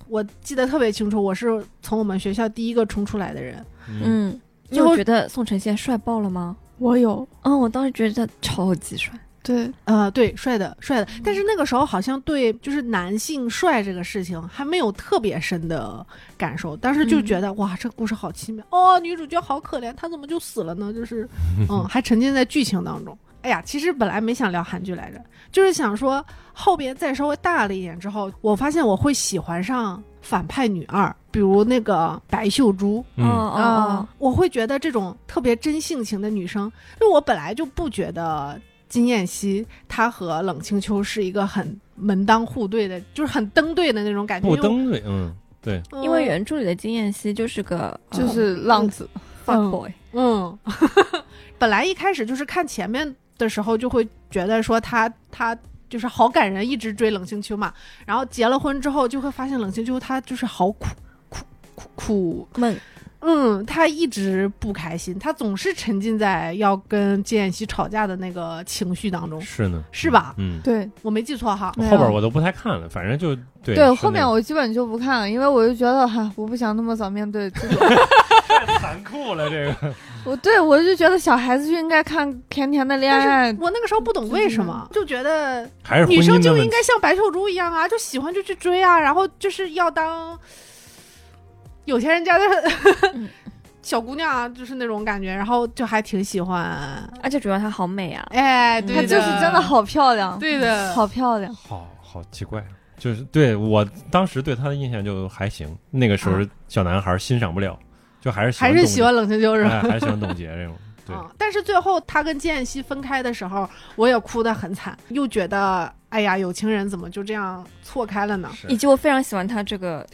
Speaker 2: 我记得特别清楚，我是从我们学校第一个冲出来的人。
Speaker 1: 嗯
Speaker 5: 嗯，你
Speaker 2: 最后
Speaker 5: 有觉得宋承宪帅爆了吗？
Speaker 4: 我有
Speaker 5: 嗯，我当时觉得他超级帅。
Speaker 4: 对，
Speaker 2: 呃，对，帅的，帅的。但是那个时候好像对就是男性帅这个事情还没有特别深的感受，当时就觉得、哇，这故事好奇妙哦，女主角好可怜，她怎么就死了呢？就是，嗯，还沉浸在剧情当中。哎呀，其实本来没想聊韩剧来着，就是想说后边再稍微大了一点之后，我发现我会喜欢上反派女二，比如那个白秀珠。
Speaker 5: 哦
Speaker 1: 嗯，
Speaker 5: 哦哦，
Speaker 2: 我会觉得这种特别真性情的女生，就我本来就不觉得金燕西她和冷清秋是一个很门当户对的，就是很登对的那种感觉。
Speaker 1: 不登对，嗯，对，
Speaker 2: 因为，
Speaker 5: 因为原著里的金燕西就是个
Speaker 4: 就
Speaker 5: 呃
Speaker 4: 是浪子。
Speaker 5: fuck boy，
Speaker 2: 嗯， 嗯本来一开始就是看前面的时候就会觉得说她她。就是好感人，一直追冷清秋嘛，然后结了婚之后就会发现冷清秋她就是好苦苦苦苦
Speaker 5: 闷。
Speaker 2: 嗯，他一直不开心，他总是沉浸在要跟金燕西吵架的那个情绪当中，
Speaker 1: 是呢，
Speaker 2: 是吧？
Speaker 1: 嗯，
Speaker 4: 对
Speaker 2: 我没记错哈。
Speaker 4: 没有
Speaker 1: 后边我都不太看了，反正就对
Speaker 4: 对，
Speaker 1: 是
Speaker 4: 后面
Speaker 1: 那
Speaker 4: 我基本就不看了，因为我就觉得哈，我不想那么早面对这种。
Speaker 1: 太残酷了，这个
Speaker 4: 我对我就觉得小孩子就应该看甜甜的恋爱。
Speaker 2: 我那个时候不懂为什么，就觉得
Speaker 1: 还是嗯婚
Speaker 2: 女生
Speaker 1: 姻的
Speaker 2: 就
Speaker 1: 问
Speaker 2: 应
Speaker 1: 题。
Speaker 2: 该像白秀珠一样啊，就喜欢就去追啊，然后就是要当有钱人家的
Speaker 5: 嗯
Speaker 2: 小姑娘啊，就是那种感觉，然后就还挺喜欢。
Speaker 5: 而且主要他好美啊，
Speaker 2: 哎，对
Speaker 4: 她
Speaker 2: 的，
Speaker 4: 就是真的，好漂亮，
Speaker 2: 对的，
Speaker 4: 好漂亮。
Speaker 1: 好好奇怪啊，就是对我当时对他的印象就还行，那个时候小男孩欣赏不了，就还是喜
Speaker 2: 还是喜欢冷清秋
Speaker 1: 董
Speaker 2: 是
Speaker 1: 洁，
Speaker 2: 吧？
Speaker 1: 哎，还是喜欢董洁这种。对，
Speaker 2: 啊！但是最后他跟金燕西分开的时候，我也哭得很惨，又觉得哎呀，有情人怎么就这样错开了呢？
Speaker 5: 以
Speaker 1: 是
Speaker 5: 及我非常喜欢他这个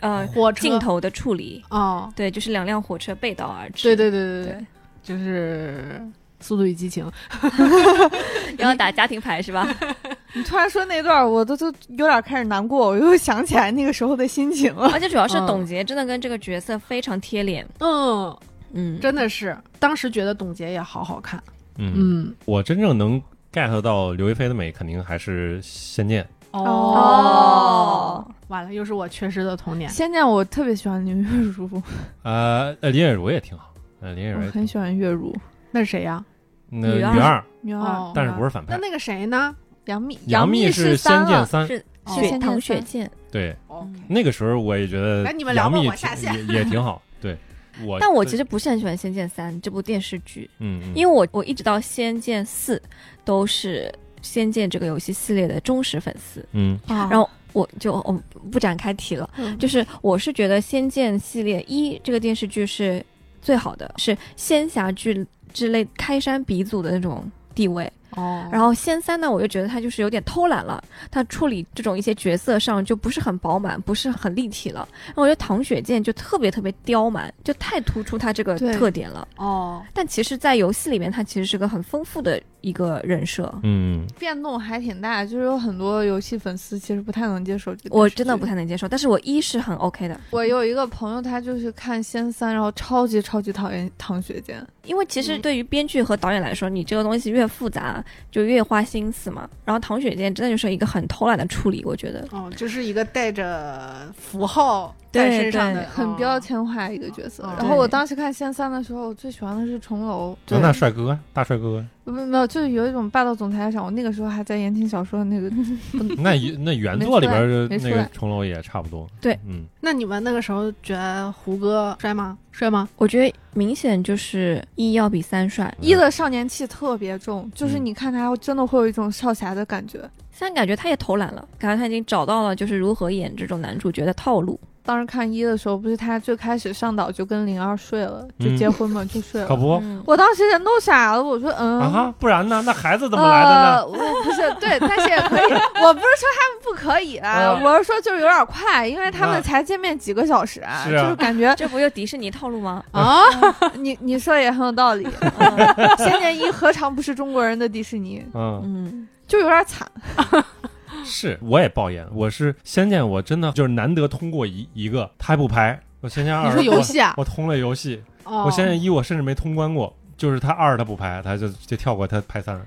Speaker 5: 呃
Speaker 2: 火车
Speaker 5: 镜头的处理，
Speaker 2: 哦，
Speaker 5: 对，就是两辆火车背道而驰。
Speaker 2: 对对对对
Speaker 5: 对，
Speaker 2: 就是速度与激情》。
Speaker 5: 然后打家庭牌是吧？
Speaker 4: 你突然说那段儿，我都都有点开始难过，我又想起来那个时候的心情了。
Speaker 5: 而且主要是董洁真的跟这个角色非常贴脸，
Speaker 2: 嗯，
Speaker 5: 嗯，
Speaker 2: 真的是，当时觉得董洁也好好看。
Speaker 1: 嗯，
Speaker 2: 嗯，
Speaker 1: 我真正能 get 到刘亦菲的美，肯定还是《仙剑》。
Speaker 5: 哦
Speaker 4: 哦，
Speaker 2: 嗯完了，又是我缺失的童年。
Speaker 4: 仙剑我特别喜欢林月如，
Speaker 1: 呃，呃林月如也挺好，呃，林月如也
Speaker 4: 我
Speaker 1: 挺
Speaker 4: 很喜欢月如。
Speaker 2: 那是谁呀？
Speaker 1: 那
Speaker 5: 女二
Speaker 1: 女二，
Speaker 4: 女二、
Speaker 2: 哦，
Speaker 1: 但是不是反
Speaker 2: 那
Speaker 1: 派？
Speaker 2: 那个谁呢？
Speaker 4: 杨幂，
Speaker 1: 杨幂
Speaker 4: 是
Speaker 1: 仙剑
Speaker 4: 了，
Speaker 1: 三》，哦
Speaker 5: 是
Speaker 2: 哦
Speaker 5: 雪
Speaker 4: 仙剑
Speaker 5: 唐
Speaker 4: 三
Speaker 5: 雪剑，
Speaker 1: 对，
Speaker 5: 哦
Speaker 2: OK
Speaker 1: 那个时候我也觉得
Speaker 2: 来你们聊
Speaker 1: 杨
Speaker 2: 吧
Speaker 1: 幂
Speaker 2: 我下
Speaker 1: 挺
Speaker 2: 线
Speaker 1: 也也挺好。对，我
Speaker 5: 但我其实不是很喜欢《仙剑三》这部电视剧，
Speaker 1: 嗯，嗯
Speaker 5: 因为我我一直到《仙剑四》都是《仙剑》这个游戏系列的忠实粉丝，
Speaker 1: 嗯
Speaker 4: 啊
Speaker 5: 然后我就我不展开提了，
Speaker 4: 嗯
Speaker 5: 就是我是觉得《仙剑》系列一这个电视剧是最好的，是仙侠剧之类开山鼻祖的那种地位。
Speaker 2: 哦，
Speaker 5: 然后仙三呢，我就觉得他就是有点偷懒了，他处理这种一些角色上就不是很饱满，不是很立体了。然后我觉得唐雪见就特别特别刁蛮，就太突出他这个
Speaker 4: 对
Speaker 5: 特点了。
Speaker 2: 哦，
Speaker 5: 但其实，在游戏里面，他其实是个很丰富的一个人设。
Speaker 1: 嗯，
Speaker 4: 变动还挺大，就是有很多游戏粉丝其实不太能接受这个电视剧。
Speaker 5: 我真的不太能接受，但是我一是很 OK 的，
Speaker 4: 我有一个朋友，他就是看仙三，然后超级超级讨厌唐雪见。
Speaker 5: 因为其实
Speaker 4: 嗯
Speaker 5: 对于编剧和导演来说，你这个东西越复杂就越花心思嘛。然后唐雪见真的就是一个很偷懒的处理，我觉得。
Speaker 2: 哦，就是一个带着符号
Speaker 5: 对
Speaker 2: 在身上的，
Speaker 5: 对
Speaker 4: 很标签化一个角色。
Speaker 2: 哦
Speaker 4: 然后我当时看仙三的时候，我最喜欢的是重楼，
Speaker 1: 那那帅哥，啊大帅哥，
Speaker 4: 不不没有，就是有一种霸道总裁上。我那个时候还在言情小说的那个，
Speaker 1: 那一那原作里边儿
Speaker 4: 没出
Speaker 1: 那
Speaker 4: 来没出
Speaker 1: 个
Speaker 4: 来
Speaker 1: 重楼也差不多。
Speaker 5: 对，
Speaker 1: 嗯，
Speaker 2: 那你们那个时候觉得胡歌帅吗？帅吗？
Speaker 5: 我觉得明显就是一要比三帅，
Speaker 4: 一
Speaker 1: 嗯
Speaker 4: 的少年气特别重，就是你看他真的会有一种少侠的感觉。
Speaker 5: 三感觉他也偷懒了，感觉他已经找到了就是如何演这种男主角的套路。
Speaker 4: 当时看一的时候，不是他最开始上岛就跟灵儿睡了，就
Speaker 1: 嗯
Speaker 4: 结婚嘛，就睡
Speaker 1: 可
Speaker 4: 了。
Speaker 1: 不
Speaker 5: 嗯，
Speaker 4: 我当时人都傻了，我说嗯。
Speaker 1: 啊哈，不然呢？那孩子怎么来的呢？
Speaker 4: 呃、我不是对，但是也 可以。我不是说他们不可以啊，
Speaker 1: 嗯
Speaker 4: 我是说就是有点快，因为他
Speaker 1: 那
Speaker 4: 们才见面几个小时啊，
Speaker 1: 是啊
Speaker 4: 就是 感觉嗯
Speaker 5: 这不就迪士尼套路吗？
Speaker 2: 啊，
Speaker 4: 你你说也很有道理，
Speaker 5: 嗯
Speaker 4: 《仙剑一》何尝不是中国人的迪士尼？
Speaker 1: 嗯，
Speaker 5: 嗯，
Speaker 4: 就有点惨。
Speaker 1: 是，我也爆眼，我是《仙剑》，我真的就是难得通过一一个，他还不拍。我《仙剑二
Speaker 2: 你》说游戏啊？
Speaker 1: 我，我通了游戏，
Speaker 2: 哦，
Speaker 1: 我《仙剑一》我甚至没通关过，就是他二他不拍，他就就跳过他拍三。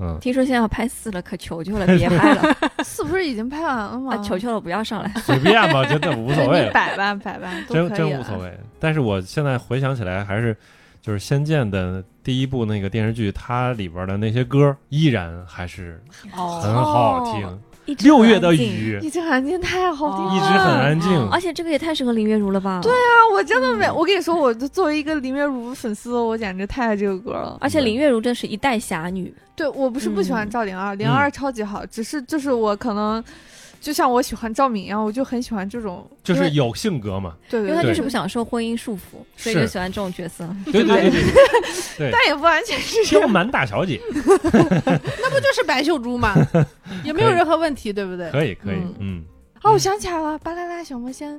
Speaker 1: 嗯，
Speaker 5: 听说现在要拍四了，可求求了，别拍 了，
Speaker 4: 四不是已经拍完了吗？
Speaker 5: 啊，求求了，不要上来。
Speaker 1: 随便吧，真的无所谓
Speaker 4: 你，百万百万都
Speaker 1: 真
Speaker 4: 可以啊
Speaker 1: 真无所
Speaker 4: 了。
Speaker 1: 谓。但是我现在回想起来，还是就是《仙剑》的第一部那个电视剧，它里边的那些歌依然还是很
Speaker 2: 哦，
Speaker 1: 好听。
Speaker 5: 一直
Speaker 1: 六月的
Speaker 5: 安静，
Speaker 1: 雨
Speaker 4: 一只寒静太好听了，
Speaker 1: 一直很安静，
Speaker 2: 哦
Speaker 5: 而且这个也太适合林月如了吧？对
Speaker 4: 啊！我真的
Speaker 1: 嗯
Speaker 4: 没，我跟你说，我就作为一个林月如粉丝，我简直太爱这个歌了。
Speaker 5: 而且林月如真是一代侠女，
Speaker 4: 对我不是不喜欢
Speaker 5: 嗯
Speaker 4: 赵灵儿，灵儿超级好，只是就是我可能就像我喜欢赵敏一样，我就很喜欢这种，
Speaker 1: 就是
Speaker 4: 因为
Speaker 1: 有性格嘛。
Speaker 4: 对，
Speaker 5: 因
Speaker 4: 对
Speaker 5: 为她
Speaker 4: 对
Speaker 5: 就是不想受婚姻束缚，所以
Speaker 1: 是
Speaker 5: 就喜欢这种角色。
Speaker 1: 对对对对对，对
Speaker 4: 但也不完全是这
Speaker 1: 刁
Speaker 4: 样。
Speaker 1: 蛮大小姐，
Speaker 2: 那不就是白 秀珠吗？也没有任何问题，对不对？
Speaker 1: 可以可以
Speaker 2: 嗯，
Speaker 1: 嗯，
Speaker 4: 哦，我想起来了，《巴啦啦小魔仙》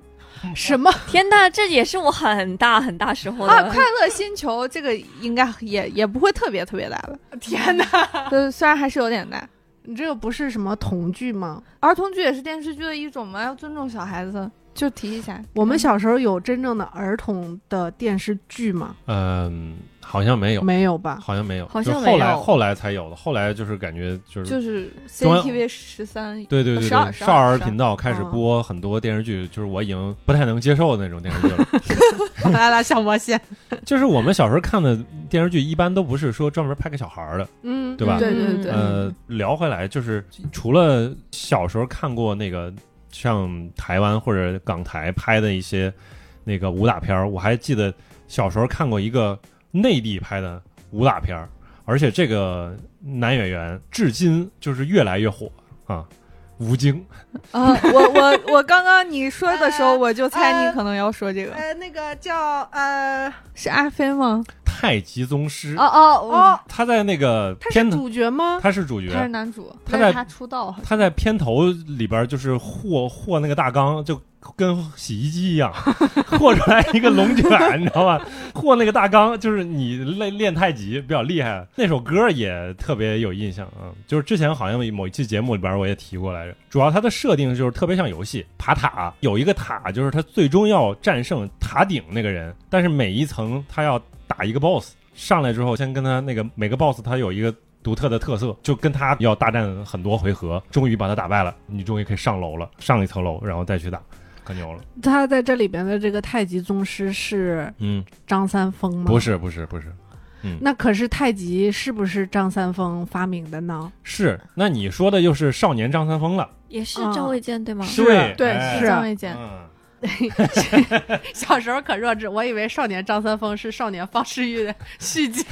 Speaker 2: 什么？
Speaker 5: 天呐，这也是我很大很大时候的。
Speaker 4: 啊，快乐星球这个应该也也不会特别特别大 吧？
Speaker 2: 天哪！
Speaker 4: 对，虽然还是有点大。
Speaker 2: 你这个不是什么童剧吗？
Speaker 4: 儿童剧也是电视剧的一种嘛，要尊重小孩子，就提一下。
Speaker 2: 我们小时候有真正的儿童的电视剧吗？
Speaker 1: 嗯，好像没有，
Speaker 2: 没有吧？
Speaker 1: 好像没有，
Speaker 5: 好
Speaker 1: 就
Speaker 5: 像没
Speaker 1: 后来
Speaker 5: 有
Speaker 1: 后来才有的，后来就是感觉就是。
Speaker 4: 就是
Speaker 1: 中央
Speaker 4: CCTV 十三，
Speaker 1: 对对对
Speaker 4: 十二
Speaker 1: 对，
Speaker 4: 十
Speaker 1: 少
Speaker 4: 二
Speaker 1: 儿频道开始
Speaker 2: 嗯
Speaker 1: 播很多电视剧，就是我已经不太能接受的那种电视剧了。
Speaker 2: 巴啦啦小魔仙，
Speaker 1: 就是我们小时候看的电视剧，一般都不是说专门拍给小孩儿的。
Speaker 2: 嗯，
Speaker 1: 对吧
Speaker 2: 对对对，
Speaker 1: 呃，聊回来，就是除了小时候看过那个像台湾或者港台拍的一些那个武打片儿，我还记得小时候看过一个内地拍的武打片儿，而且这个男演员至今就是越来越火啊，吴京。
Speaker 4: 啊！我我我刚刚你说呃的时候，我就猜你可能要说这个，
Speaker 2: 呃，那个叫呃，
Speaker 4: 是阿飞吗？
Speaker 1: 太极宗师，
Speaker 4: 哦哦
Speaker 2: 哦，
Speaker 1: 他在那个
Speaker 2: 他是
Speaker 1: 片头
Speaker 2: 主角吗？
Speaker 1: 他是主
Speaker 4: 哦，他是
Speaker 1: 角，
Speaker 4: 男主，
Speaker 1: 他
Speaker 4: 但是
Speaker 1: 在
Speaker 4: 他出道好像
Speaker 1: 他在片头里边就是和和那个大缸，就跟洗衣机一样， 和出来一个龙卷，你知道吧？和那个大缸就是你练练太极比较厉害，那首歌也特别有印象啊。就是之前好像某一期节目里边我也提过来着，主要它的设定就是特别像游戏爬塔，有一个塔就是它最终要战胜塔顶那个人，但是每一层它要打一个 BOSS，上来之后先跟他那个每个 BOSS 他有一个独特的特色，就跟他要大战很多回合，终于把他打败了，你终于可以上楼了，上一层楼，然后再去打，可牛了。
Speaker 2: 他在这里边的这个太极宗师是
Speaker 1: 嗯，
Speaker 2: 张三丰吗？
Speaker 1: 不，是不是不是
Speaker 2: 那可是太极是不是张三丰发明的呢？
Speaker 1: 是，那你说的就是少年张三丰了，
Speaker 5: 也是
Speaker 2: 啊
Speaker 5: 张卫健对吗？
Speaker 2: 是
Speaker 1: 对
Speaker 4: 对
Speaker 1: 哎
Speaker 2: 是
Speaker 4: 张卫健，
Speaker 1: 嗯，
Speaker 2: 小时候可弱智，我以为少年张三丰是少年方世玉的续 集。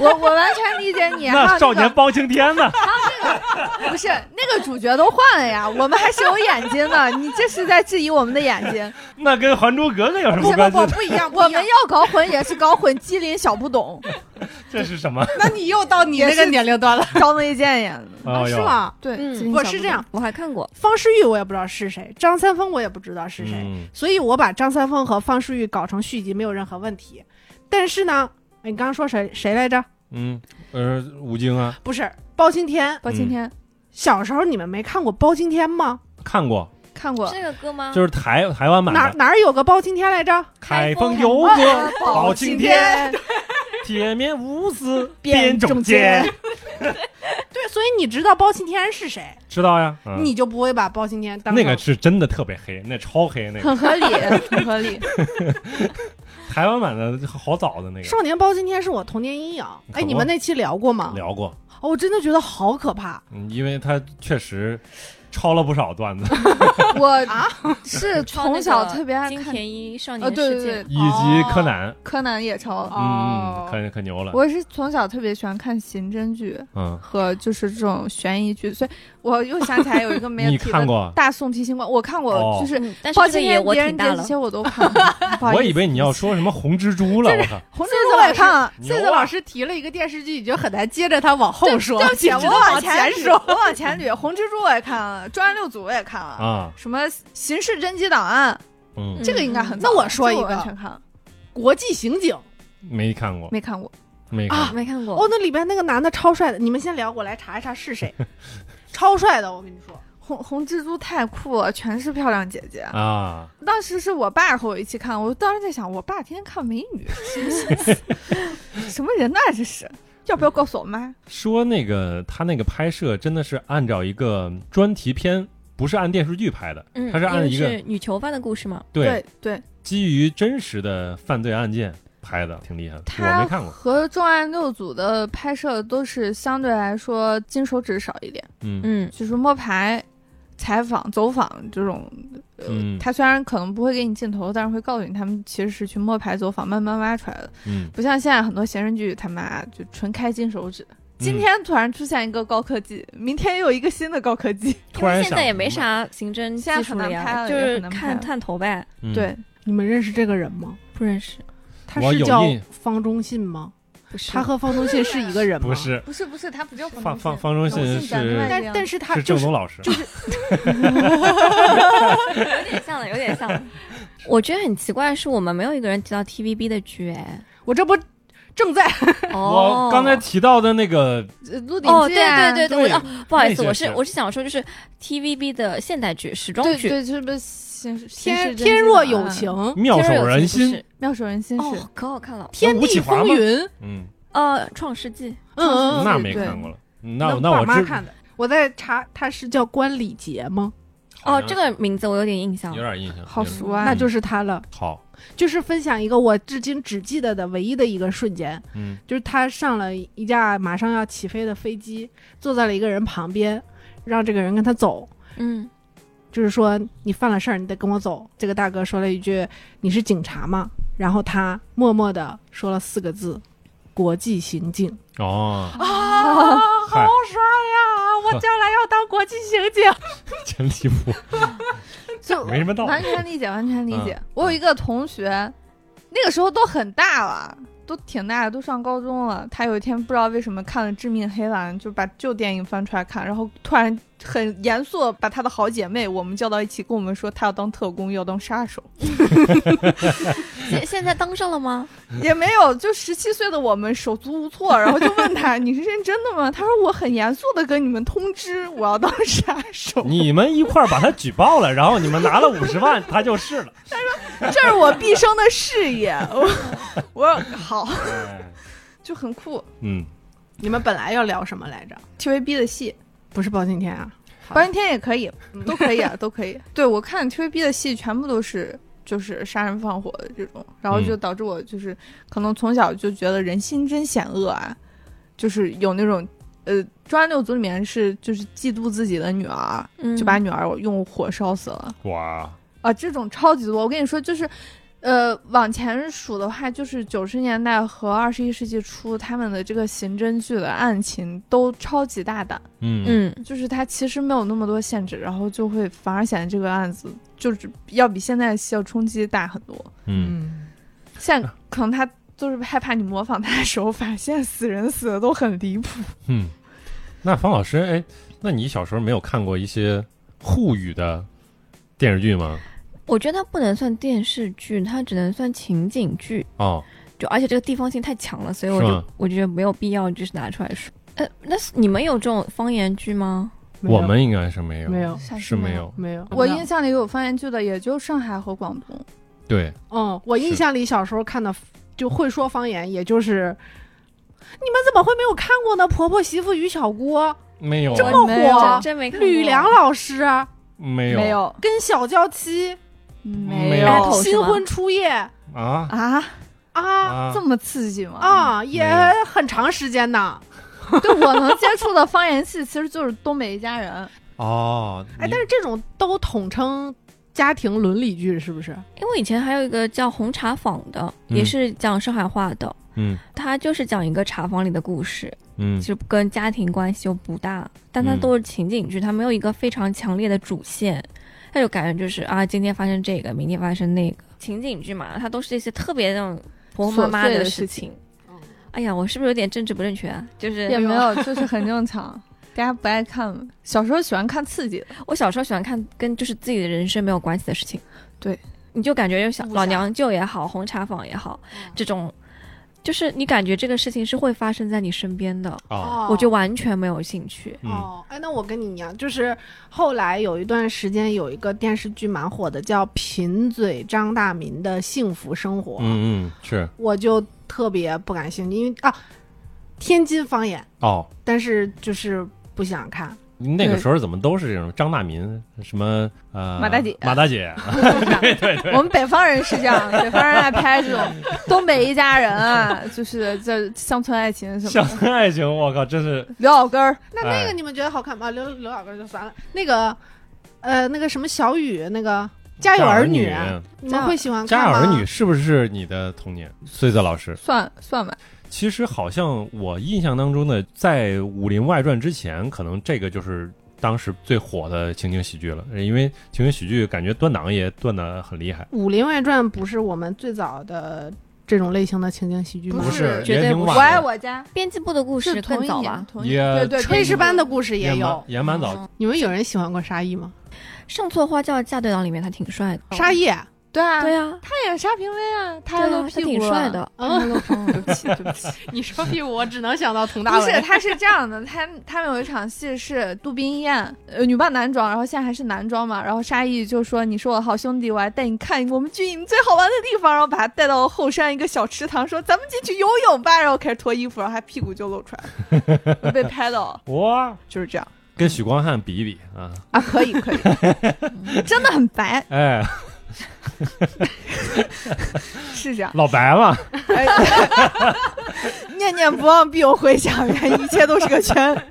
Speaker 4: 我我完全理解你。还有
Speaker 1: 那少年
Speaker 4: 个
Speaker 1: 包青天呢？
Speaker 4: 不是那个主角都换了呀，我们还是有眼睛的，你这是在质疑我们的眼 睛。
Speaker 1: 那跟《还珠格格》有什
Speaker 2: 不
Speaker 1: 么
Speaker 2: 是
Speaker 1: 关
Speaker 2: 不
Speaker 1: 系？
Speaker 2: 不一样，
Speaker 4: 我们要搞混也是搞混机灵小不 懂，
Speaker 1: 这是什么？
Speaker 2: 那你又到你那个年龄段了，
Speaker 4: 张卫健演的。
Speaker 1: 哎呦
Speaker 2: 是？吗？
Speaker 4: 对，
Speaker 5: 嗯
Speaker 4: 机灵
Speaker 2: 我
Speaker 4: 小
Speaker 2: 是
Speaker 4: 不
Speaker 2: 这样
Speaker 4: 懂，
Speaker 5: 我还看过，
Speaker 2: 方世玉我也不知道是谁，张三丰我也不知道是谁，
Speaker 1: 嗯，
Speaker 2: 所以我把张三丰和方世玉搞成续集没有任何问题。但是呢，哎你刚刚说谁谁来着？
Speaker 1: 嗯，呃，吴京啊，
Speaker 2: 不是包青天。
Speaker 1: 嗯
Speaker 4: 包青天
Speaker 2: 小时候你们没看过包青天吗？
Speaker 1: 看过，
Speaker 4: 看过，
Speaker 5: 这个歌吗？
Speaker 1: 就是台台湾版
Speaker 2: 哪
Speaker 1: 的《
Speaker 2: 哪儿有个包青天来着？
Speaker 1: 海风
Speaker 5: 海风
Speaker 1: 游 过
Speaker 4: 包
Speaker 1: 包青天》， 铁面无私辨
Speaker 4: 中
Speaker 1: 中间，
Speaker 2: 对，所以你知道包青天是谁，
Speaker 1: 知道呀？嗯
Speaker 2: 你就不会把包青天当
Speaker 1: 那
Speaker 2: 成
Speaker 1: 个是真的特别黑，那超黑 那个
Speaker 4: 很合理，很合理。
Speaker 1: 台湾版的好早的那个
Speaker 2: 少年包青天是我童年阴影。
Speaker 1: 可
Speaker 2: 哎，
Speaker 1: 不
Speaker 2: 你们那期聊过吗？
Speaker 1: 聊过，
Speaker 2: 哦，我真的觉得好可怕。
Speaker 1: 嗯因为他确实抄了不少段子，
Speaker 4: 我 是
Speaker 5: 抄那
Speaker 4: 从
Speaker 5: 个
Speaker 4: 小特别爱
Speaker 5: 金
Speaker 4: 看，
Speaker 5: 田一少
Speaker 4: 呃，
Speaker 5: 年
Speaker 4: 对
Speaker 5: 世
Speaker 4: 对
Speaker 5: 界
Speaker 4: 对，
Speaker 1: 以及柯南，
Speaker 4: 柯南也超。
Speaker 1: 嗯，
Speaker 2: 哦，
Speaker 1: 可可牛了，
Speaker 4: 我是从小特别喜欢看刑侦剧
Speaker 1: 嗯，
Speaker 4: 和就是这种悬疑剧，所以我又想起来有一个没有
Speaker 1: 你
Speaker 4: 提
Speaker 1: 看
Speaker 4: 的《
Speaker 1: 过？
Speaker 4: 大宋提刑官》，我看
Speaker 1: 哦
Speaker 4: 过，就是
Speaker 5: 嗯，但是
Speaker 4: 包
Speaker 5: 这个
Speaker 4: 青
Speaker 5: 也
Speaker 4: 天、
Speaker 5: 我
Speaker 4: 狄
Speaker 5: 挺
Speaker 4: 仁杰
Speaker 5: 大
Speaker 4: 这
Speaker 5: 了。
Speaker 4: 些我 都看过。不好意
Speaker 1: 我
Speaker 4: 思
Speaker 1: 以为你要说什么红蜘蛛了，我靠，
Speaker 4: 红蜘
Speaker 2: 这个
Speaker 4: 蛛我
Speaker 2: 是
Speaker 4: 也看了。
Speaker 2: 这
Speaker 1: 牛
Speaker 2: 个
Speaker 1: 啊
Speaker 2: 老！师提了一个电视剧，你就很难接着他往后说，
Speaker 4: 对不起，
Speaker 2: 就
Speaker 4: 我
Speaker 2: 只能往
Speaker 4: 前捋
Speaker 2: 说。
Speaker 4: 我往前捋，《红蜘蛛》我也看了，《专案六组》我也看 了，
Speaker 1: 啊，
Speaker 4: 什么《刑事侦缉档案》
Speaker 1: 嗯，
Speaker 4: 这个应该很
Speaker 2: 嗯
Speaker 4: 早了。
Speaker 2: 那我说
Speaker 4: 这
Speaker 2: 一个
Speaker 4: 完全看了，
Speaker 2: 国际刑警
Speaker 1: 没看过，
Speaker 4: 没看过。
Speaker 1: 没看过，
Speaker 5: 没看过
Speaker 2: 哦，那里边那个男的超帅的，你们先聊，我来查一查是谁，超帅的，我跟你说，
Speaker 4: 红红蜘蛛太酷了，全是漂亮姐姐。
Speaker 1: 啊，
Speaker 4: 当时是我爸和我一起看，我当时在想，我爸天天看美 女，什么心思 什么人呐、这是？要不要告诉我妈？
Speaker 1: 说那个他那个拍摄真的是按照一个专题片，不是按电视剧拍的，
Speaker 5: 嗯，
Speaker 1: 他是按一
Speaker 5: 因为
Speaker 1: 个
Speaker 5: 是女囚犯的故事嘛？
Speaker 1: 对
Speaker 4: 对，
Speaker 1: 基于真实的犯罪案件拍的，挺厉害的，我
Speaker 4: 他
Speaker 1: 没看过，
Speaker 4: 和《重案六组》的拍摄都是相对来说金手指少一点，
Speaker 1: 嗯
Speaker 5: 嗯，
Speaker 4: 就是摸排、采访、走访这种。
Speaker 1: 嗯
Speaker 4: 他虽然可能不会给你镜头，但是会告诉你他们其实是去摸排、走访，慢慢挖出来的。
Speaker 1: 嗯，
Speaker 4: 不像现在很多闲人剧，他妈就纯开金手指。
Speaker 1: 嗯
Speaker 4: 今天突然出现一个高科技，明天又一个新的高科技。
Speaker 5: 因
Speaker 1: 突然
Speaker 5: 为
Speaker 1: 想
Speaker 5: 现在也没啥刑侦
Speaker 4: 现在
Speaker 5: 技术
Speaker 4: 很难
Speaker 5: 了
Speaker 4: 拍
Speaker 5: 呀，
Speaker 4: 了
Speaker 5: 就
Speaker 4: 也
Speaker 5: 是
Speaker 4: 很难拍
Speaker 5: 看
Speaker 4: 了
Speaker 5: 探头呗。
Speaker 1: 嗯
Speaker 4: 对，
Speaker 2: 你们认识这个人吗？
Speaker 5: 不认识，
Speaker 2: 他
Speaker 1: 我
Speaker 2: 是
Speaker 1: 有
Speaker 2: 叫
Speaker 1: 印
Speaker 2: 方中信吗？
Speaker 5: 不是
Speaker 2: 他和方中信是一个人吗？
Speaker 1: 不，是
Speaker 4: 不是不是，他不叫冯
Speaker 1: 方方
Speaker 4: 方
Speaker 1: 方中
Speaker 4: 我
Speaker 1: 信
Speaker 4: 信咱们
Speaker 1: 是
Speaker 4: 来
Speaker 2: 但但是他
Speaker 1: 是
Speaker 2: 就
Speaker 1: 郑
Speaker 2: 是
Speaker 1: 东老师，
Speaker 5: 有点像了，有点 像了。我觉得很奇怪的是，我们没有一个人提到 TVB 的剧，哎，
Speaker 2: 我这不正在
Speaker 5: 哦
Speaker 1: 我，刚才提到的那个
Speaker 4: 鹿鼎
Speaker 5: 哦，对
Speaker 4: 记啊
Speaker 5: 对对
Speaker 1: 对
Speaker 5: 对，我哦，不好意思，
Speaker 1: 嗯那些
Speaker 5: 我是
Speaker 1: 是
Speaker 5: 我是想说，就是 TVB 的现代剧、时装
Speaker 4: 对
Speaker 5: 剧，
Speaker 4: 对，是不是刑事
Speaker 2: 天天若有，
Speaker 4: 啊
Speaker 2: 情，
Speaker 1: 妙手仁
Speaker 5: 天若有
Speaker 1: 心
Speaker 5: 情，
Speaker 4: 妙手仁心
Speaker 5: 不是
Speaker 4: 是
Speaker 5: 哦，可好看了，
Speaker 2: 天
Speaker 1: 吴启
Speaker 2: 地
Speaker 1: 华
Speaker 2: 风
Speaker 1: 吗
Speaker 2: 云，
Speaker 1: 嗯，
Speaker 5: 呃，《创世纪》
Speaker 2: 嗯嗯，嗯
Speaker 1: 那没
Speaker 4: 对
Speaker 1: 看过了，那
Speaker 2: 能
Speaker 1: 那
Speaker 2: 爸
Speaker 1: 我
Speaker 2: 妈
Speaker 1: 知
Speaker 2: 看的。我在查，他是叫关礼杰吗？
Speaker 5: 哦，这个名字我有点印象
Speaker 1: 有，点印象，
Speaker 4: 好
Speaker 1: 有点
Speaker 4: 熟啊。
Speaker 2: 那就是他了。
Speaker 1: 好，
Speaker 2: 就是分享一个我至今只记得的唯一的一个瞬间，
Speaker 1: 嗯
Speaker 2: 就是他上了一架马上要起飞的飞机，坐在了一个人旁边，让这个人跟他走，
Speaker 5: 嗯，
Speaker 2: 就是说你犯了事儿，你得跟我走。这个大哥说了一句：“你是警察吗？”然后他默默的说了四个字：“国际刑警。
Speaker 1: 哦”，
Speaker 2: 啊，
Speaker 1: 嗨，
Speaker 2: 帅呀！我将来要当国际刑警。
Speaker 1: 真离谱，
Speaker 4: 就
Speaker 1: 没什么道理
Speaker 4: 完全理解，完全理解
Speaker 1: 嗯。
Speaker 4: 我有一个同学，那个时候都很大了，都挺大的，都上高中了。他有一天不知道为什么看了《致命黑蓝》，就把旧电影翻出来看，然后突然很严肃地把他的好姐妹我们叫到一起，跟我们说他要当特工，要当 杀手。
Speaker 5: 现现在当上了吗？
Speaker 4: 也没有，就十七岁的我们手足无措，然后就问他：“你是认真的吗？”他说：“我很严肃的跟你们通知，我要当杀手，
Speaker 1: 你们一块儿把他举报了，然后你们拿了五十万，他就是了。
Speaker 4: 这是我毕生的事业。我” 我好，就很酷。
Speaker 1: 嗯，
Speaker 2: 你们本来要聊什么来着？
Speaker 4: TVB 的戏，
Speaker 2: 不是包青天啊？
Speaker 4: 包青天也可以，都可以啊，都可以。对我看 TVB 的戏全部都是就是杀人放火的这种，然后就
Speaker 1: 嗯
Speaker 4: 导致我就是、可能从小就觉得人心真险恶啊，就是有那种呃，专案六组里面是就是嫉妒自己的女儿，
Speaker 5: 嗯，
Speaker 4: 就把女儿用火烧死了
Speaker 1: 哇，
Speaker 4: 啊，这种超级多。我跟你说，就是。呃，往前数的话，就是九十年代和二十一世纪初，他们的这个刑侦剧的案情都超级大胆，
Speaker 1: 嗯
Speaker 5: 嗯
Speaker 4: 就是它其实没有那么多限制，然后就会反而显得这个案子就是要比现在的戏要冲击大很多。
Speaker 1: 嗯，
Speaker 2: 嗯，
Speaker 4: 现在可能他就是害怕你模仿他的手法，现在死人死的都很离谱。
Speaker 1: 嗯，那方老师，哎，那你小时候没有看过一些沪语的电视剧吗？
Speaker 5: 我觉得它不能算电视剧，它只能算情景剧。
Speaker 1: 哦，
Speaker 5: 就而且这个地方性太强了，所以我
Speaker 1: 是
Speaker 5: 就
Speaker 1: 吗
Speaker 5: 我觉得没有必要就是拿出来说。呃，那是你们有这种方言剧吗？
Speaker 2: 嗯没有
Speaker 1: 我们应该是没有，
Speaker 2: 没有
Speaker 1: 是没。有。
Speaker 2: 没有，
Speaker 4: 我印象里有方言剧的，也就上海和广东。
Speaker 1: 对，
Speaker 2: 嗯，我印象里小时候看的就会说方言，也就是。你们怎么会没有看过呢？婆婆、媳妇、与小姑、
Speaker 1: 没有啊，
Speaker 2: 这么
Speaker 4: 没有
Speaker 2: 火，
Speaker 5: 真没看过
Speaker 2: 吕梁老师
Speaker 1: 没有
Speaker 4: 没有，嗯
Speaker 2: 跟小娇妻
Speaker 1: 没
Speaker 4: 没
Speaker 1: 有
Speaker 5: 有哦
Speaker 2: 新婚初夜
Speaker 1: 啊
Speaker 4: 啊，
Speaker 2: 啊
Speaker 1: 啊
Speaker 4: 这么刺激吗？，
Speaker 2: 啊，也
Speaker 1: 没
Speaker 2: 很长时间呢。
Speaker 4: 对我能接触的方言戏其实就是《东北一家人》。
Speaker 1: 哦，
Speaker 2: 哎，
Speaker 1: 你
Speaker 2: 但是这种都统称家庭伦理剧，是不是？
Speaker 5: 因为以前还有一个叫《红茶坊》的，
Speaker 1: 嗯
Speaker 5: 也是讲上海话的，
Speaker 1: 嗯
Speaker 5: 它就是讲一个茶坊里的故事，
Speaker 1: 嗯
Speaker 5: 就跟家庭关系又不大，但它
Speaker 1: 嗯
Speaker 5: 都是情景剧，它没有一个非常强烈的主线，它就感觉就是啊，今天发生这个，明天发生那个，情景剧嘛，它都是一些特别那种婆婆妈
Speaker 4: 琐
Speaker 5: 妈
Speaker 4: 碎的
Speaker 5: 事
Speaker 4: 事
Speaker 5: 情
Speaker 4: 情。
Speaker 5: 哎呀，我是不是有点政治不正确啊？就是
Speaker 4: 嗯也没有，就是很正常。大家不爱看，小时候喜欢看刺 激的，
Speaker 5: 我小时候喜欢看跟就是自己的人生没有关系的事情。
Speaker 4: 对，
Speaker 5: 你就感觉有小
Speaker 2: 武侠
Speaker 5: 老娘舅也好，红茶坊也好，
Speaker 4: 嗯
Speaker 5: 这种，就是你感觉这个事情是会发生在你身边的，
Speaker 1: 啊，
Speaker 2: 哦
Speaker 5: 我就完全没有兴趣。
Speaker 1: 嗯
Speaker 2: 哦，哎，那我跟你一样，就是后来有一段时间有一个电视剧蛮火的，叫《贫嘴张大民的幸福生活》，
Speaker 1: 嗯嗯是
Speaker 2: 我就特别不感兴趣，因为啊，天津方言，
Speaker 1: 哦，
Speaker 2: 但是就是不想看，
Speaker 1: 那个时候怎么都是这种张大民什么呃
Speaker 4: 马大姐
Speaker 1: 马大姐
Speaker 4: 我们北方人是这样，北方人爱拍这种东北一家人啊，就是这乡村爱情什
Speaker 1: 乡
Speaker 4: 么的，
Speaker 1: 村爱情，我靠，真是
Speaker 4: 刘老根儿，
Speaker 2: 那
Speaker 1: 哎
Speaker 2: 那个你们觉得好看吗？啊刘刘老根就算了，那个，呃，那个什么小雨，那个《家有儿女》啊你们会喜欢
Speaker 1: 家
Speaker 2: 看
Speaker 1: 有
Speaker 2: 吗？
Speaker 1: 儿女是不是你的童年？穗子老师，
Speaker 4: 算算吧，
Speaker 1: 其实好像我印象当中呢，在《武林外传》之前，可能这个就是当时最火的情景喜剧了，因为情景喜剧感觉断档也断的很厉害，
Speaker 2: 武林外传》不是我们最早的这种类型的情景喜剧吗？
Speaker 1: 不是
Speaker 5: 绝对
Speaker 1: 也挺
Speaker 5: 不
Speaker 1: 晚
Speaker 4: 我爱
Speaker 1: 的，
Speaker 4: 我家
Speaker 5: 编辑部的故事
Speaker 4: 是同
Speaker 5: 更
Speaker 4: 一
Speaker 5: 早
Speaker 4: 年
Speaker 5: 吧，？
Speaker 4: 同一
Speaker 1: 也
Speaker 4: 年对对，
Speaker 2: 炊事班的
Speaker 4: 故
Speaker 2: 故事
Speaker 1: 也
Speaker 2: 也
Speaker 1: 蛮
Speaker 2: 有。
Speaker 1: 也蛮早，
Speaker 5: 嗯
Speaker 2: 你们有人喜欢过沙溢吗？
Speaker 5: 上错花轿嫁对郎里面他挺帅的，
Speaker 2: 沙溢，
Speaker 4: 对啊，
Speaker 5: 对啊，
Speaker 4: 他演沙平威啊，他还
Speaker 5: 对啊
Speaker 4: 露，
Speaker 5: 他
Speaker 4: 屁股，
Speaker 5: 挺帅。的。
Speaker 2: 嗯，
Speaker 4: 露屁 股，对不起，对不起。
Speaker 2: 你说屁股，我只能想到佟大
Speaker 4: 不是，
Speaker 2: 为。
Speaker 4: 他是这样的，他他们有一场戏是杜宾宴，呃，女扮男装，然后现在还是男装嘛，然后沙溢就说：“你是我的好兄弟，我还带你看我们军营最好玩的地方。”然后把他带到后山一个小池塘，说：“咱们进去游泳吧。”然后开始脱衣服，然后他屁股就露出来了，被拍到，
Speaker 1: 哇，
Speaker 4: 就是这样
Speaker 1: 跟许光汉比一比啊，
Speaker 4: 啊，可以可以，真的很白，
Speaker 1: 哎，
Speaker 4: 是这样。
Speaker 1: 老白了，
Speaker 4: 哎念念不忘必有回响，一切都是个圈，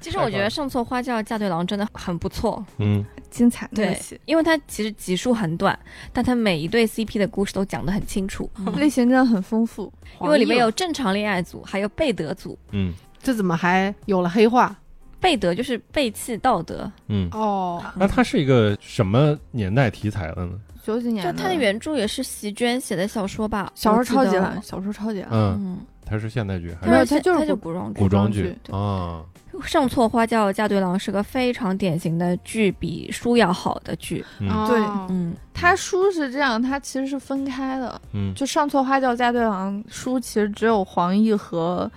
Speaker 5: 其实我觉得上错花轿嫁对郎真的很不错，
Speaker 1: 嗯
Speaker 4: 精彩那个
Speaker 5: 对
Speaker 4: 戏，，
Speaker 5: 因为它其实集数很短，但它每一对 CP 的故事都讲得很清楚，
Speaker 4: 类型真的很丰富。
Speaker 5: 因为里面有正常恋爱组，还有贝德组。
Speaker 1: 嗯
Speaker 2: 这怎么还有了黑化？
Speaker 5: 贝德就是背弃道德，
Speaker 1: 嗯，
Speaker 2: 哦，
Speaker 1: 那它是一个什么年代题材的呢？
Speaker 4: 九几年
Speaker 5: 就
Speaker 4: 的，
Speaker 5: 他的原著也是席绢写的啊小说吧？
Speaker 4: 小说超级
Speaker 5: 晚
Speaker 4: 烂，，小说超级烂。
Speaker 1: 嗯，
Speaker 5: 嗯，
Speaker 1: 它是现代剧还
Speaker 5: 没
Speaker 4: 没
Speaker 5: 有
Speaker 4: 有
Speaker 1: 是
Speaker 4: 它就是
Speaker 5: 它就
Speaker 4: 古
Speaker 5: 古装
Speaker 1: 古
Speaker 5: 剧。
Speaker 1: 装
Speaker 4: 装剧
Speaker 1: 剧啊？
Speaker 5: 上错花轿嫁对郎是个非常典型的剧比书要好的剧。
Speaker 1: 嗯
Speaker 4: 对
Speaker 2: 哦
Speaker 5: 嗯，
Speaker 4: 他书是这样，他其实是分开的，
Speaker 1: 嗯，
Speaker 4: 就《上错花轿嫁对郎》书其实只有黄奕和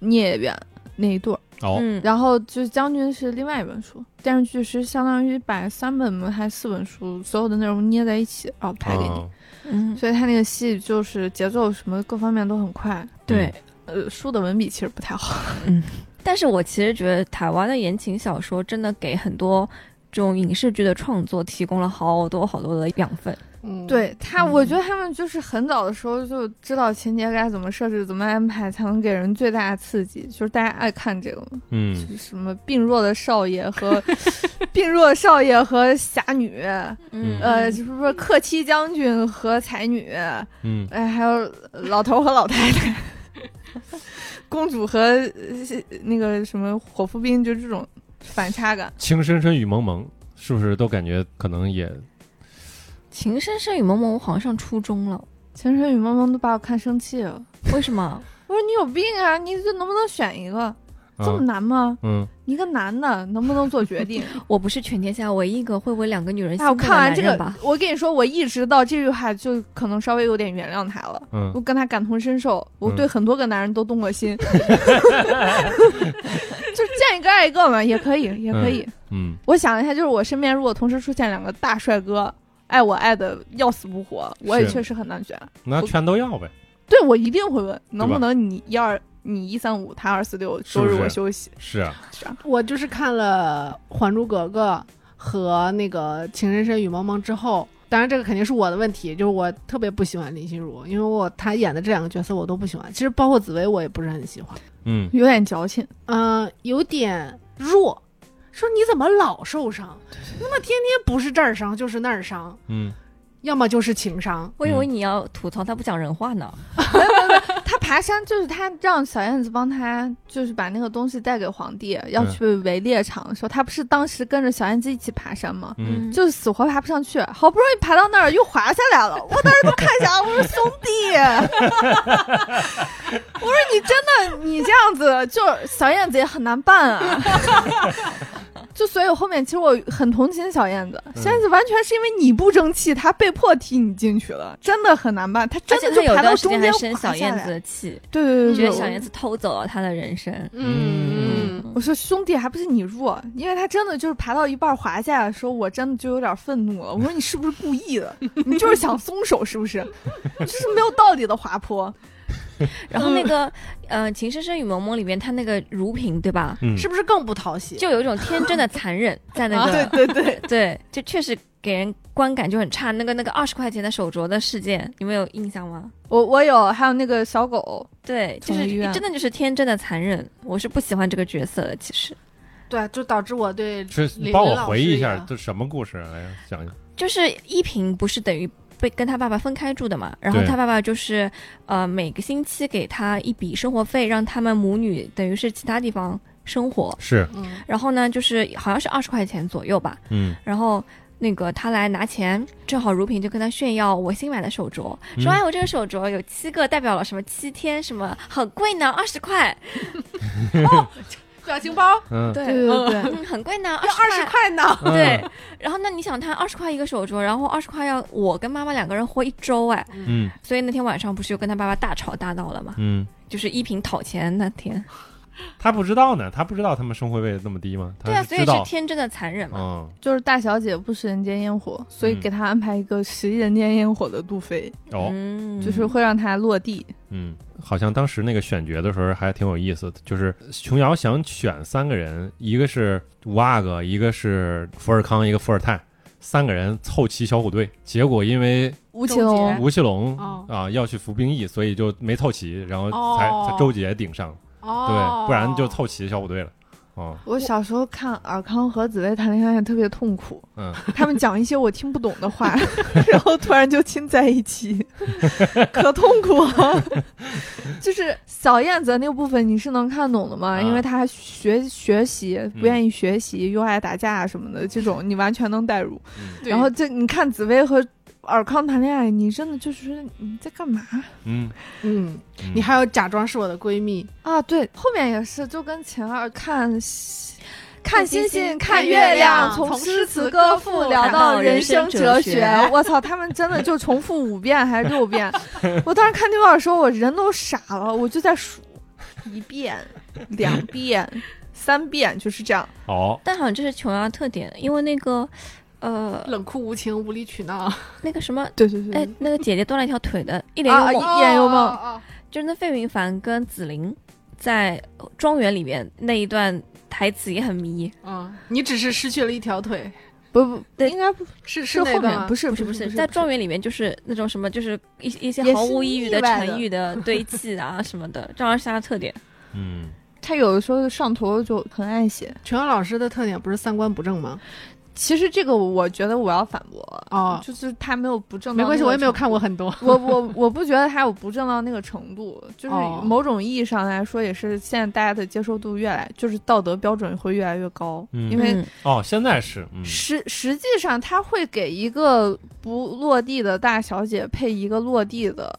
Speaker 4: 聂远那一对儿，
Speaker 1: 哦，
Speaker 5: 嗯，
Speaker 4: 然后就是《将军》是另外一本书，电视剧是相当于把三本还是四本书所有的内容捏在一起，然后拍给你，
Speaker 1: 啊
Speaker 5: 嗯，
Speaker 4: 所以他那个戏就是节奏什么各方面都很快。
Speaker 5: 对。
Speaker 4: 呃，书的文笔其实不太好，
Speaker 5: 但是我其实觉得台湾的言情小说真的给很多这种影视剧的创作提供了好多好多的养分。
Speaker 2: 嗯，
Speaker 4: 对他，
Speaker 5: 嗯
Speaker 4: 我觉得他们就是很早的时候就知道情节该怎么设置、怎么安排，才能给人最大的刺激，就是大家爱看这个嘛。
Speaker 1: 嗯
Speaker 4: 什么病弱的少爷和 病弱少爷和侠女，
Speaker 1: 嗯
Speaker 4: 呃，就是不是克妻将军和才女，
Speaker 1: 嗯
Speaker 4: 哎，还有老头和老太太， 公主和呃那个什么火夫兵，就这种反差感。
Speaker 1: 情深深雨蒙蒙，是不是都感觉可能也
Speaker 5: 情深深雨蒙蒙，我好像上初中了，
Speaker 4: 情深雨蒙蒙都把我看生气了，
Speaker 5: 为什么？
Speaker 4: 我说你有病啊！你这能不能选一个？这么
Speaker 1: 啊
Speaker 4: 难吗？
Speaker 1: 嗯
Speaker 4: 一个男的能不能做 决定？
Speaker 5: 我不是全天下唯一一个会为两个女人心
Speaker 4: 哎，我
Speaker 5: 动
Speaker 4: 看
Speaker 5: 的男
Speaker 4: 完这
Speaker 5: 人
Speaker 4: 个
Speaker 5: 吧？，
Speaker 4: 我跟你说，我一直到这句话就可能稍微有点原谅他了。我
Speaker 1: 嗯
Speaker 4: 跟他感同身受，我
Speaker 1: 嗯
Speaker 4: 对很多个男人都动过 心， 就是见一个爱一个嘛，也可以，也可以。
Speaker 1: 嗯
Speaker 4: 我想了一下，就是我身边如果同时出现两个大帅哥，爱我爱的要死不活，我也
Speaker 1: 是
Speaker 4: 确实很难选。
Speaker 1: 那
Speaker 4: 我
Speaker 1: 全都要呗，
Speaker 4: 对我一定会问，能不能你一二你一三五，他二四六，
Speaker 1: 是不
Speaker 4: 周
Speaker 1: 是
Speaker 4: 日我休息，
Speaker 1: 是啊，
Speaker 4: 是吧？
Speaker 2: 我就是看了《还珠格格》和那个《情深深雨蒙蒙》之后，当然这个肯定是我的问题，就是我特别不喜欢林心如，因为我她演的这两个角色我都不喜欢，其实包括紫薇我也不是很喜欢，
Speaker 1: 嗯
Speaker 4: 有点矫情，
Speaker 2: 嗯、有点弱。说你怎么老受伤？那么天天不是这儿伤就是那儿伤，
Speaker 1: 嗯
Speaker 2: 要么就是情伤。
Speaker 5: 我以为你要吐槽他不讲人话呢。
Speaker 4: 他爬山就是他让小燕子帮他，就是把那个东西带给皇帝，要
Speaker 1: 嗯
Speaker 4: 去围猎场的时候，他不是当时跟着小燕子一起爬山吗？
Speaker 1: 嗯，
Speaker 4: 就是死活爬不上去，好不容易爬到那儿又滑下来了。我当时都看傻了，我说兄弟，我说你真的你这样子，就是小燕子也很难 办啊。就所以后面其实我很同情小燕子，
Speaker 1: 嗯
Speaker 4: 小燕子完全是因为你不争气，她被迫踢你进去了，真的很难办。她真
Speaker 5: 而且
Speaker 4: 的
Speaker 5: 他
Speaker 4: 就
Speaker 5: 有
Speaker 4: 爬到
Speaker 5: 段时
Speaker 4: 中
Speaker 5: 间
Speaker 4: 间
Speaker 5: 还
Speaker 4: 滑
Speaker 5: 生
Speaker 4: 下
Speaker 5: 小
Speaker 4: 来嗯
Speaker 5: 燕子的气，
Speaker 4: 对对对
Speaker 5: 觉
Speaker 4: 对
Speaker 5: 得
Speaker 4: 对，
Speaker 5: 小燕
Speaker 4: 子。
Speaker 5: 子偷走了他的人生。
Speaker 1: 嗯
Speaker 2: 嗯
Speaker 4: 我说兄弟还不是你弱，因为他真的就是爬到一半滑下来的时候，我真的就有点愤怒了。我说你是不是故意的？你就是想松手是不是？这是没有道理的滑坡。
Speaker 5: 然后那
Speaker 4: 嗯
Speaker 5: 个，呃，《情深深雨蒙蒙》里面他那个如萍，对吧？
Speaker 1: 嗯
Speaker 2: 是不是更不讨喜？
Speaker 5: 就有一种天真的 残忍在那个，
Speaker 4: 啊对对对，
Speaker 5: 对，就确实给人观感就很差。那个那个二十块钱的手镯的事件，你们有印象吗？
Speaker 4: 我我有，还有那个小狗，
Speaker 5: 对，就
Speaker 4: 宠
Speaker 5: 是
Speaker 4: 物医院
Speaker 5: 真的就是天真的残忍，我是不喜欢这个角色的。其实
Speaker 2: 对，就导致我对
Speaker 1: 这
Speaker 2: 林
Speaker 1: 帮
Speaker 2: 林
Speaker 1: 我
Speaker 2: 老
Speaker 1: 回
Speaker 2: 师
Speaker 1: 忆一
Speaker 2: 也
Speaker 1: 下，这什么故事啊？来讲讲。
Speaker 5: 就是依萍不是等于被跟他爸爸分开住的嘛，然后
Speaker 1: 对
Speaker 5: 他爸爸就是呃每个星期给他一笔生活费，让他们母女等于是其他地方生活。
Speaker 1: 是，
Speaker 2: 嗯
Speaker 5: 然后呢，就是好像是二十块钱左右吧，
Speaker 1: 嗯，
Speaker 5: 然后那个他来拿钱，正好如萍就跟他炫耀我新买的手镯，说
Speaker 1: 嗯
Speaker 5: 哎我这个手镯有七个，代表了什么七天什么，很贵呢，二十块，
Speaker 2: 表情包
Speaker 1: 嗯，
Speaker 4: 对对对，
Speaker 5: 嗯，很贵呢，
Speaker 2: 要二十块呢。
Speaker 1: 嗯
Speaker 5: 对，，然后那你想，他二十块一个手镯，然后二十块要我跟妈妈两个人活一周哎，
Speaker 1: 嗯
Speaker 5: 所以那天晚上不是又跟他爸爸大吵大闹了嘛，
Speaker 1: 嗯，
Speaker 5: 就是依萍讨钱那天，
Speaker 1: 他不知道呢，他不知道他们生活费那么低吗？
Speaker 5: 对
Speaker 1: 他
Speaker 5: 啊，所
Speaker 1: 是
Speaker 5: 以
Speaker 1: 知
Speaker 5: 是
Speaker 1: 道，
Speaker 5: 天真的残忍嘛，
Speaker 1: 嗯，
Speaker 4: 就是大小姐不食人间烟火，所以
Speaker 1: 嗯
Speaker 4: 给她安排一个食人间烟火的路飞，
Speaker 1: 哦，
Speaker 5: 嗯，
Speaker 4: 就是会让她落地。
Speaker 1: 嗯，好像当时那个选角的时候还挺有意思的，就是琼瑶想选三个人，一个是五阿哥，一个是伏尔康，一个伏尔泰，三个人凑齐小虎队，结果因为
Speaker 4: 吴奇
Speaker 2: 周杰
Speaker 4: 隆
Speaker 1: 吴奇隆
Speaker 2: 哦
Speaker 1: 啊要去服兵役，所以就没凑齐，然后才
Speaker 2: 哦
Speaker 1: 才周杰顶上了，
Speaker 2: 哦，
Speaker 1: 对，不然就凑齐小虎队了。哦，
Speaker 4: 我小时候看尔康和紫薇谈恋爱特别痛苦，
Speaker 1: 嗯，
Speaker 4: 他们讲一些我听不懂的话， 然后突然就亲在一起，可痛苦了。 就是小燕子那部分你是能看懂的嘛？
Speaker 1: 啊
Speaker 4: 因为她还学学习，不
Speaker 1: 嗯
Speaker 4: 愿意学习，又爱打架什么的，这种你完全能代入。
Speaker 1: 嗯
Speaker 2: 对
Speaker 4: 然后这你看紫薇和尔康谈恋爱，你真的就是你在干嘛
Speaker 1: 嗯，
Speaker 2: 嗯，
Speaker 1: 嗯
Speaker 2: 你还要假装是我的闺蜜，
Speaker 4: 啊？对，后面也是，就跟前二看西。看星星，看
Speaker 3: 看
Speaker 4: 月
Speaker 3: 月
Speaker 4: 亮，
Speaker 3: 亮
Speaker 4: 从
Speaker 3: 从
Speaker 4: 诗
Speaker 3: 诗
Speaker 4: 词
Speaker 3: 词
Speaker 4: 歌
Speaker 3: 歌
Speaker 4: 赋
Speaker 3: 赋
Speaker 4: 聊
Speaker 3: 聊
Speaker 4: 到
Speaker 5: 到
Speaker 4: 人
Speaker 5: 人
Speaker 4: 生
Speaker 5: 生
Speaker 4: 哲
Speaker 5: 哲
Speaker 4: 学
Speaker 5: 学。
Speaker 4: 我操，他们真的就重复五遍还是六遍？我当时看这段的时候，我人都傻了，我就在数一遍、两遍、三遍，就是这样。
Speaker 1: 好，
Speaker 5: 但好像这是琼瑶的特点，因为那个，呃，
Speaker 2: 冷酷无情，无理取闹，
Speaker 5: 那个什么，
Speaker 4: 对对对
Speaker 5: 哎，那个姐姐断了一条腿的，一脸
Speaker 4: 啊
Speaker 5: 幽默，
Speaker 4: 一眼幽梦
Speaker 2: 哦。哦哦
Speaker 5: 就是那费云凡跟紫菱在庄园里面那一段台词也很迷。
Speaker 2: 嗯，你只是失去了一条腿，
Speaker 4: 不不，
Speaker 5: 对
Speaker 4: 应该不
Speaker 2: 是
Speaker 4: 是
Speaker 2: 那
Speaker 4: 后
Speaker 2: 个
Speaker 4: 面，
Speaker 2: 吗
Speaker 4: 不？是
Speaker 5: 不是不 是，在庄园里面就是那种什么，就是一一些
Speaker 4: 也是
Speaker 5: 毫无意义的
Speaker 4: 意外的
Speaker 5: 成语的堆砌啊什么的，这好像是他的特点。
Speaker 1: 嗯，
Speaker 4: 他有的时候上头就很爱写。
Speaker 2: 琼瑶老师的特点不是三观不正吗？
Speaker 4: 其实这个我觉得我要反驳，
Speaker 2: 哦
Speaker 4: 就是他没有不正，
Speaker 2: 没关系，我也
Speaker 4: 嗯
Speaker 2: 没有看过。很 多。
Speaker 4: 我我我不觉得他有不正到那个程度，就是
Speaker 2: 哦
Speaker 4: 某种意义上来说，也是现在大家的接受度越来，就是道德标准会越来越高，
Speaker 1: 嗯
Speaker 4: 因为
Speaker 5: 嗯
Speaker 1: 哦，现在是，嗯，
Speaker 4: 实实际上他会给一个不落地的大小姐配一个落地的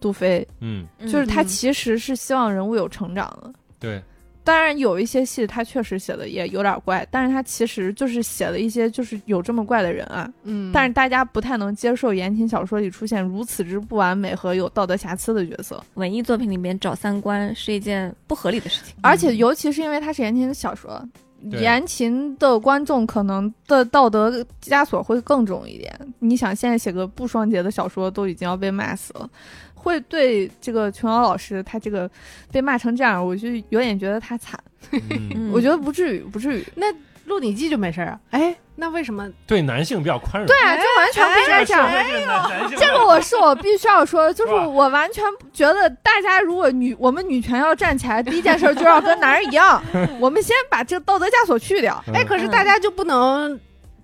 Speaker 4: 杜飞，
Speaker 1: 嗯，
Speaker 5: 嗯
Speaker 4: 就是他
Speaker 2: 嗯
Speaker 4: 其实是希望人物有成长的，
Speaker 1: 对，
Speaker 4: 当然有一些戏他确实写的也有点怪，但是他其实就是写了一些就是有这么怪的人啊，
Speaker 2: 嗯，
Speaker 4: 但是大家不太能接受言情小说里出现如此之不完美和有道德瑕疵的角色，
Speaker 5: 文艺作品里面找三观是一件不合理的事情。
Speaker 4: 而且尤其是因为它是言情小说。
Speaker 1: 嗯对
Speaker 4: 言情的观众可能的道德枷锁会更重一点。你想，现在写个不双节的小说都已经要被骂死了，会对这个琼瑶老师他这个被骂成这样，我就有点觉得他惨。
Speaker 1: 嗯，
Speaker 4: 我觉得不至于，不至于。
Speaker 2: 《鹿鼎记》就没事儿啊。哎，那为什么？
Speaker 1: 对男性比较宽容，
Speaker 4: 对啊，就完
Speaker 1: 哎
Speaker 4: 全不应该这样。
Speaker 1: 样，
Speaker 4: 这个我是我必须要说的，就是
Speaker 1: 是吧
Speaker 4: 我完全觉得大家如果女我们女权要站起来，第一件事就要跟男人一样， 我们先把这个道德枷锁去掉。
Speaker 2: 哎，可是
Speaker 5: 嗯
Speaker 2: 大家就不能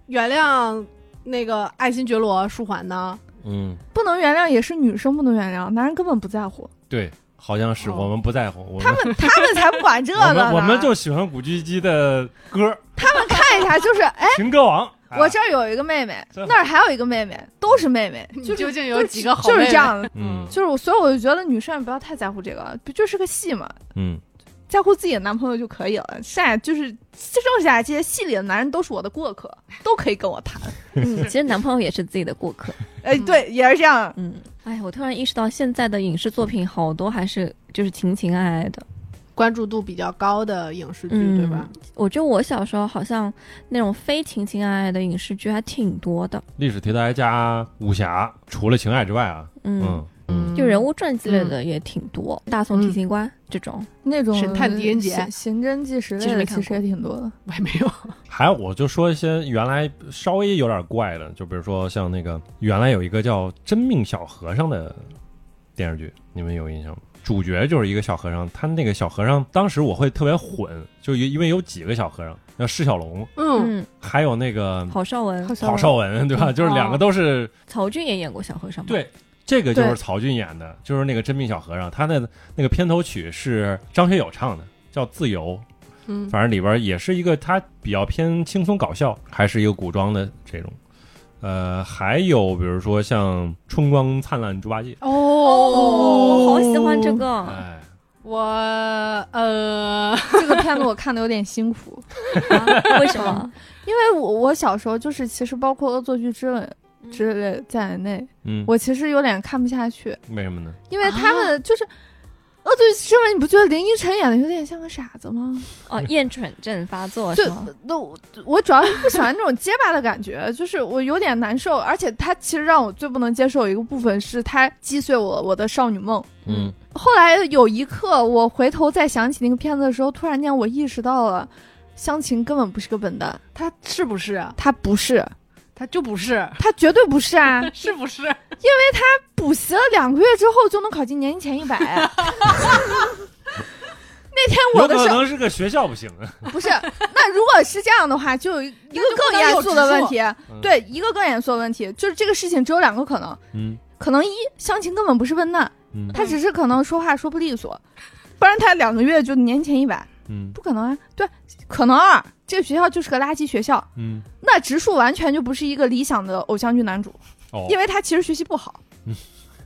Speaker 2: 原谅那个爱新觉罗书桓呢？
Speaker 1: 嗯，
Speaker 4: 不能原谅也是女生不能原谅，男人根本不在乎，
Speaker 1: 对，好像是
Speaker 2: 哦
Speaker 1: 我们不在乎，我
Speaker 4: 他 们他们才不管这
Speaker 1: 我
Speaker 4: 个
Speaker 1: 们
Speaker 4: 呢。
Speaker 1: 我们就喜欢古巨基的歌《
Speaker 4: 看一 下，就是哎，
Speaker 1: 情歌王》啊，
Speaker 4: 我这儿有一个妹 妹，那儿还有一个妹妹，都是妹妹，
Speaker 2: 你
Speaker 4: 就是
Speaker 2: 究竟
Speaker 4: 就
Speaker 2: 有
Speaker 4: 是
Speaker 2: 几个好
Speaker 4: 就是
Speaker 2: 妹妹
Speaker 4: 这，样的，
Speaker 1: 嗯
Speaker 4: 就是我所以我就觉得女生也不要太在乎这个，不就是个戏嘛，
Speaker 1: 嗯，
Speaker 4: 在乎自己的男朋友就可以了。剩下就是剩下这些戏里的男人都是我的过客，都可以跟我谈。
Speaker 5: 嗯，其实男朋友也是自己的过客。
Speaker 4: 哎，
Speaker 2: 嗯
Speaker 4: 对，也是这样。
Speaker 5: 嗯，哎，我突然意识到，现在的影视作品好多还是就是情情爱爱的。
Speaker 2: 关注度比较高的影视剧，
Speaker 5: 嗯
Speaker 2: 对吧？
Speaker 5: 我觉得我小时候好像那种非情情爱爱的影视剧还挺多的。
Speaker 1: 历史题材加武侠，除了情爱之外啊，
Speaker 5: 嗯，
Speaker 1: 嗯，
Speaker 5: 就人物传记类
Speaker 4: 嗯
Speaker 5: 的也挺多，大宋提
Speaker 2: 嗯
Speaker 5: 刑官》这种。
Speaker 4: 那种
Speaker 2: 神探狄仁杰
Speaker 4: 刑刑侦纪实类
Speaker 5: 其实
Speaker 4: 的
Speaker 5: 没看
Speaker 4: 其
Speaker 5: 过
Speaker 4: 实也挺多的。
Speaker 2: 我也没有。
Speaker 1: 还有我就说一些原来稍微有点怪的，就比如说像那个原来有一个叫《真命小和尚》的电视剧，你们有印象吗？主角就是一个小和尚，他那个小和尚当时我会特别混，就因因为有几个小和尚，像释小龙，
Speaker 2: 嗯，
Speaker 5: 嗯，
Speaker 1: 还有那个
Speaker 5: 郝邵文、
Speaker 1: 郝邵文，对吧？就是两个都是
Speaker 5: 曹骏也演过小和尚吗？
Speaker 1: 对，这个就是
Speaker 4: 对
Speaker 1: 曹骏演的，就是那个《真命小和尚》，他的那个片头曲是张学友唱的，叫《自由》。
Speaker 2: 嗯
Speaker 1: 反正里边也是一个他比较偏轻松搞笑，还是一个古装的这种。呃，还有比如说像《春光灿烂猪八戒》，
Speaker 5: 哦，好喜欢这
Speaker 4: 啊
Speaker 5: 个，啊
Speaker 1: 哎，
Speaker 2: 我呃，
Speaker 4: 这个片子我看的有点辛苦，
Speaker 5: 啊为什么？
Speaker 4: 因为我我小时候就是其实包括《恶作剧之吻》之类在内，
Speaker 1: 嗯，
Speaker 4: 我其实有点看不下去，
Speaker 1: 为什么呢？
Speaker 4: 因为他们就是。恶作剧之吻，你不觉得林依晨演的有点像个傻子吗？
Speaker 5: 哦，厌蠢症发作
Speaker 4: 就是
Speaker 5: 吗？
Speaker 4: 那我我主要是不喜欢那种结巴的感觉，就是我有点难受，而且他其实让我最不能接受一个部分是他击碎我我的少女梦。
Speaker 1: 嗯，
Speaker 4: 后来有一刻，我回头再想起那个片子的时候，突然间我意识到了，湘琴根本不是个笨蛋，
Speaker 2: 他是不是啊？
Speaker 4: 她不是，
Speaker 2: 他就不是，
Speaker 4: 她绝对不是啊！
Speaker 2: 是不是？
Speaker 4: 补习了两个月之后就能考进年级前一百。 那天
Speaker 1: 有
Speaker 4: 我的
Speaker 1: 可
Speaker 4: 是
Speaker 1: 能是个学校不行啊。
Speaker 4: 不是，那如果是这样的话，就有一个更严肃的问题，
Speaker 1: 嗯
Speaker 4: 对，一个更严肃的问题，就是这个事情只有两个可能，
Speaker 1: 嗯
Speaker 4: 可能一，湘琴根本不是笨蛋，
Speaker 1: 嗯
Speaker 4: 她只是可能说话说不利索，不然她两个月就年前一百，
Speaker 1: 嗯
Speaker 4: 不可能啊。对，可能二，这个学校就是个垃圾学校，
Speaker 1: 嗯，
Speaker 4: 那直树完全就不是一个理想的偶像剧男主，
Speaker 1: 哦，
Speaker 4: 因为他其实学习不好
Speaker 1: 嗯。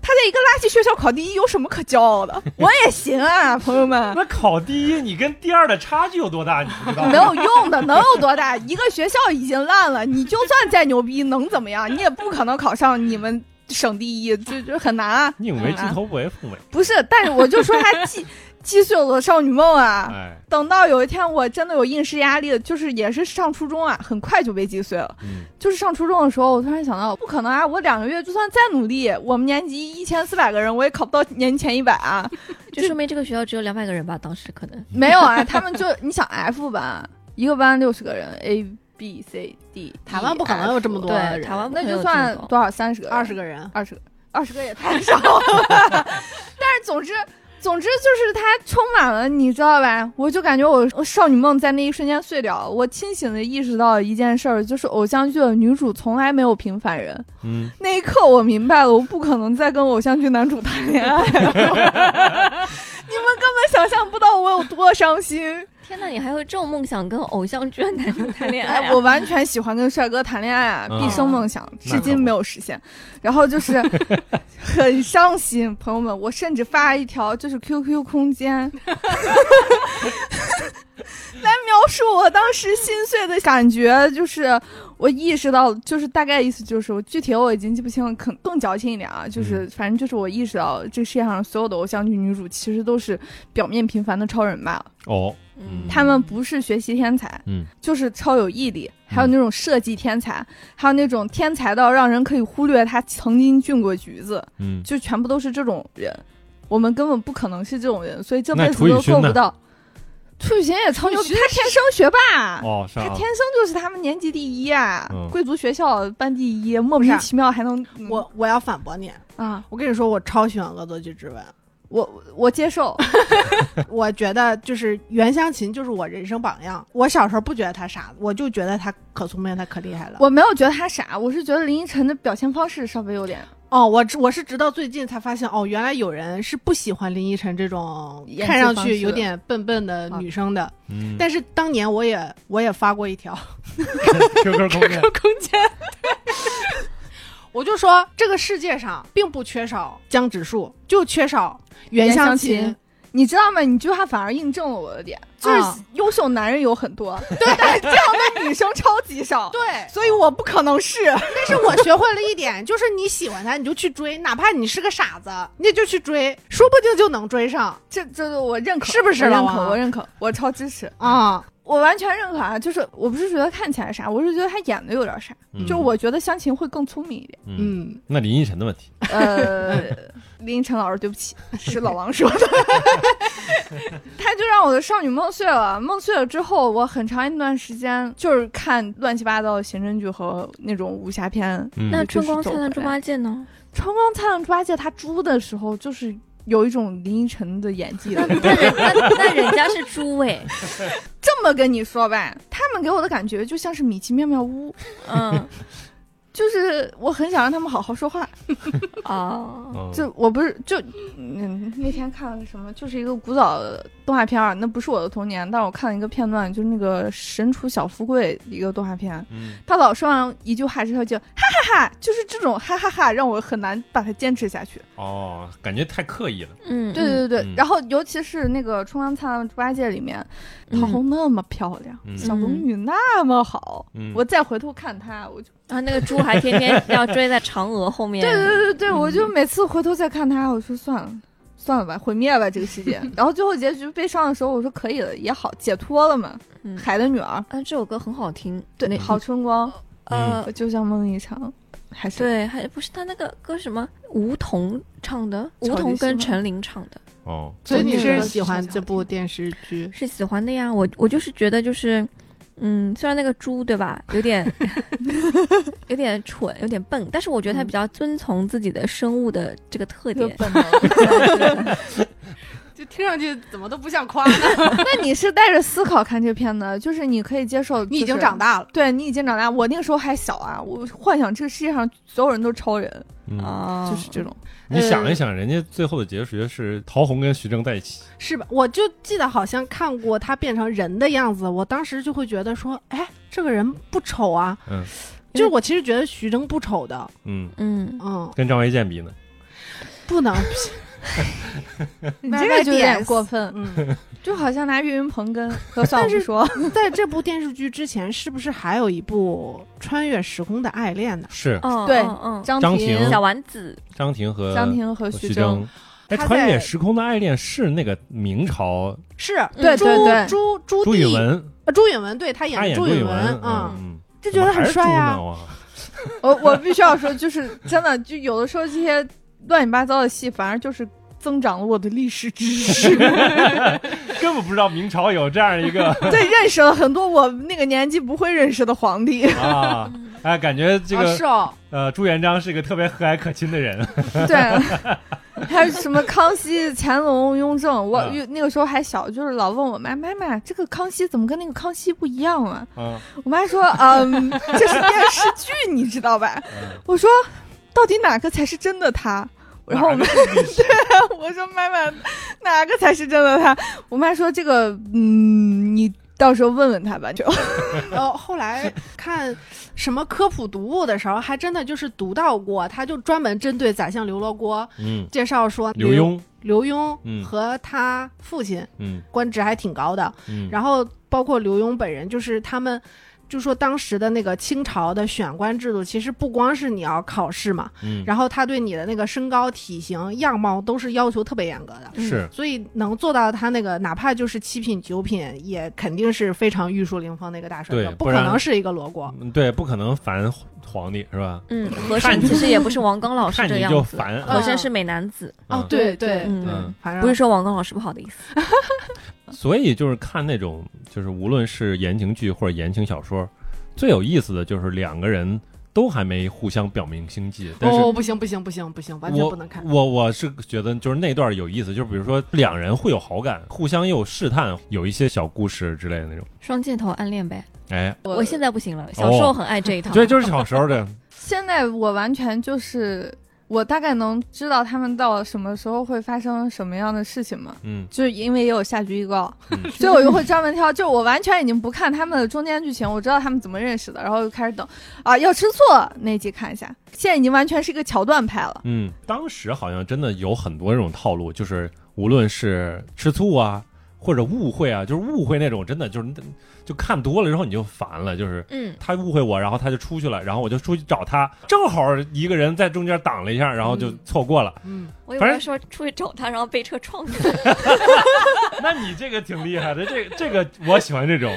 Speaker 4: 他在一个垃圾学校考第一，有什么可骄傲的？我也行啊，朋友们，
Speaker 1: 那考第一，你跟第二的差距有多大？你不知道
Speaker 4: 没有用的，能有多大？一个学校已经烂了，你就算再牛逼，能怎么样？你也不可能考上你们省第一，就就很难啊。
Speaker 1: 宁为鸡头不为凤尾。
Speaker 4: 不是，但是我就说他既既是有了少女梦啊。
Speaker 1: 哎，
Speaker 4: 等到有一天我真的有应试压力，就是也是上初中啊，很快就被击碎了。
Speaker 1: 嗯，
Speaker 4: 就是上初中的时候，我突然想到，不可能啊！我两个月就算再努力，我们年级一千四百个人，我也考不到年级前一百啊。
Speaker 5: 就说明这个学校只有两百个人吧，当时可能。
Speaker 4: 没有啊，他们就你想 F 班，一个班六十个人，A B C D，E
Speaker 2: 台湾不可能有这么多人
Speaker 5: 对，台湾不
Speaker 4: 那
Speaker 5: 会有
Speaker 4: 就
Speaker 5: 这么
Speaker 4: 算
Speaker 5: 高
Speaker 4: 多少？三十个人？
Speaker 2: 二十个人，
Speaker 4: 二十个，二十个也太少了。 但是总之，总之就是它充满了，你知道吧？我就感觉我我少女梦在那一瞬间碎掉了。我清醒的意识到一件事儿，就是偶像剧的女主从来没有平凡人。
Speaker 1: 嗯，
Speaker 4: 那一刻我明白了，我不可能再跟偶像剧男主谈恋爱了。 你们根本想象不到我有多伤心。
Speaker 5: 天呐，你还有这种梦想跟偶像剧的男 生谈恋爱、啊
Speaker 4: 哎，我完全喜欢跟帅哥谈恋爱啊，
Speaker 1: 嗯
Speaker 4: 毕生梦想，
Speaker 1: 那可
Speaker 4: 至今没有实现。然后就是很伤心，朋友们，我甚至发一条就是 QQ 空间来描述我当时心碎的感觉，就是我意识到，就是大概意思就是，我具体我已经记不清了，可更矫情一点啊，
Speaker 1: 嗯
Speaker 4: 就是反正就是我意识到，这世界上所有的偶像剧女主其实都是表面平凡的超人罢了。
Speaker 1: 哦，
Speaker 5: 嗯，
Speaker 4: 他们不是学习天才，
Speaker 1: 嗯，
Speaker 4: 就是超有毅力，还有那种设计天才，还有那种天才到让人可以忽略他曾经俊过橘子，
Speaker 1: 嗯，
Speaker 4: 就全部都是这种人。我们根本不可能是这种人，所以这
Speaker 1: 那
Speaker 4: 辈子
Speaker 1: 楚雨
Speaker 4: 都
Speaker 1: 荨
Speaker 4: 够
Speaker 1: 呢
Speaker 4: 不到。楚雨荨也超牛，
Speaker 2: 楚
Speaker 4: 她天生学霸。
Speaker 1: 哦，
Speaker 4: 她
Speaker 1: 上
Speaker 4: 天生就是他们年级第一啊，
Speaker 1: 嗯
Speaker 4: 贵族学校班第一，莫名
Speaker 2: 不是
Speaker 4: 其妙还能、嗯
Speaker 2: 我我要反驳你，
Speaker 4: 啊，
Speaker 2: 我跟你说，我超喜欢《恶作剧之 吻
Speaker 4: 我我接受，》，
Speaker 2: 我觉得就是袁湘琴就是我人生榜样。我小时候不觉得她傻子，我就觉得她可聪明，她可厉害了。
Speaker 4: 我没有觉得她傻，我是觉得林依晨的表现方式稍微有点
Speaker 2: 哦，我只我是直到最近才发现，哦，原来有人是不喜欢林依晨这种
Speaker 4: 演技
Speaker 2: 看上
Speaker 4: 方
Speaker 2: 去
Speaker 4: 式
Speaker 2: 有点笨笨的啊女生的。
Speaker 1: 嗯，
Speaker 2: 但是当年我也我也发过一条，
Speaker 1: QQ 空间，
Speaker 4: 空间。
Speaker 2: 我就说这个世界上并不缺少江直树，就缺少袁
Speaker 4: 袁
Speaker 2: 湘
Speaker 4: 湘琴。你知道吗？你这句话反而印证了我的点，就是优秀男人有很多，啊 对，但是这样的女生超级 少，
Speaker 2: 对，
Speaker 4: 所以我不可能是。
Speaker 2: 但是我学会了一点，就是你喜欢他，你就去追，哪怕你是个傻子，你也就去追，说不定就能追上
Speaker 4: 这这个我认可，
Speaker 2: 是不是
Speaker 4: 我
Speaker 2: 老
Speaker 4: 认可，
Speaker 2: 王
Speaker 4: 我认可，我超支持，
Speaker 2: 啊！
Speaker 4: 我完全认可啊！就是我不是觉得看起来傻，我是觉得他演的有点傻，
Speaker 1: 嗯
Speaker 4: 就是我觉得湘琴会更聪明一点。
Speaker 1: 嗯，
Speaker 2: 嗯，
Speaker 1: 那林依晨的问题，
Speaker 4: 呃，林依晨老师，对不起，是老王说的。他就让我的少女梦碎了，梦碎了之后，我很长一段时间就是看乱七八糟的刑侦剧和那种武侠片。
Speaker 1: 嗯
Speaker 5: 那《
Speaker 4: 就是
Speaker 5: 春光
Speaker 4: 走
Speaker 5: 灿烂
Speaker 4: 回
Speaker 5: 猪
Speaker 4: 来
Speaker 5: 八戒》呢？
Speaker 4: 《春光灿烂猪八戒》他猪的时候，就是有一种林依晨的演技
Speaker 5: 那
Speaker 4: 的。
Speaker 5: 那人那那人家是猪哎、
Speaker 4: 这么跟你说吧，他们给我的感觉就像是米奇妙妙屋，
Speaker 5: 嗯
Speaker 4: 就是我很想让他们好好说话。
Speaker 5: 哦，
Speaker 1: 嗯
Speaker 4: 就我不是就嗯那天看了个什么，就是一个古早的动画片儿，那不是我的童年，但是我看了一个片段，就是那个神厨小富贵一个动画片，
Speaker 1: 嗯
Speaker 4: 他老说完一句话之后就 哈哈哈，就是这种哈哈哈，让我很难把它坚持下去。
Speaker 1: 哦，感觉太刻意了，
Speaker 5: 嗯，
Speaker 4: 对对对，
Speaker 1: 嗯
Speaker 4: 然后尤其是那个《春光灿烂猪八戒》里面，
Speaker 5: 嗯
Speaker 4: 陶虹那么漂亮，
Speaker 1: 嗯
Speaker 4: 小龙女那么好。
Speaker 1: 嗯，
Speaker 4: 我再回头看她，我就
Speaker 5: 然后啊那个猪还天天要追在嫦娥后面。
Speaker 4: 对对对对对，
Speaker 5: 嗯
Speaker 4: 我就每次回头再看她，我说算了，算了吧，毁灭吧这个世界。 然后最后结局悲伤的时候，我说可以了，也好，解脱了嘛。
Speaker 5: 嗯
Speaker 4: 海的女儿，
Speaker 5: 啊，这首歌很好听。
Speaker 4: 对，
Speaker 5: 那
Speaker 4: 好春光，
Speaker 2: 嗯
Speaker 5: 呃，
Speaker 4: 就像梦一场，还是
Speaker 5: 对，还不是他那个歌什么吴彤唱的，
Speaker 4: 草
Speaker 5: 吴
Speaker 4: 地
Speaker 5: 彤
Speaker 4: 是
Speaker 5: 跟
Speaker 4: 吗
Speaker 5: 陈琳唱的，
Speaker 1: 哦，
Speaker 2: 所以你
Speaker 4: 真
Speaker 2: 是
Speaker 4: 的
Speaker 2: 喜欢这部电视剧？
Speaker 5: 是喜欢的呀。我我就是觉得就是，嗯，虽然那个猪对吧，有 点有点蠢，有点笨，但是我觉得他比较遵从自己的生物的这个特
Speaker 4: 这
Speaker 5: 点。
Speaker 4: 本能。
Speaker 2: 就听上去怎么都不像 夸呢。
Speaker 4: 那你是带着思考看这片的，就是你可以接受，
Speaker 2: 你已经长
Speaker 4: 大。
Speaker 2: 大了，
Speaker 4: 对你已经长大，我那个时候还小啊，我幻想这个世界上所有人都是超人，
Speaker 1: 嗯，
Speaker 5: 啊，
Speaker 4: 就是这种。
Speaker 1: 你想一想，人家最后的结局是陶虹跟徐峥在一起，
Speaker 2: 是吧？我就记得好像看过他变成人的样子，我当时就会觉得说，哎，这个人不丑啊，
Speaker 1: 嗯
Speaker 2: 就是我其实觉得徐峥不丑的，
Speaker 1: 嗯，
Speaker 5: 嗯，
Speaker 2: 嗯，
Speaker 1: 跟张卫健比呢，
Speaker 2: 不能，
Speaker 4: 你
Speaker 2: 那
Speaker 4: 这个
Speaker 2: 那
Speaker 4: 就有点
Speaker 2: 点
Speaker 4: 过分，
Speaker 2: 嗯，
Speaker 4: 就好像拿岳云鹏跟 何爽
Speaker 2: 但是
Speaker 4: 说，
Speaker 2: 嗯在这部电视剧之前，是不是还有一部穿越时空的爱恋呢？
Speaker 1: 是
Speaker 5: 哦，
Speaker 4: 对
Speaker 5: 嗯，
Speaker 4: 张
Speaker 1: 张
Speaker 4: 庭
Speaker 1: 庭
Speaker 5: 小丸子，
Speaker 1: 张庭
Speaker 2: 呃
Speaker 1: 和
Speaker 4: 张庭和徐
Speaker 1: 徐
Speaker 4: 峥，
Speaker 1: 峥。哎，
Speaker 2: 他
Speaker 1: 穿越
Speaker 2: 在
Speaker 1: 时空的爱恋是那个明朝
Speaker 2: 是，
Speaker 4: 对
Speaker 2: 朱
Speaker 4: 对对，
Speaker 2: 朱朱
Speaker 1: 朱允
Speaker 2: 棣，
Speaker 1: 文，
Speaker 2: 呃朱允文，对他
Speaker 1: 他
Speaker 2: 演
Speaker 1: 演
Speaker 2: 朱
Speaker 1: 允
Speaker 2: 文，
Speaker 1: 嗯
Speaker 2: 嗯，
Speaker 1: 嗯，
Speaker 2: 就觉得很帅
Speaker 1: 啊
Speaker 2: 啊。。
Speaker 1: 哇
Speaker 4: 我我必须要说，就是真的，就有的时候这些乱七八糟的戏，反而就是增长了我的历史知识，
Speaker 1: 根本不知道明朝有这样一 个
Speaker 4: 对，认识了很多我那个年纪不会认识的皇 帝。
Speaker 1: 啊，哎，感觉这
Speaker 2: 啊，
Speaker 1: 个
Speaker 2: 是哦，
Speaker 1: 呃朱元璋是一个特别和蔼可亲的 人，
Speaker 4: 对， 还有什么康熙、乾隆、雍正，我、
Speaker 1: 嗯
Speaker 4: 那个时候还小，就是老问我妈妈妈，这个康熙怎么跟那个康熙不一样啊？
Speaker 1: 嗯，
Speaker 4: 我妈说，嗯，这是电视剧，你知道吧？
Speaker 1: 嗯
Speaker 4: 我说，到底哪个才是真的他？然后我妈， 对，我说妈妈，哪个才是真的他？我妈说这个，嗯，你到时候问问他吧， 就
Speaker 2: 然后后来看什么科普读物的时候，还真的就是读到过，他就专门针对宰相刘罗锅
Speaker 1: 嗯，
Speaker 2: 介绍说，
Speaker 1: 刘墉，
Speaker 2: 刘
Speaker 1: 嗯
Speaker 2: 墉和他父亲
Speaker 1: 嗯
Speaker 2: 官职还挺高的，
Speaker 1: 嗯，
Speaker 2: 然后包括刘墉本人，就是他们。就说当时的那个清朝的选官制度，其实不光是你要考试嘛，
Speaker 1: 嗯
Speaker 2: 然后他对你的那个身高、体型、样貌都是要求特别严格的，
Speaker 1: 是
Speaker 2: 所以能做到他那个哪怕就是七品九品，也肯定是非常玉树临风的一个大帅哥，
Speaker 1: 对不
Speaker 2: 不可
Speaker 1: 然
Speaker 2: 能是一个罗锅。
Speaker 1: 嗯对，不可能烦皇帝是吧？
Speaker 5: 嗯，和
Speaker 1: 看
Speaker 5: 珅
Speaker 1: 你
Speaker 5: 其实也哦不是王刚老师
Speaker 1: 看
Speaker 5: 这
Speaker 1: 你
Speaker 5: 样
Speaker 1: 就
Speaker 5: 子，
Speaker 1: 烦，
Speaker 5: 和
Speaker 1: 嗯
Speaker 5: 珅是美男子，
Speaker 2: 哦
Speaker 1: 嗯，
Speaker 2: 对
Speaker 4: 对
Speaker 2: 对，
Speaker 5: 嗯，
Speaker 2: 反正哦
Speaker 5: 不是说王刚老师不好的意思，
Speaker 1: 所以就是看那种，就是无论是言情剧或者言情小说，最有意思的就是两个人都还没互相表明心迹，但是
Speaker 2: 哦，不行不行不行不行，完全
Speaker 1: 我
Speaker 2: 不能看。
Speaker 1: 我我是觉得就是那段有意思，就是比如说两人会有好感，互相又试探，有一些小故事之类的那种。
Speaker 5: 双箭头暗恋呗。
Speaker 1: 哎，
Speaker 5: 我现在不行了，小时候很爱这一套，
Speaker 1: 对，就是小时候的，
Speaker 4: 现在我完全就是。我大概能知道他们到什么时候会发生什么样的事情嘛，
Speaker 1: 嗯，
Speaker 4: 就是因为也有下局预告，
Speaker 1: 嗯
Speaker 4: 所以我就会专门挑，就是我完全已经不看他们的中间剧情，我知道他们怎么认识的，然后就开始等啊，要吃醋那集看一下，现在已经完全是一个桥段派了。
Speaker 1: 嗯，当时好像真的有很多这种套路，就是无论是吃醋啊，或者误会啊，就是误会那种，真的就是就看多了之后你就烦了，就是
Speaker 5: 嗯，
Speaker 1: 他误会我，然后他就出去了，然后我就出去找他，正好一个人在中间挡了一下，然后就
Speaker 2: 嗯
Speaker 1: 错过了。
Speaker 2: 嗯，
Speaker 5: 我以
Speaker 1: 反
Speaker 5: 为
Speaker 1: 正
Speaker 5: 说出去找他，然后被车撞死。
Speaker 1: 那你这个挺厉害的，这这个我喜欢这种，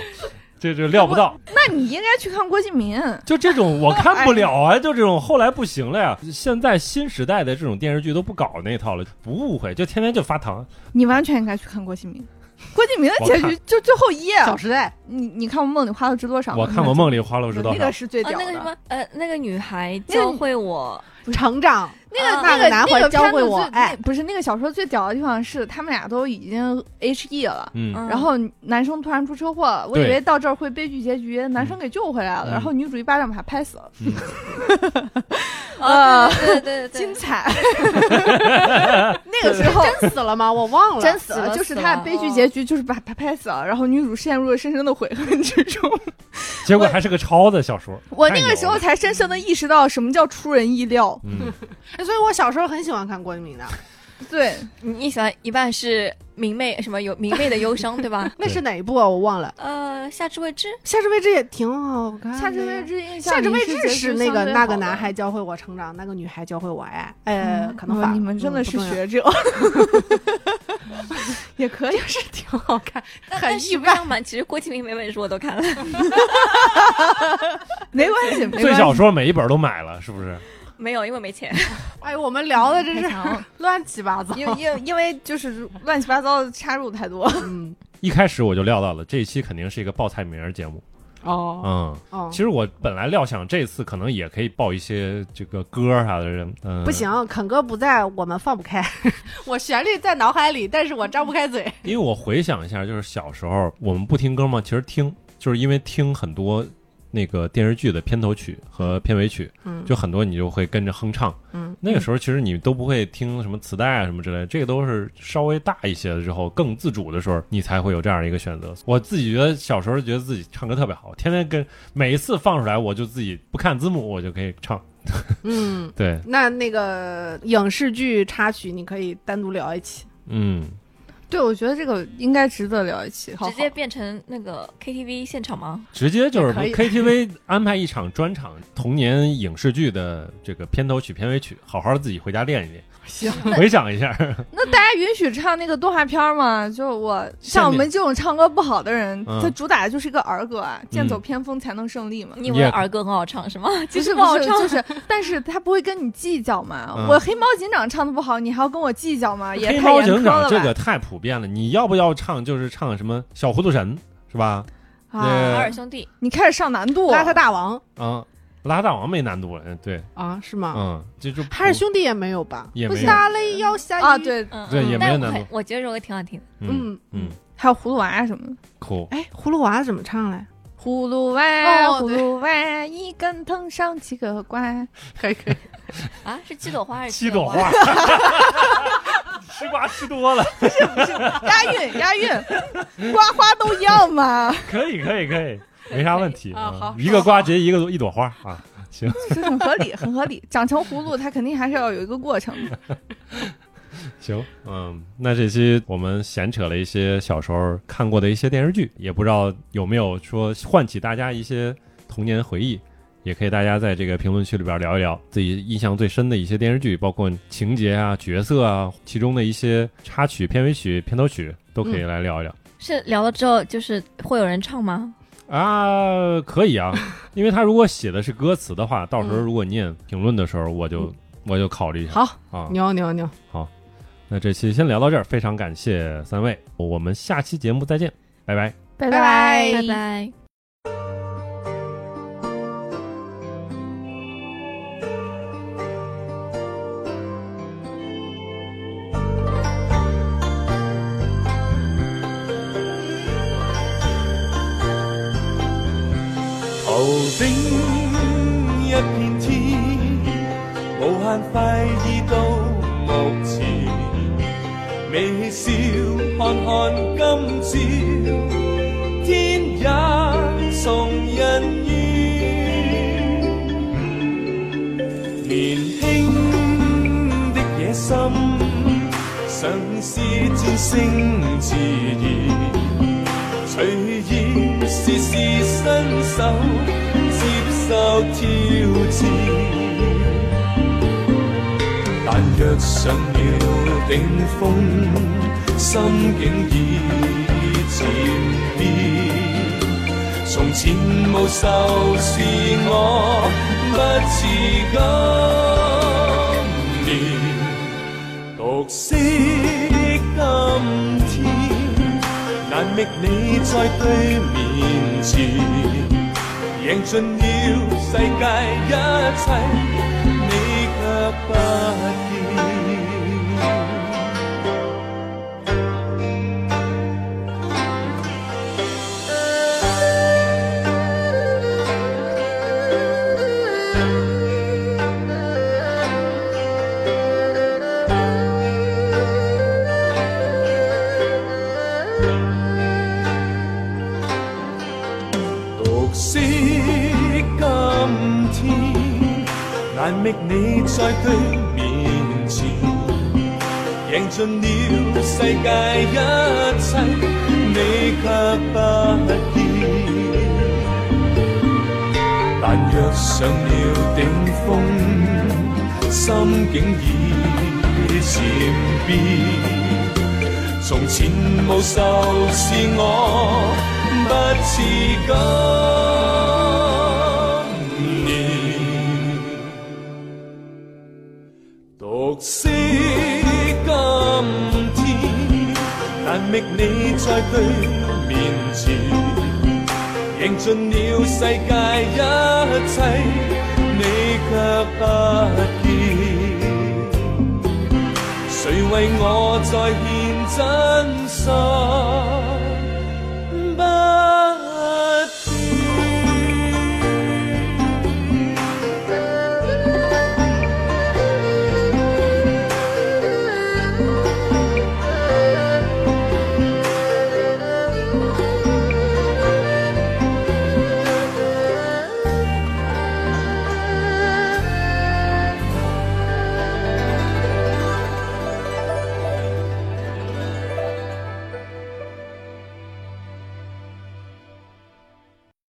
Speaker 1: 这就料不到，
Speaker 4: 那你应该去看郭敬明，
Speaker 1: 就这种我看不了 啊，就这种后来不行了呀。现在新时代的这种电视剧都不搞那套了，不误会，就天天就发糖。
Speaker 4: 你完全应该去看郭敬 明。郭敬明的
Speaker 1: 我
Speaker 4: 结
Speaker 1: 看
Speaker 4: 局就最后一页，
Speaker 2: 《小时代
Speaker 4: 你你看过《梦里花落知多少》吗？
Speaker 1: 我看过《梦里花落知多
Speaker 4: 哦那
Speaker 1: 少
Speaker 4: 个》，是最
Speaker 5: 啊，
Speaker 4: 屌
Speaker 5: 那个什
Speaker 4: 的。
Speaker 5: 么，呃，那个女孩
Speaker 4: 那个
Speaker 5: 教会我，》
Speaker 2: 成长，
Speaker 4: 那个
Speaker 5: 啊
Speaker 4: 那
Speaker 2: 那
Speaker 4: 个
Speaker 2: 个男
Speaker 4: 那个
Speaker 2: 孩教
Speaker 4: 片
Speaker 2: 会
Speaker 4: 子
Speaker 2: 我
Speaker 4: 最
Speaker 2: 爱
Speaker 4: 那不是那个小说最屌的地方是他们俩都已经 H E 了，
Speaker 1: 嗯，
Speaker 4: 然后男生突然出车祸了，我以
Speaker 1: 对
Speaker 4: 为到这儿会悲剧结局，男生给救回来了，
Speaker 1: 嗯
Speaker 4: 然后女主一巴掌把他拍死了，
Speaker 5: 啊，对对对对
Speaker 4: 精
Speaker 5: 对，
Speaker 4: 彩。那个时候
Speaker 2: 真死了吗？我忘了，
Speaker 4: 真
Speaker 5: 死了
Speaker 4: 就是
Speaker 5: 死
Speaker 4: 他
Speaker 5: 了
Speaker 4: 悲剧结局就是把他拍死了，然后女主陷入了深深的悔恨之中。
Speaker 1: 结果还是个抄的小说。
Speaker 4: 我
Speaker 1: 太
Speaker 4: 那个
Speaker 1: 牛
Speaker 4: 时候
Speaker 1: 了，
Speaker 4: 才深深的意识到什么叫出人意料。
Speaker 1: 嗯，
Speaker 2: 哎所以我小时候很喜欢看郭敬明的。？
Speaker 4: 对，
Speaker 5: 你你喜欢一半是明媚什么有明媚的忧伤对吧
Speaker 2: 那是哪一部啊？我忘了，
Speaker 5: 呃，夏至未至，
Speaker 2: 《夏至未至》也挺好看啊的呀。
Speaker 4: 夏至未至印象
Speaker 2: 夏至未
Speaker 4: 里
Speaker 2: 至是
Speaker 4: 结局
Speaker 2: 那
Speaker 4: 相
Speaker 2: 个那
Speaker 4: 对
Speaker 2: 个
Speaker 4: 好的嗯
Speaker 2: 男孩教会我成长，那个女孩教会我爱。呃，可能
Speaker 4: 哇
Speaker 2: 反
Speaker 4: 哦你们真的是，
Speaker 2: 嗯
Speaker 4: 学者， 也可以是挺
Speaker 2: 不重要好看，
Speaker 5: 但
Speaker 2: 很
Speaker 5: 但
Speaker 2: 意
Speaker 5: 实不
Speaker 2: 外
Speaker 5: 相瞒，其实郭敬明每本书我都看了，
Speaker 4: 没关系，没
Speaker 1: 最
Speaker 4: 关
Speaker 1: 小
Speaker 4: 系。
Speaker 1: 说每一本都买了，是不是？
Speaker 5: 没有，因为没钱。
Speaker 2: 哎，我们聊的真
Speaker 4: 嗯太
Speaker 2: 是
Speaker 4: 强了
Speaker 2: 乱七八糟。
Speaker 4: 因为因为因为就是乱七八糟的插入太多，
Speaker 2: 嗯，
Speaker 1: 一开始我就料到了，这一期肯定是一个报菜名儿节目。
Speaker 2: 哦
Speaker 1: 嗯，
Speaker 2: 哦
Speaker 1: 其，实我本来料想这次可能也可以报一些这个歌儿啥的人，嗯，
Speaker 2: 不行，肯哥不在，我们放不开。 我旋律在脑海里，但是我张不开嘴。
Speaker 1: 因为我回想一下，就是小时候我们不听歌嘛，其实听，就是因为听很多那个电视剧的片头曲和片尾曲，
Speaker 2: 嗯，
Speaker 1: 就很多你就会跟着哼唱。
Speaker 2: 嗯
Speaker 1: 那个时候其实你都不会听什么磁带啊什么之类的，这个都是稍微大一些了之后，更自主的时候，你才会有这样一个选择。我自己觉得小时候觉得自己唱歌特别好，天天跟每一次放出来，我就自己不看字幕我就可以唱。
Speaker 2: 嗯，
Speaker 1: 对，
Speaker 2: 那那个影视剧插曲你可以单独聊一期，
Speaker 1: 嗯，
Speaker 4: 对，我觉得这个应该值得聊一期，好
Speaker 5: 直接变成那个 KTV 现场吗？
Speaker 1: 直接就是
Speaker 2: 也可以
Speaker 1: KTV 安排一场专场童年影视剧的这个片头曲、片尾曲，好好自己回家练一练，
Speaker 2: 行，
Speaker 1: 回想一下。
Speaker 4: 那大家允许唱那个动画片儿吗？就我像
Speaker 1: 下
Speaker 4: 我
Speaker 1: 面
Speaker 4: 们这种唱歌不好的人，
Speaker 1: 嗯
Speaker 4: 他主打的就是一个儿歌啊，剑走
Speaker 1: 嗯
Speaker 4: 偏锋才能胜利嘛。
Speaker 5: 你以为
Speaker 1: 也
Speaker 5: 儿歌很好唱是吗？
Speaker 4: 不
Speaker 5: 其
Speaker 4: 是
Speaker 5: 实
Speaker 4: 不
Speaker 5: 好
Speaker 4: 是，
Speaker 5: 唱，
Speaker 4: 就是， 但是他不会跟你计较嘛。
Speaker 1: 嗯
Speaker 4: 我黑猫警长唱的不好，你还要跟我计较
Speaker 2: 啊
Speaker 4: 吗？也
Speaker 1: 黑
Speaker 4: 太
Speaker 1: 猫
Speaker 4: 严苛
Speaker 1: 警
Speaker 4: 了
Speaker 1: 长这
Speaker 4: 吧
Speaker 1: 个？太普遍了，你要不要唱就是唱什么小糊涂神是吧？
Speaker 4: 啊，
Speaker 5: 海
Speaker 1: 呃
Speaker 5: 尔兄弟
Speaker 4: 你开始上难度，
Speaker 2: 邋遢大王
Speaker 1: 啊，邋遢大王没难度了，嗯对，
Speaker 2: 啊，是吗？
Speaker 1: 嗯，这就
Speaker 2: 海尔兄弟也没有吧？
Speaker 1: 也
Speaker 2: 不
Speaker 1: 没
Speaker 2: 是
Speaker 1: 有
Speaker 2: 大雷要下雨
Speaker 4: 啊，，对，
Speaker 5: 嗯，
Speaker 1: 对
Speaker 5: 嗯
Speaker 1: 也没
Speaker 5: 但
Speaker 1: 有
Speaker 5: 我
Speaker 1: 难
Speaker 5: 很
Speaker 1: 度
Speaker 5: 我觉得这首歌挺好听的。
Speaker 1: 嗯嗯
Speaker 4: 嗯，还有葫芦娃什么的。
Speaker 1: 酷，
Speaker 2: 哎，葫芦娃怎么唱嘞？
Speaker 4: 葫芦娃，
Speaker 2: 哦
Speaker 4: 葫
Speaker 2: 对
Speaker 4: 芦娃，一根藤上七个瓜。
Speaker 2: 可以可以，
Speaker 5: 啊，是七朵花还是
Speaker 1: 七朵
Speaker 5: 朵？
Speaker 1: 花， 吃瓜吃多了，
Speaker 4: 押韵，押韵， 瓜花都一样嘛。
Speaker 1: 可以可以可以，没啥问题嗯
Speaker 2: 可以啊好
Speaker 1: 一个瓜结一个一朵花啊，行，
Speaker 4: 这很合理，很合理。长成葫芦，它肯定还是要有一个过程的。
Speaker 1: 行，嗯，那这期我们闲扯了一些小时候看过的一些电视剧，也不知道有没有说唤起大家一些童年回忆，也可以大家在这个评论区里边聊一聊自己印象最深的一些电视剧，包括情节啊、角色啊，其中的一些插曲、片尾曲、片头曲都可以来聊一聊、
Speaker 5: 是聊了之后就是会有人唱吗？
Speaker 1: 啊，可以啊，因为他如果写的是歌词的话，到时候如果念评论的时候，我就、我就考虑一下
Speaker 2: 好，
Speaker 1: 啊。
Speaker 2: 牛牛牛，
Speaker 1: 那这期先聊到这儿，非常感谢三位，我们下期节目再见，拜拜。
Speaker 4: 拜
Speaker 3: 拜
Speaker 5: 拜拜。
Speaker 6: 头顶一片天，無限快意到目前，微笑看看今朝，天也送人怨。年輕的野心，常是戰勝自然。隨意試試伸手，接受挑戰。但若上了頂峰，心境已漸變。從前無愁是我，不似今年。獨惜今天，難覓你在對面前，贏盡了世界一切，你卻不見。獨惜今天，難覓你在對面前，贏盡了世界一切，你卻不見。但若上了頂峰，心境已漸變。從前無愁是我，不似今年。獨惜今天，但覓你在對面前，贏盡了世界一切，你卻不見。谁为我再献真心？